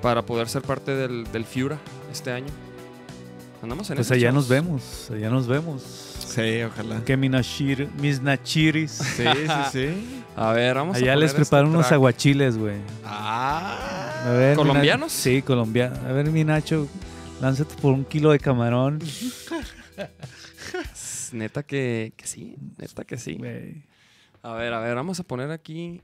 Speaker 2: para poder ser parte del, del Fiura este año. Andamos en
Speaker 3: Pues
Speaker 2: eso,
Speaker 3: allá
Speaker 2: chavos.
Speaker 3: nos vemos, allá nos vemos.
Speaker 4: Sí, ojalá.
Speaker 3: Que mis nachir- mis nachiris.
Speaker 4: Sí, sí, sí.
Speaker 2: [LAUGHS] A ver, vamos a
Speaker 3: Allá les
Speaker 2: poner este
Speaker 3: preparo unos
Speaker 2: track.
Speaker 3: aguachiles, güey.
Speaker 4: Ah.
Speaker 3: A ver, mi
Speaker 2: ¿Colombianos?
Speaker 3: Nacho- Sí, colombianos. A ver, mi Nacho, lánzate por un kilo de camarón.
Speaker 2: Neta que, que sí, neta que sí.
Speaker 3: güey.
Speaker 2: A ver, a ver, vamos a poner aquí.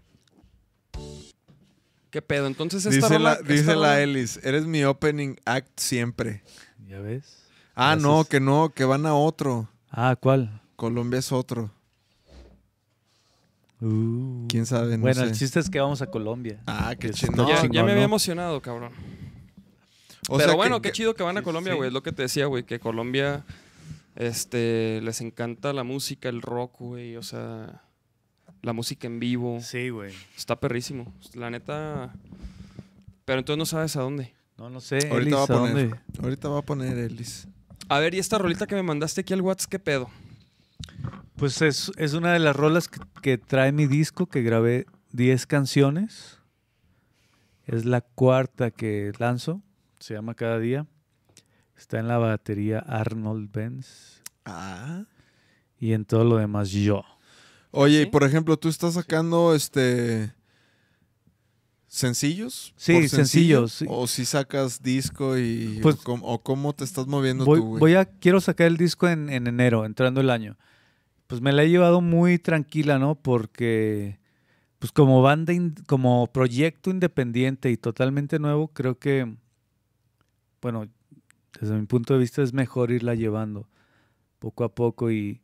Speaker 2: ¿Qué pedo? Entonces esta
Speaker 4: Dice
Speaker 2: rola-
Speaker 4: la,
Speaker 2: esta
Speaker 4: dice
Speaker 2: rola-
Speaker 4: la Ellis, eres mi opening act siempre.
Speaker 3: ¿Ya ves?
Speaker 4: Ah,
Speaker 3: Gracias.
Speaker 4: no, que no, que van a otro.
Speaker 3: Ah, ¿cuál?
Speaker 4: Colombia es otro.
Speaker 3: Uh.
Speaker 4: ¿Quién sabe? No
Speaker 3: bueno,
Speaker 4: sé.
Speaker 3: el chiste es que vamos a Colombia.
Speaker 4: Ah, qué
Speaker 3: Es-
Speaker 4: chido.
Speaker 2: Ya-
Speaker 3: No,
Speaker 2: ya,
Speaker 3: chingón,
Speaker 2: me había
Speaker 3: ¿no?
Speaker 2: emocionado, cabrón.
Speaker 4: O
Speaker 2: Pero
Speaker 4: sea
Speaker 2: bueno,
Speaker 4: que-
Speaker 2: qué chido que van a Colombia, güey. Es lo que te decía, güey, que Colombia este, les encanta la música, el rock, güey. O sea, la música en vivo.
Speaker 3: Sí, güey.
Speaker 2: Está perrísimo. La neta. Pero entonces no sabes a dónde.
Speaker 3: No, no sé.
Speaker 4: Ahorita
Speaker 3: Elis,
Speaker 4: va a
Speaker 3: ¿a
Speaker 4: poner.
Speaker 3: dónde?
Speaker 4: Ahorita va a poner Ellis.
Speaker 2: A ver, y esta rolita que me mandaste aquí al WhatsApp, ¿qué pedo?
Speaker 3: Pues es, es una de las rolas que, que trae mi disco, que grabé 10 canciones. Es la cuarta que lanzo, se llama Cada Día. Está en la batería Arnold Benz
Speaker 4: Ah.
Speaker 3: y en todo lo demás yo.
Speaker 4: Oye, y
Speaker 2: ¿Sí?
Speaker 4: por ejemplo, tú estás sacando este. ¿Sencillos?
Speaker 3: Sí,
Speaker 4: ¿Por
Speaker 3: sencillos, sí.
Speaker 4: O si sacas disco y.
Speaker 3: Pues-
Speaker 4: o, cómo, o cómo te estás moviendo
Speaker 3: Voy,
Speaker 4: tú, güey.
Speaker 3: voy a, quiero sacar el disco en, en enero, entrando el año. Pues me la he llevado muy tranquila, ¿no? Porque, pues como banda, in- como proyecto independiente y totalmente nuevo, creo que, bueno, desde mi punto de vista es mejor irla llevando poco a poco y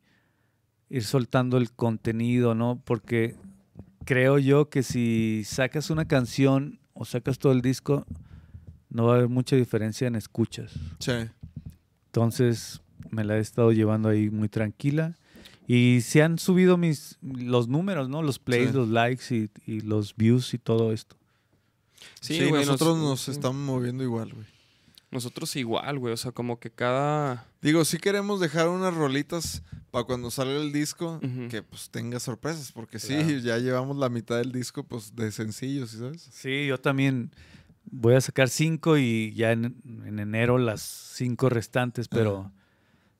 Speaker 3: ir soltando el contenido, ¿no? Porque creo yo que si sacas una canción o sacas todo el disco, no va a haber mucha diferencia en escuchas.
Speaker 4: Che.
Speaker 3: Entonces me la he estado llevando ahí muy tranquila. Y se han subido mis los números, ¿no? Los plays,
Speaker 4: Sí.
Speaker 3: los likes y, y los views y todo esto.
Speaker 4: Sí,
Speaker 2: güey, pues,
Speaker 4: nosotros nos
Speaker 2: sí.
Speaker 4: estamos moviendo igual, güey.
Speaker 2: Nosotros igual, güey. O sea, como que cada.
Speaker 4: Digo, sí queremos dejar unas rolitas para cuando salga el disco
Speaker 2: Ujú.
Speaker 4: que pues tenga sorpresas, porque
Speaker 3: Claro.
Speaker 4: sí, ya llevamos la mitad del disco pues de sencillos, ¿sí ¿sabes?
Speaker 3: Sí, yo también voy a sacar cinco y ya en, en enero las cinco restantes, pero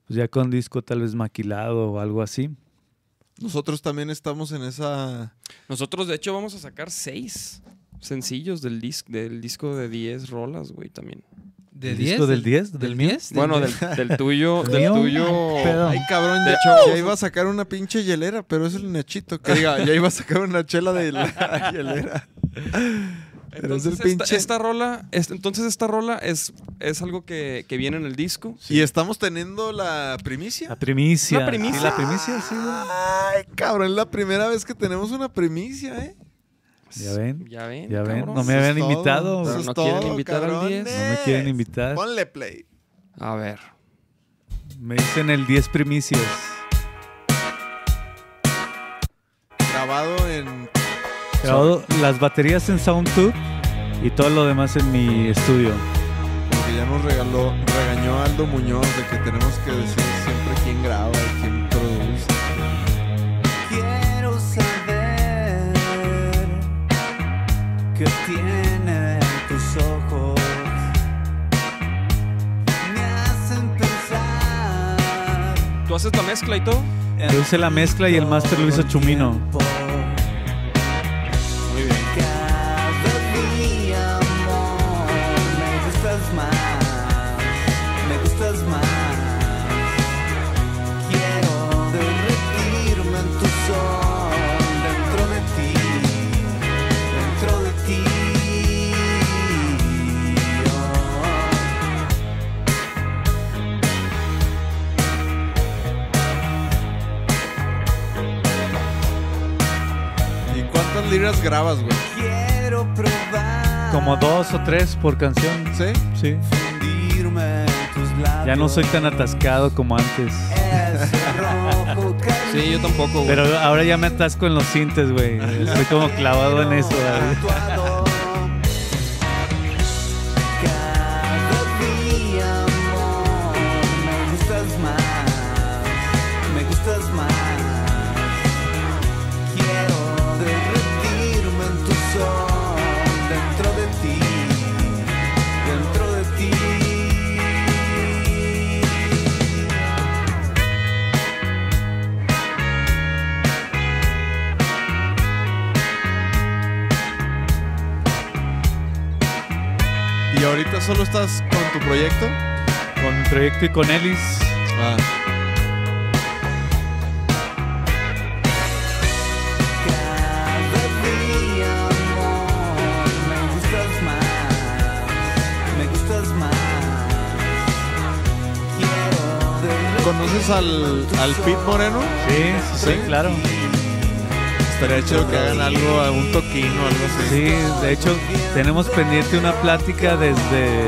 Speaker 3: pues ya con disco tal vez maquilado o algo así.
Speaker 4: Nosotros también estamos en esa
Speaker 2: Nosotros, de hecho, vamos a sacar seis sencillos del, dis- del disco de 10 rolas, güey, también.
Speaker 6: ¿De
Speaker 3: ¿El
Speaker 6: 10?
Speaker 3: disco del 10? ¿Del
Speaker 6: ¿Del
Speaker 3: mío?
Speaker 6: 10?
Speaker 2: Bueno, del, del
Speaker 3: [LAUGHS]
Speaker 2: tuyo, del
Speaker 3: Mío,
Speaker 2: tuyo.
Speaker 3: pedo.
Speaker 4: Ay, cabrón,
Speaker 2: De
Speaker 4: ya,
Speaker 2: hecho-
Speaker 4: ya iba a sacar una pinche hielera, pero es el Nachito que diga, ya iba a sacar una chela de la hielera. Pero es
Speaker 2: Entonces,
Speaker 4: el pinche.
Speaker 2: esta, esta rola, es- entonces esta rola es, es algo que, que viene en el disco.
Speaker 4: Y estamos teniendo la
Speaker 3: La
Speaker 4: primicia.
Speaker 3: primicia.
Speaker 2: ¿La primicia?
Speaker 3: Sí, la primicia, sí. güey.
Speaker 4: Ay, cabrón, es la primera vez que tenemos una primicia, ¿eh?
Speaker 3: Ya ven.
Speaker 2: Ya ven.
Speaker 3: Ya ven,
Speaker 2: cabrón.
Speaker 3: no me
Speaker 4: Eso es
Speaker 3: habían
Speaker 4: todo,
Speaker 3: invitado.
Speaker 4: eso
Speaker 2: Pero
Speaker 4: es
Speaker 2: no quieren
Speaker 4: todo,
Speaker 2: invitar al 10.
Speaker 4: cabrones.
Speaker 3: No me quieren invitar.
Speaker 4: Ponle play.
Speaker 2: A ver.
Speaker 3: Me dicen el 10 primicias.
Speaker 4: Grabado en
Speaker 3: Grabado las baterías en SoundTube y todo lo demás en mi estudio.
Speaker 4: Porque ya nos regaló, regañó Aldo Muñoz de que tenemos que decir siempre quién graba y quién produce.
Speaker 7: Quiero saber
Speaker 2: mezcla y todo?
Speaker 3: Yo hice la mezcla y el máster lo hizo Chumino.
Speaker 2: Muy bien.
Speaker 1: Cada día, amor, me gustas más, me gustas más. Quiero derretirme en tu sol, dentro de ti, dentro de ti. Oh.
Speaker 4: ¿Y cuántas libras grabas, güey?
Speaker 1: Quiero probar.
Speaker 3: Como dos o tres por canción.
Speaker 4: ¿Sí?
Speaker 3: Sí.
Speaker 1: Fundirme en tus labios.
Speaker 3: Ya no soy tan atascado como antes.
Speaker 1: Ese rojo
Speaker 2: Sí, yo tampoco, güey.
Speaker 3: Pero ahora ya me atasco en los cintes, güey. Estoy como clavado en eso. güey.
Speaker 1: Tatuado. Cada día, amor, me gustas más, me gustas más. Quiero derretirme en tu sol, dentro de ti, dentro de ti.
Speaker 4: ¿Y ahorita solo estás con tu proyecto?
Speaker 3: Con mi proyecto y con Ellis.
Speaker 4: Ah,
Speaker 1: Cada día, amor, me gustas más, me gustas más. Quiero
Speaker 4: ¿Conoces al, al Pete Moreno?
Speaker 3: Sí, sí, sí,
Speaker 4: Sí.
Speaker 3: claro.
Speaker 4: Estaría chido que hagan algo, algún toquín o algo así.
Speaker 3: Sí, de hecho, tenemos pendiente una plática desde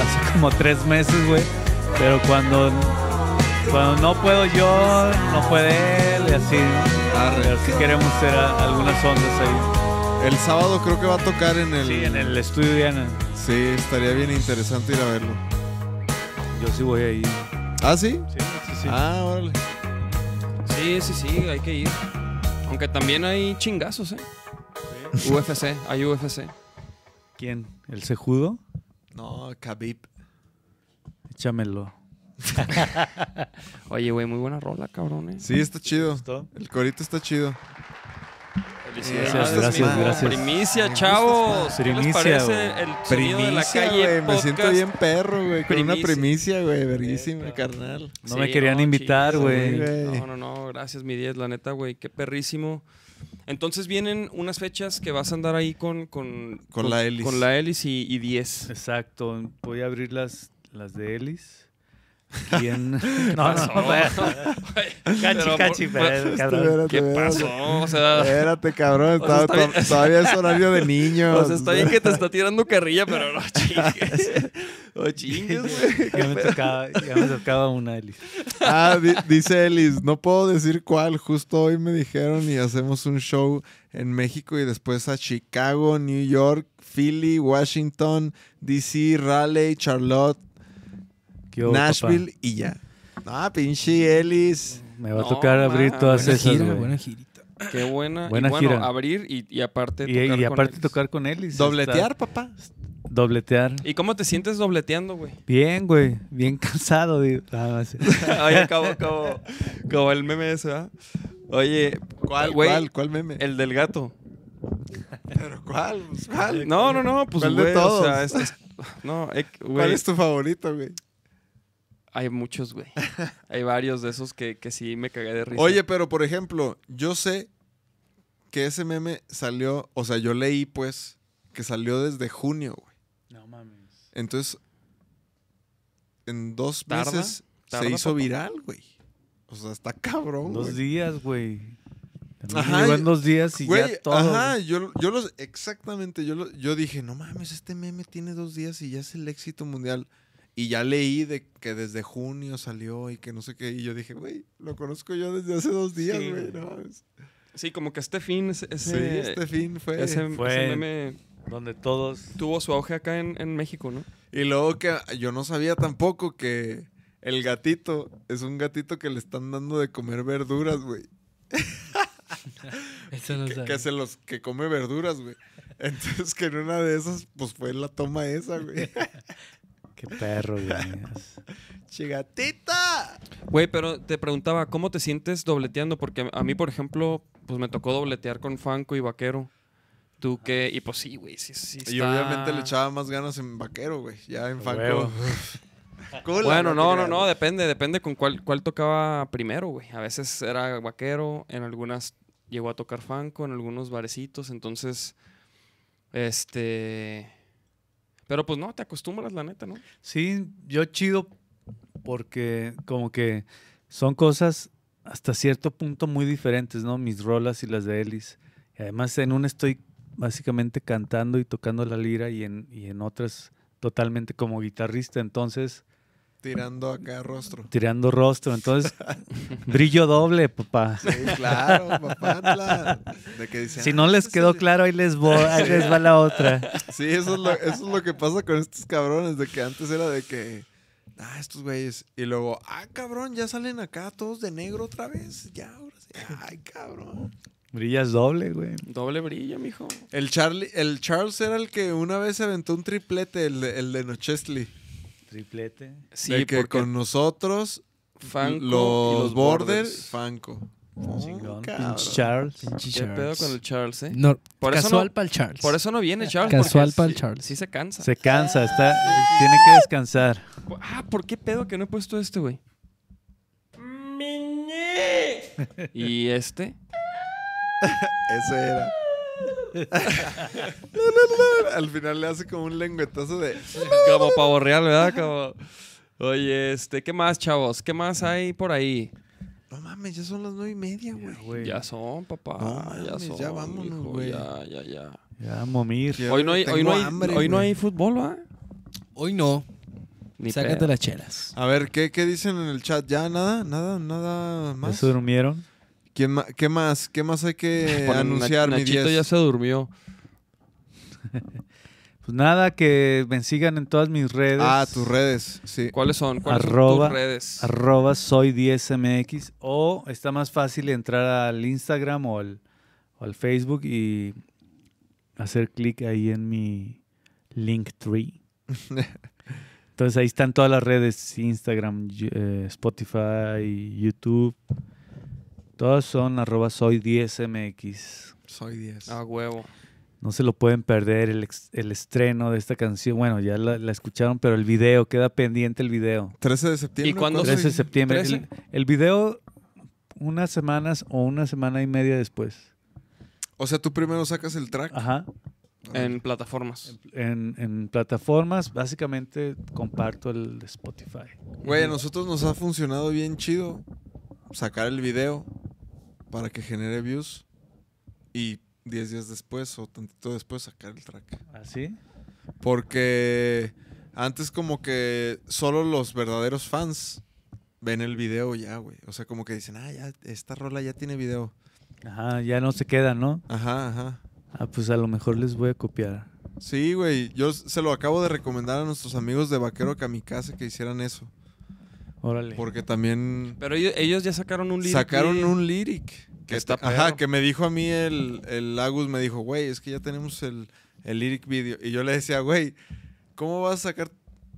Speaker 3: hace como tres meses, güey. Pero cuando, cuando no puedo yo, no puede él, y así.
Speaker 4: Arre.
Speaker 3: Pero sí queremos hacer a- algunas ondas ahí.
Speaker 4: El sábado creo que va a tocar en el...
Speaker 3: Sí, en el estudio Diana.
Speaker 4: Sí, estaría bien interesante ir a verlo.
Speaker 3: Yo sí voy ahí.
Speaker 4: ¿Ah, sí?
Speaker 3: Sí, sí, sí.
Speaker 4: Ah, órale.
Speaker 2: Sí, sí, sí, hay que ir. Aunque también hay chingazos, ¿eh? UFC, hay UFC.
Speaker 3: ¿Quién? ¿El cejudo?
Speaker 4: No, Khabib.
Speaker 3: Échamelo.
Speaker 2: Oye, güey, muy buena rola, cabrones.
Speaker 4: Sí, está chido.
Speaker 3: ¿Gustó?
Speaker 4: El corito está chido.
Speaker 2: Felicidades,
Speaker 4: Gracias,
Speaker 3: gracias,
Speaker 2: mijo.
Speaker 3: gracias.
Speaker 2: Primicia,
Speaker 4: Me
Speaker 2: chavos.
Speaker 4: gustas,
Speaker 2: ¿Qué les
Speaker 3: Primicia,
Speaker 2: parece
Speaker 3: güey.
Speaker 2: el sonido de la calle
Speaker 4: güey, Me
Speaker 2: podcast?
Speaker 4: siento bien perro, güey. Con una
Speaker 2: Primicia.
Speaker 4: primicia, güey. Verguísima, carnal.
Speaker 3: No me querían invitar,
Speaker 2: chingos,
Speaker 3: güey.
Speaker 2: No, no, no, gracias, mi 10, la neta, güey, qué perrísimo. Entonces vienen unas fechas que vas a andar ahí con... Con,
Speaker 4: la Elis.
Speaker 2: Con la Elis y, y
Speaker 3: [LAUGHS]
Speaker 2: 10.
Speaker 3: Exacto. Voy a abrir las, las de Ellis. [LAUGHS] ¿Quién? [LAUGHS] no, no,
Speaker 2: pasó?
Speaker 3: no. Cachi,
Speaker 2: Pero,
Speaker 3: cachi,
Speaker 2: por-
Speaker 4: [LAUGHS]
Speaker 3: pero, cabrón.
Speaker 2: ¿Qué pasó? O sea,
Speaker 4: Espérate, cabrón.
Speaker 2: O sea,
Speaker 4: estaba-
Speaker 2: está bien-
Speaker 4: to- Todavía es horario de niños.
Speaker 2: o sea, está bien que te está tirando carrilla, pero no chingues. No chingues, güey.
Speaker 3: Ya me tocaba, ya me tocaba una Ellis.
Speaker 4: [LAUGHS] Ah, di- dice Elis, no puedo decir cuál. Justo hoy me dijeron y hacemos un show en México y después a Chicago, New York, Philly, Washington, DC, Raleigh, Charlotte,
Speaker 3: ¿Qué hubo,
Speaker 4: Nashville y ya. Ah, pinche Elis.
Speaker 3: papá? Me va
Speaker 2: No,
Speaker 3: a tocar abrir
Speaker 2: ma,
Speaker 3: todas
Speaker 2: buena
Speaker 3: esas,
Speaker 5: gira,
Speaker 3: güey.
Speaker 5: buena girita.
Speaker 2: Qué buena.
Speaker 3: Buena
Speaker 2: y bueno,
Speaker 3: gira.
Speaker 2: abrir y, y aparte
Speaker 3: Y, y
Speaker 2: con
Speaker 3: aparte
Speaker 2: Elis.
Speaker 3: tocar con Ellis.
Speaker 4: Dobletear, papá.
Speaker 3: está- Dobletear.
Speaker 2: ¿Y cómo te sientes dobleteando, güey? [LAUGHS]
Speaker 3: Bien, güey. Bien cansado, Ah, digo. Nada más.
Speaker 2: Ay, acabo, como, como el meme ese, ¿verdad? Oye,
Speaker 4: ¿Cuál,
Speaker 2: güey,
Speaker 4: cuál, cuál meme?
Speaker 2: El del gato.
Speaker 4: ¿Pero cuál? Pues, ¿Cuál?
Speaker 2: No, no, no, pues
Speaker 4: ¿Cuál de
Speaker 2: güey, o
Speaker 4: todos?
Speaker 2: sea, es- es- no, eh,
Speaker 4: [LAUGHS] ¿Cuál
Speaker 2: güey,
Speaker 4: es tu favorito, güey?
Speaker 2: hay muchos, güey. Hay varios de esos que, que sí me cagué de risa.
Speaker 4: Oye, pero por ejemplo, yo sé que ese meme salió, o sea, yo leí pues que salió desde junio, güey.
Speaker 3: No mames.
Speaker 4: Entonces, en dos
Speaker 2: ¿Tarda?
Speaker 4: meses
Speaker 2: ¿Tarda,
Speaker 4: se hizo
Speaker 2: papá?
Speaker 4: viral, güey. O sea, está cabrón,
Speaker 3: Dos
Speaker 4: güey.
Speaker 3: días, güey.
Speaker 4: Ajá,
Speaker 3: Ajá. en
Speaker 4: yo-
Speaker 3: dos días y
Speaker 4: Güey,
Speaker 3: ya todo.
Speaker 4: ajá, yo, yo los, exactamente, yo, lo- yo dije, no mames, este meme tiene dos días y ya es el éxito mundial. Y ya leí de que desde junio salió y que no sé qué. Y yo dije, güey, lo conozco yo desde hace dos días,
Speaker 2: Sí,
Speaker 4: güey.
Speaker 2: güey.
Speaker 4: no mames".
Speaker 2: sí, como que este fin, ese,
Speaker 4: sí,
Speaker 2: ese-
Speaker 4: este fin fue.
Speaker 2: ese- ese
Speaker 3: Fue-
Speaker 2: meme
Speaker 3: Donde todos.
Speaker 2: tuvo su auge acá en, en México, ¿no?
Speaker 4: Y luego que yo no sabía tampoco que el gatito es un gatito que le están dando de comer verduras, güey.
Speaker 5: Eso no
Speaker 4: Que,
Speaker 5: sabe.
Speaker 4: que se los que come [LAUGHS] verduras, güey. Entonces que en una de esas, pues fue la toma esa, güey.
Speaker 3: Qué perro, güey.
Speaker 4: ¡Chigatita!
Speaker 2: Güey, pero te preguntaba, ¿cómo te sientes dobleteando? Porque a mí, por ejemplo, pues me tocó dobletear con Fanco y Vaquero. Tú qué, y pues sí, güey, sí, sí.
Speaker 4: Y
Speaker 2: está-
Speaker 4: obviamente le echaba más ganas en vaquero, güey. Ya en
Speaker 3: huevo.
Speaker 4: [LAUGHS] Fanco.
Speaker 2: Bueno, no, no, no, depende, depende con cuál, cuál tocaba primero, güey. A veces era vaquero, en algunas llegó a tocar Fanco, en algunos barecitos, entonces, este... Pero pues no, te acostumbras, la neta, ¿no?
Speaker 3: Sí, yo chido porque como que son cosas hasta cierto punto muy diferentes, ¿no? Mis rolas y las de Ellis. Y además en una estoy básicamente cantando y tocando la lira y en, y en otras totalmente como guitarrista, entonces
Speaker 4: Tirando acá rostro.
Speaker 3: tirando rostro, entonces brillo doble, papá.
Speaker 4: Sí, claro, [LAUGHS] papá. la- De que dicen,
Speaker 3: Si
Speaker 4: "Ah,
Speaker 3: no les
Speaker 4: sí,
Speaker 3: quedó
Speaker 4: sí".
Speaker 3: claro, ahí les, voy- ahí les va la otra.
Speaker 4: Sí, eso es, lo, eso es lo que pasa con estos cabrones, de que antes era de que, ah, estos güeyes, y luego, ah, cabrón, ya salen acá todos de negro otra vez, ya, ahora
Speaker 3: [LAUGHS]
Speaker 4: sí, ay, cabrón.
Speaker 3: Brillas doble, güey.
Speaker 2: Doble brillo, mijo.
Speaker 4: El, Charlie, el Charles era el que una vez se aventó un triplete, el de, el de Nochesli,
Speaker 3: Triplete.
Speaker 2: Sí,
Speaker 4: de que
Speaker 2: porque
Speaker 4: con nosotros,
Speaker 2: Fanco y
Speaker 4: los, Border,
Speaker 2: Borders.
Speaker 4: Fanco.
Speaker 3: Chingón.
Speaker 4: cabrón.
Speaker 3: Pinche Charles.
Speaker 2: ¿Qué pedo con el Charles, eh?
Speaker 5: No,
Speaker 2: Por eso
Speaker 5: casual
Speaker 2: no-
Speaker 5: para el Charles.
Speaker 2: Por eso no
Speaker 4: [LAUGHS]
Speaker 2: viene Charles.
Speaker 5: Casual
Speaker 2: porque
Speaker 5: pa'l
Speaker 2: sí-
Speaker 5: Charles.
Speaker 2: Sí se cansa.
Speaker 3: Se cansa, está, tiene que descansar.
Speaker 2: Ah, ¿por qué pedo que no he puesto este, güey? ¿Y este?
Speaker 4: Ese [LAUGHS] era. Al final le hace como un lengüetazo de...
Speaker 2: Como para borrear, ¿verdad? Como... Oye, este, ¿qué más, chavos? ¿Qué más hay por ahí?
Speaker 4: No mames, ya son las nueve y media, güey.
Speaker 3: Güey,
Speaker 2: Ya son, papá.
Speaker 4: No
Speaker 2: ya
Speaker 4: mames,
Speaker 2: son.
Speaker 4: ya vámonos,
Speaker 2: hijo,
Speaker 4: güey.
Speaker 2: Ya, ya, ya.
Speaker 3: ya, momir.
Speaker 4: Ya
Speaker 2: Hoy no hay, hoy
Speaker 4: tengo
Speaker 2: no hay,
Speaker 4: hambre,
Speaker 2: hoy no
Speaker 4: güey.
Speaker 2: hay fútbol, ¿va?
Speaker 6: Hoy no.
Speaker 2: Ni
Speaker 5: Sácate
Speaker 2: pedo.
Speaker 5: las chelas.
Speaker 4: A ver, ¿qué, ¿qué dicen en el chat? ¿Ya nada? ¿Nada? ¿Nada
Speaker 3: ¿Ya
Speaker 4: más?
Speaker 3: se durmieron?
Speaker 4: ¿Quién ma- ¿Qué más? ¿Qué más
Speaker 2: [LAUGHS]
Speaker 4: hay que
Speaker 2: Por
Speaker 4: anunciar,
Speaker 2: Nach-
Speaker 4: mi
Speaker 2: Nachito
Speaker 4: 10?
Speaker 2: ya se durmió.
Speaker 3: Pues nada, que me sigan en todas mis redes.
Speaker 4: Ah, tus redes, sí.
Speaker 2: ¿Cuáles son? ¿Cuáles son
Speaker 3: Arroba-
Speaker 2: tus redes?
Speaker 3: Arroba soy 10mx. O está más fácil entrar al Instagram o al, o al Facebook y hacer clic ahí en mi
Speaker 4: [LAUGHS]
Speaker 3: Linktree. Entonces ahí están todas las redes: Instagram, y- eh, Spotify, YouTube. Todas son arroba soy 10mx.
Speaker 4: Soy 10.
Speaker 2: A huevo.
Speaker 3: No se lo pueden perder el, ex- el estreno de esta canción. Bueno, ya la, la escucharon, pero el video, queda pendiente el video.
Speaker 4: 13 de septiembre.
Speaker 2: ¿Y cuándo
Speaker 3: 13 de
Speaker 2: soy?
Speaker 3: septiembre.
Speaker 2: 13?
Speaker 3: El, el video, unas semanas o una semana y media después.
Speaker 4: O sea, tú primero sacas el track.
Speaker 3: Ajá.
Speaker 2: En plataformas.
Speaker 3: En, en plataformas, básicamente comparto el de Spotify.
Speaker 4: Güey, a nosotros nos ha funcionado bien chido sacar el video para que genere views y 10 días después o tantito después sacar el track.
Speaker 3: ¿Así?
Speaker 4: Porque antes como que solo los verdaderos fans ven el video ya, güey. O sea, como que dicen, ah, ya, esta rola ya tiene video.
Speaker 3: Ajá, ya no se queda, ¿no?
Speaker 4: Ajá, ajá.
Speaker 3: Ah, pues a lo mejor les voy a copiar.
Speaker 4: Sí, güey. Yo s- se lo acabo de recomendar a nuestros amigos de Vaquero Kamikaze que hicieran eso.
Speaker 3: Órale.
Speaker 4: Porque también
Speaker 2: Pero ellos, ellos ya sacaron un libro.
Speaker 4: sacaron un lyric.
Speaker 2: Que
Speaker 4: Que
Speaker 2: está
Speaker 4: te- ajá,
Speaker 2: perro.
Speaker 4: que me dijo a mí el, el Agus, me dijo, güey, es que ya tenemos el, el lyric video. Y yo le decía, güey, ¿cómo vas a sacar,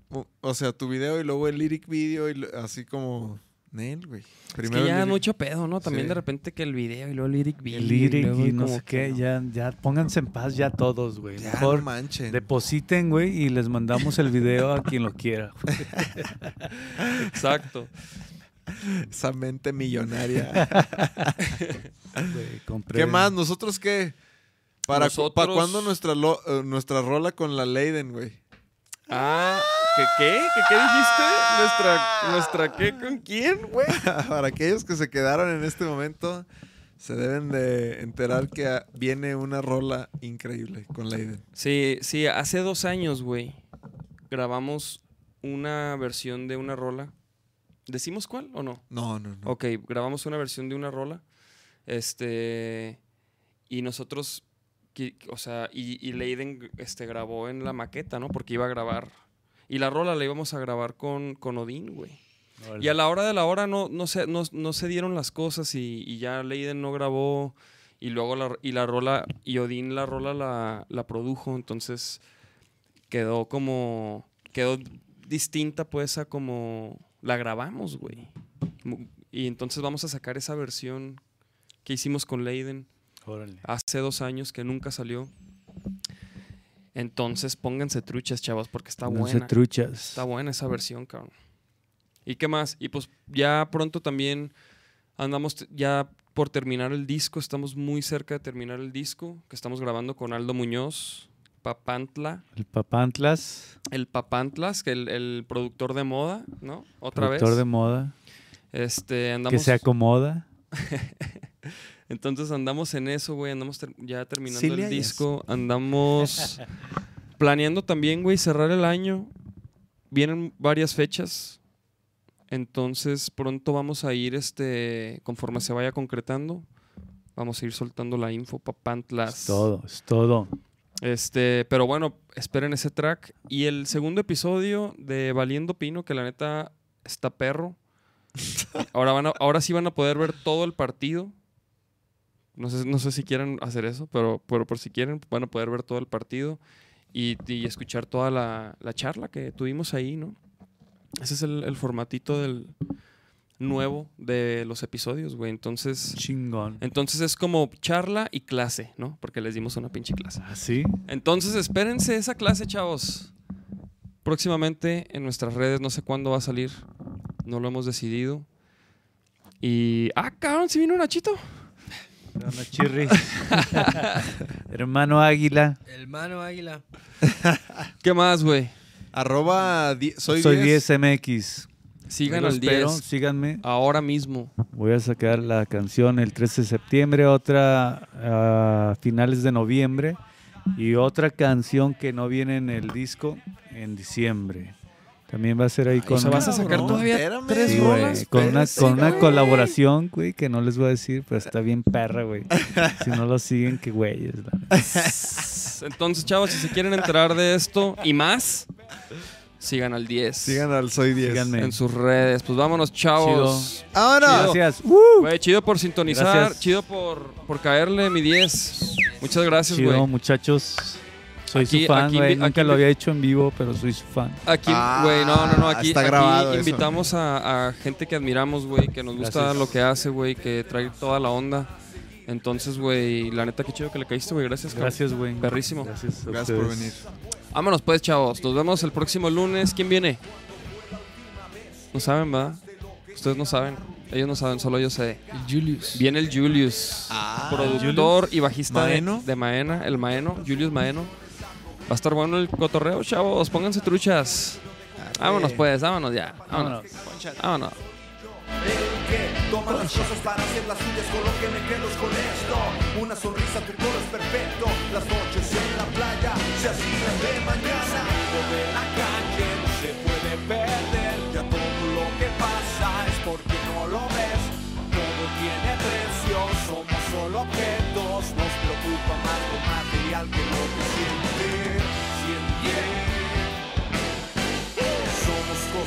Speaker 4: o, o sea, tu video y luego el lyric video? Y lo- así como, Nel, güey.
Speaker 2: Es
Speaker 4: Primero
Speaker 2: que
Speaker 4: el
Speaker 2: ya
Speaker 4: lyric-
Speaker 2: mucho pedo, ¿no? También
Speaker 4: Sí.
Speaker 2: de repente que el video y luego el lyric video.
Speaker 3: El lyric
Speaker 2: luego
Speaker 3: y no
Speaker 2: como
Speaker 3: sé
Speaker 2: que
Speaker 3: qué,
Speaker 2: no.
Speaker 3: ya, ya pónganse en paz ya todos, güey.
Speaker 4: Ya,
Speaker 3: Mejor
Speaker 4: no manchen.
Speaker 3: Depositen, güey, y les mandamos el video a quien lo quiera.
Speaker 2: Exacto. [LAUGHS]
Speaker 4: Esa mente millonaria.
Speaker 3: [LAUGHS] güey, compré-
Speaker 4: ¿Qué más? ¿Nosotros qué? ¿Para, cu- ¿para
Speaker 2: Nosotros-
Speaker 4: cuándo nuestra, lo- eh, nuestra rola con la Leiden, güey?
Speaker 2: Ah, ¿qué qué? ¿Qué, qué dijiste? ¿Nuestra, ¿Nuestra qué con quién, güey?
Speaker 4: [LAUGHS] Para aquellos que se quedaron en este momento, se deben de enterar que ah, viene una rola increíble con Leiden.
Speaker 2: Sí, sí, hace dos años, güey, grabamos una versión de una rola. ¿Decimos cuál o no?
Speaker 4: No, no, no.
Speaker 2: Ok, grabamos una versión de una rola. Este. Y nosotros. qui- O sea, y, y Leiden este, grabó en la maqueta, ¿no? Porque iba a grabar. Y la rola la íbamos a grabar con, con Odín, güey.
Speaker 3: Órale.
Speaker 2: Y a la hora de la hora no, no, se, no, no se dieron las cosas y, y ya Leiden no grabó y luego la, y la rola, y Odín la rola la, la produjo, entonces quedó como, quedó distinta pues a como la grabamos, güey. Mu- Y entonces vamos a sacar esa versión que hicimos con Leiden
Speaker 3: Órale.
Speaker 2: hace dos años que nunca salió. Entonces pónganse truchas, chavos, porque está buena.
Speaker 3: truchas.
Speaker 2: Está buena esa versión, cabrón. ¿Y qué más? Y pues ya pronto también andamos t- ya por terminar el disco, estamos muy cerca de terminar el disco, que estamos grabando con Aldo Muñoz, Papantla,
Speaker 3: El Papantlas,
Speaker 2: el Papantlas, que el, el productor de moda, ¿no? Otra
Speaker 3: productor
Speaker 2: vez.
Speaker 3: de moda,
Speaker 2: Este, andamos
Speaker 3: que se acomoda.
Speaker 2: Entonces andamos en eso, güey. Andamos ter- ya terminando
Speaker 3: Sí le
Speaker 2: el
Speaker 3: hallas.
Speaker 2: disco. Andamos planeando también, güey, cerrar el año. Vienen varias fechas. Entonces pronto vamos a ir, este, conforme se vaya concretando, vamos a ir soltando la info para
Speaker 3: Es todo, es todo.
Speaker 2: Este, pero bueno, esperen ese track. Y el segundo episodio de Valiendo Pino, que la neta está perro. Ahora, van a- ahora sí van a poder ver todo el partido. No sé, no sé si quieren hacer eso, pero, pero por si quieren, van a poder ver todo el partido y, y escuchar toda la, la charla que tuvimos ahí, ¿no? Ese es el, el formatito del nuevo de los episodios, güey. Entonces,
Speaker 3: Chingón.
Speaker 2: entonces es como charla y clase, ¿no? Porque les dimos una pinche clase.
Speaker 3: ¿Así?
Speaker 2: Entonces, espérense esa clase, chavos. Próximamente en nuestras redes, no sé cuándo va a salir. No lo hemos decidido. Y. ¡Ah, cabrón! ¿Se vino Nachito?
Speaker 3: chirris. [LAUGHS] Hermano Águila,
Speaker 6: El mano águila.
Speaker 2: ¿Qué más, güey?
Speaker 4: Arroba die- soy,
Speaker 3: soy,
Speaker 4: 10.
Speaker 3: 10MX.
Speaker 2: Sigan
Speaker 3: Yo
Speaker 2: al
Speaker 3: espero,
Speaker 2: 10.
Speaker 3: Síganme.
Speaker 2: Ahora mismo.
Speaker 3: [LAUGHS] Voy a sacar la canción el 13 de septiembre, otra a finales de noviembre y otra canción que no viene en el disco en diciembre. También va a ser ahí
Speaker 2: O
Speaker 3: con,
Speaker 2: sea, vas a sacar
Speaker 4: Cabrón,
Speaker 2: todavía
Speaker 4: espérame.
Speaker 2: tres
Speaker 3: Sí, güey,
Speaker 2: rolas.
Speaker 3: con una,
Speaker 4: espérate,
Speaker 3: con una
Speaker 4: güey.
Speaker 3: colaboración, güey, que no les voy a decir, pero está bien perra, güey. Si no lo siguen, qué güey. es la neta.
Speaker 2: Entonces, chavos, si se quieren enterar de esto y más, sigan al 10.
Speaker 4: Sigan al soy 10.
Speaker 3: Síganme.
Speaker 2: en sus redes. Pues vámonos, chavos.
Speaker 4: Ahora.
Speaker 2: Chido.
Speaker 3: Gracias. ¡Uh!
Speaker 2: Güey, chido por sintonizar.
Speaker 3: Gracias.
Speaker 2: Chido por, por caerle mi 10. Muchas gracias,
Speaker 3: Chido,
Speaker 2: güey.
Speaker 3: muchachos. Soy
Speaker 2: Aquí-
Speaker 3: su fan,
Speaker 2: aquí
Speaker 3: güey.
Speaker 2: invi-
Speaker 3: Nunca
Speaker 2: aquí
Speaker 3: lo
Speaker 2: invi-
Speaker 3: había hecho en vivo, pero soy su fan.
Speaker 2: Aquí,
Speaker 4: Ah,
Speaker 2: güey, no, no, no, aquí,
Speaker 4: está
Speaker 2: aquí
Speaker 4: grabado eso.
Speaker 2: invitamos a, a gente que admiramos, güey, que nos gusta
Speaker 3: Gracias.
Speaker 2: lo que hace, güey, que trae toda la onda. Entonces, güey, la neta, qué chido que le caíste, güey, gracias. cabrón.
Speaker 3: Gracias, güey.
Speaker 2: Perrísimo.
Speaker 3: Gracias, a
Speaker 4: Gracias por
Speaker 3: ustedes.
Speaker 4: venir.
Speaker 2: Vámonos pues, chavos, nos vemos el próximo lunes. ¿Quién viene? No saben, ¿verdad? Ustedes no saben, ellos no saben, solo yo sé.
Speaker 6: El Julius.
Speaker 2: Viene el Julius,
Speaker 4: Ah,
Speaker 2: productor y bajista de-
Speaker 4: Maeno.
Speaker 2: De, Maena, el Maeno, Julius Maeno. Va a estar bueno el cotorreo, chavos, pónganse truchas. Vámonos pues, vámonos ya, vámonos, vámonos.
Speaker 1: que toma las cosas para hacer las suyas con lo que me quedo es con esto una sonrisa tu coro es perfecto las noches en la playa se hacían de mañana lo de la calle no se puede perder ya todo lo que pasa es porque no lo ves todo tiene precio somos solo objetos nos preocupa más lo material que lo que siente siente somos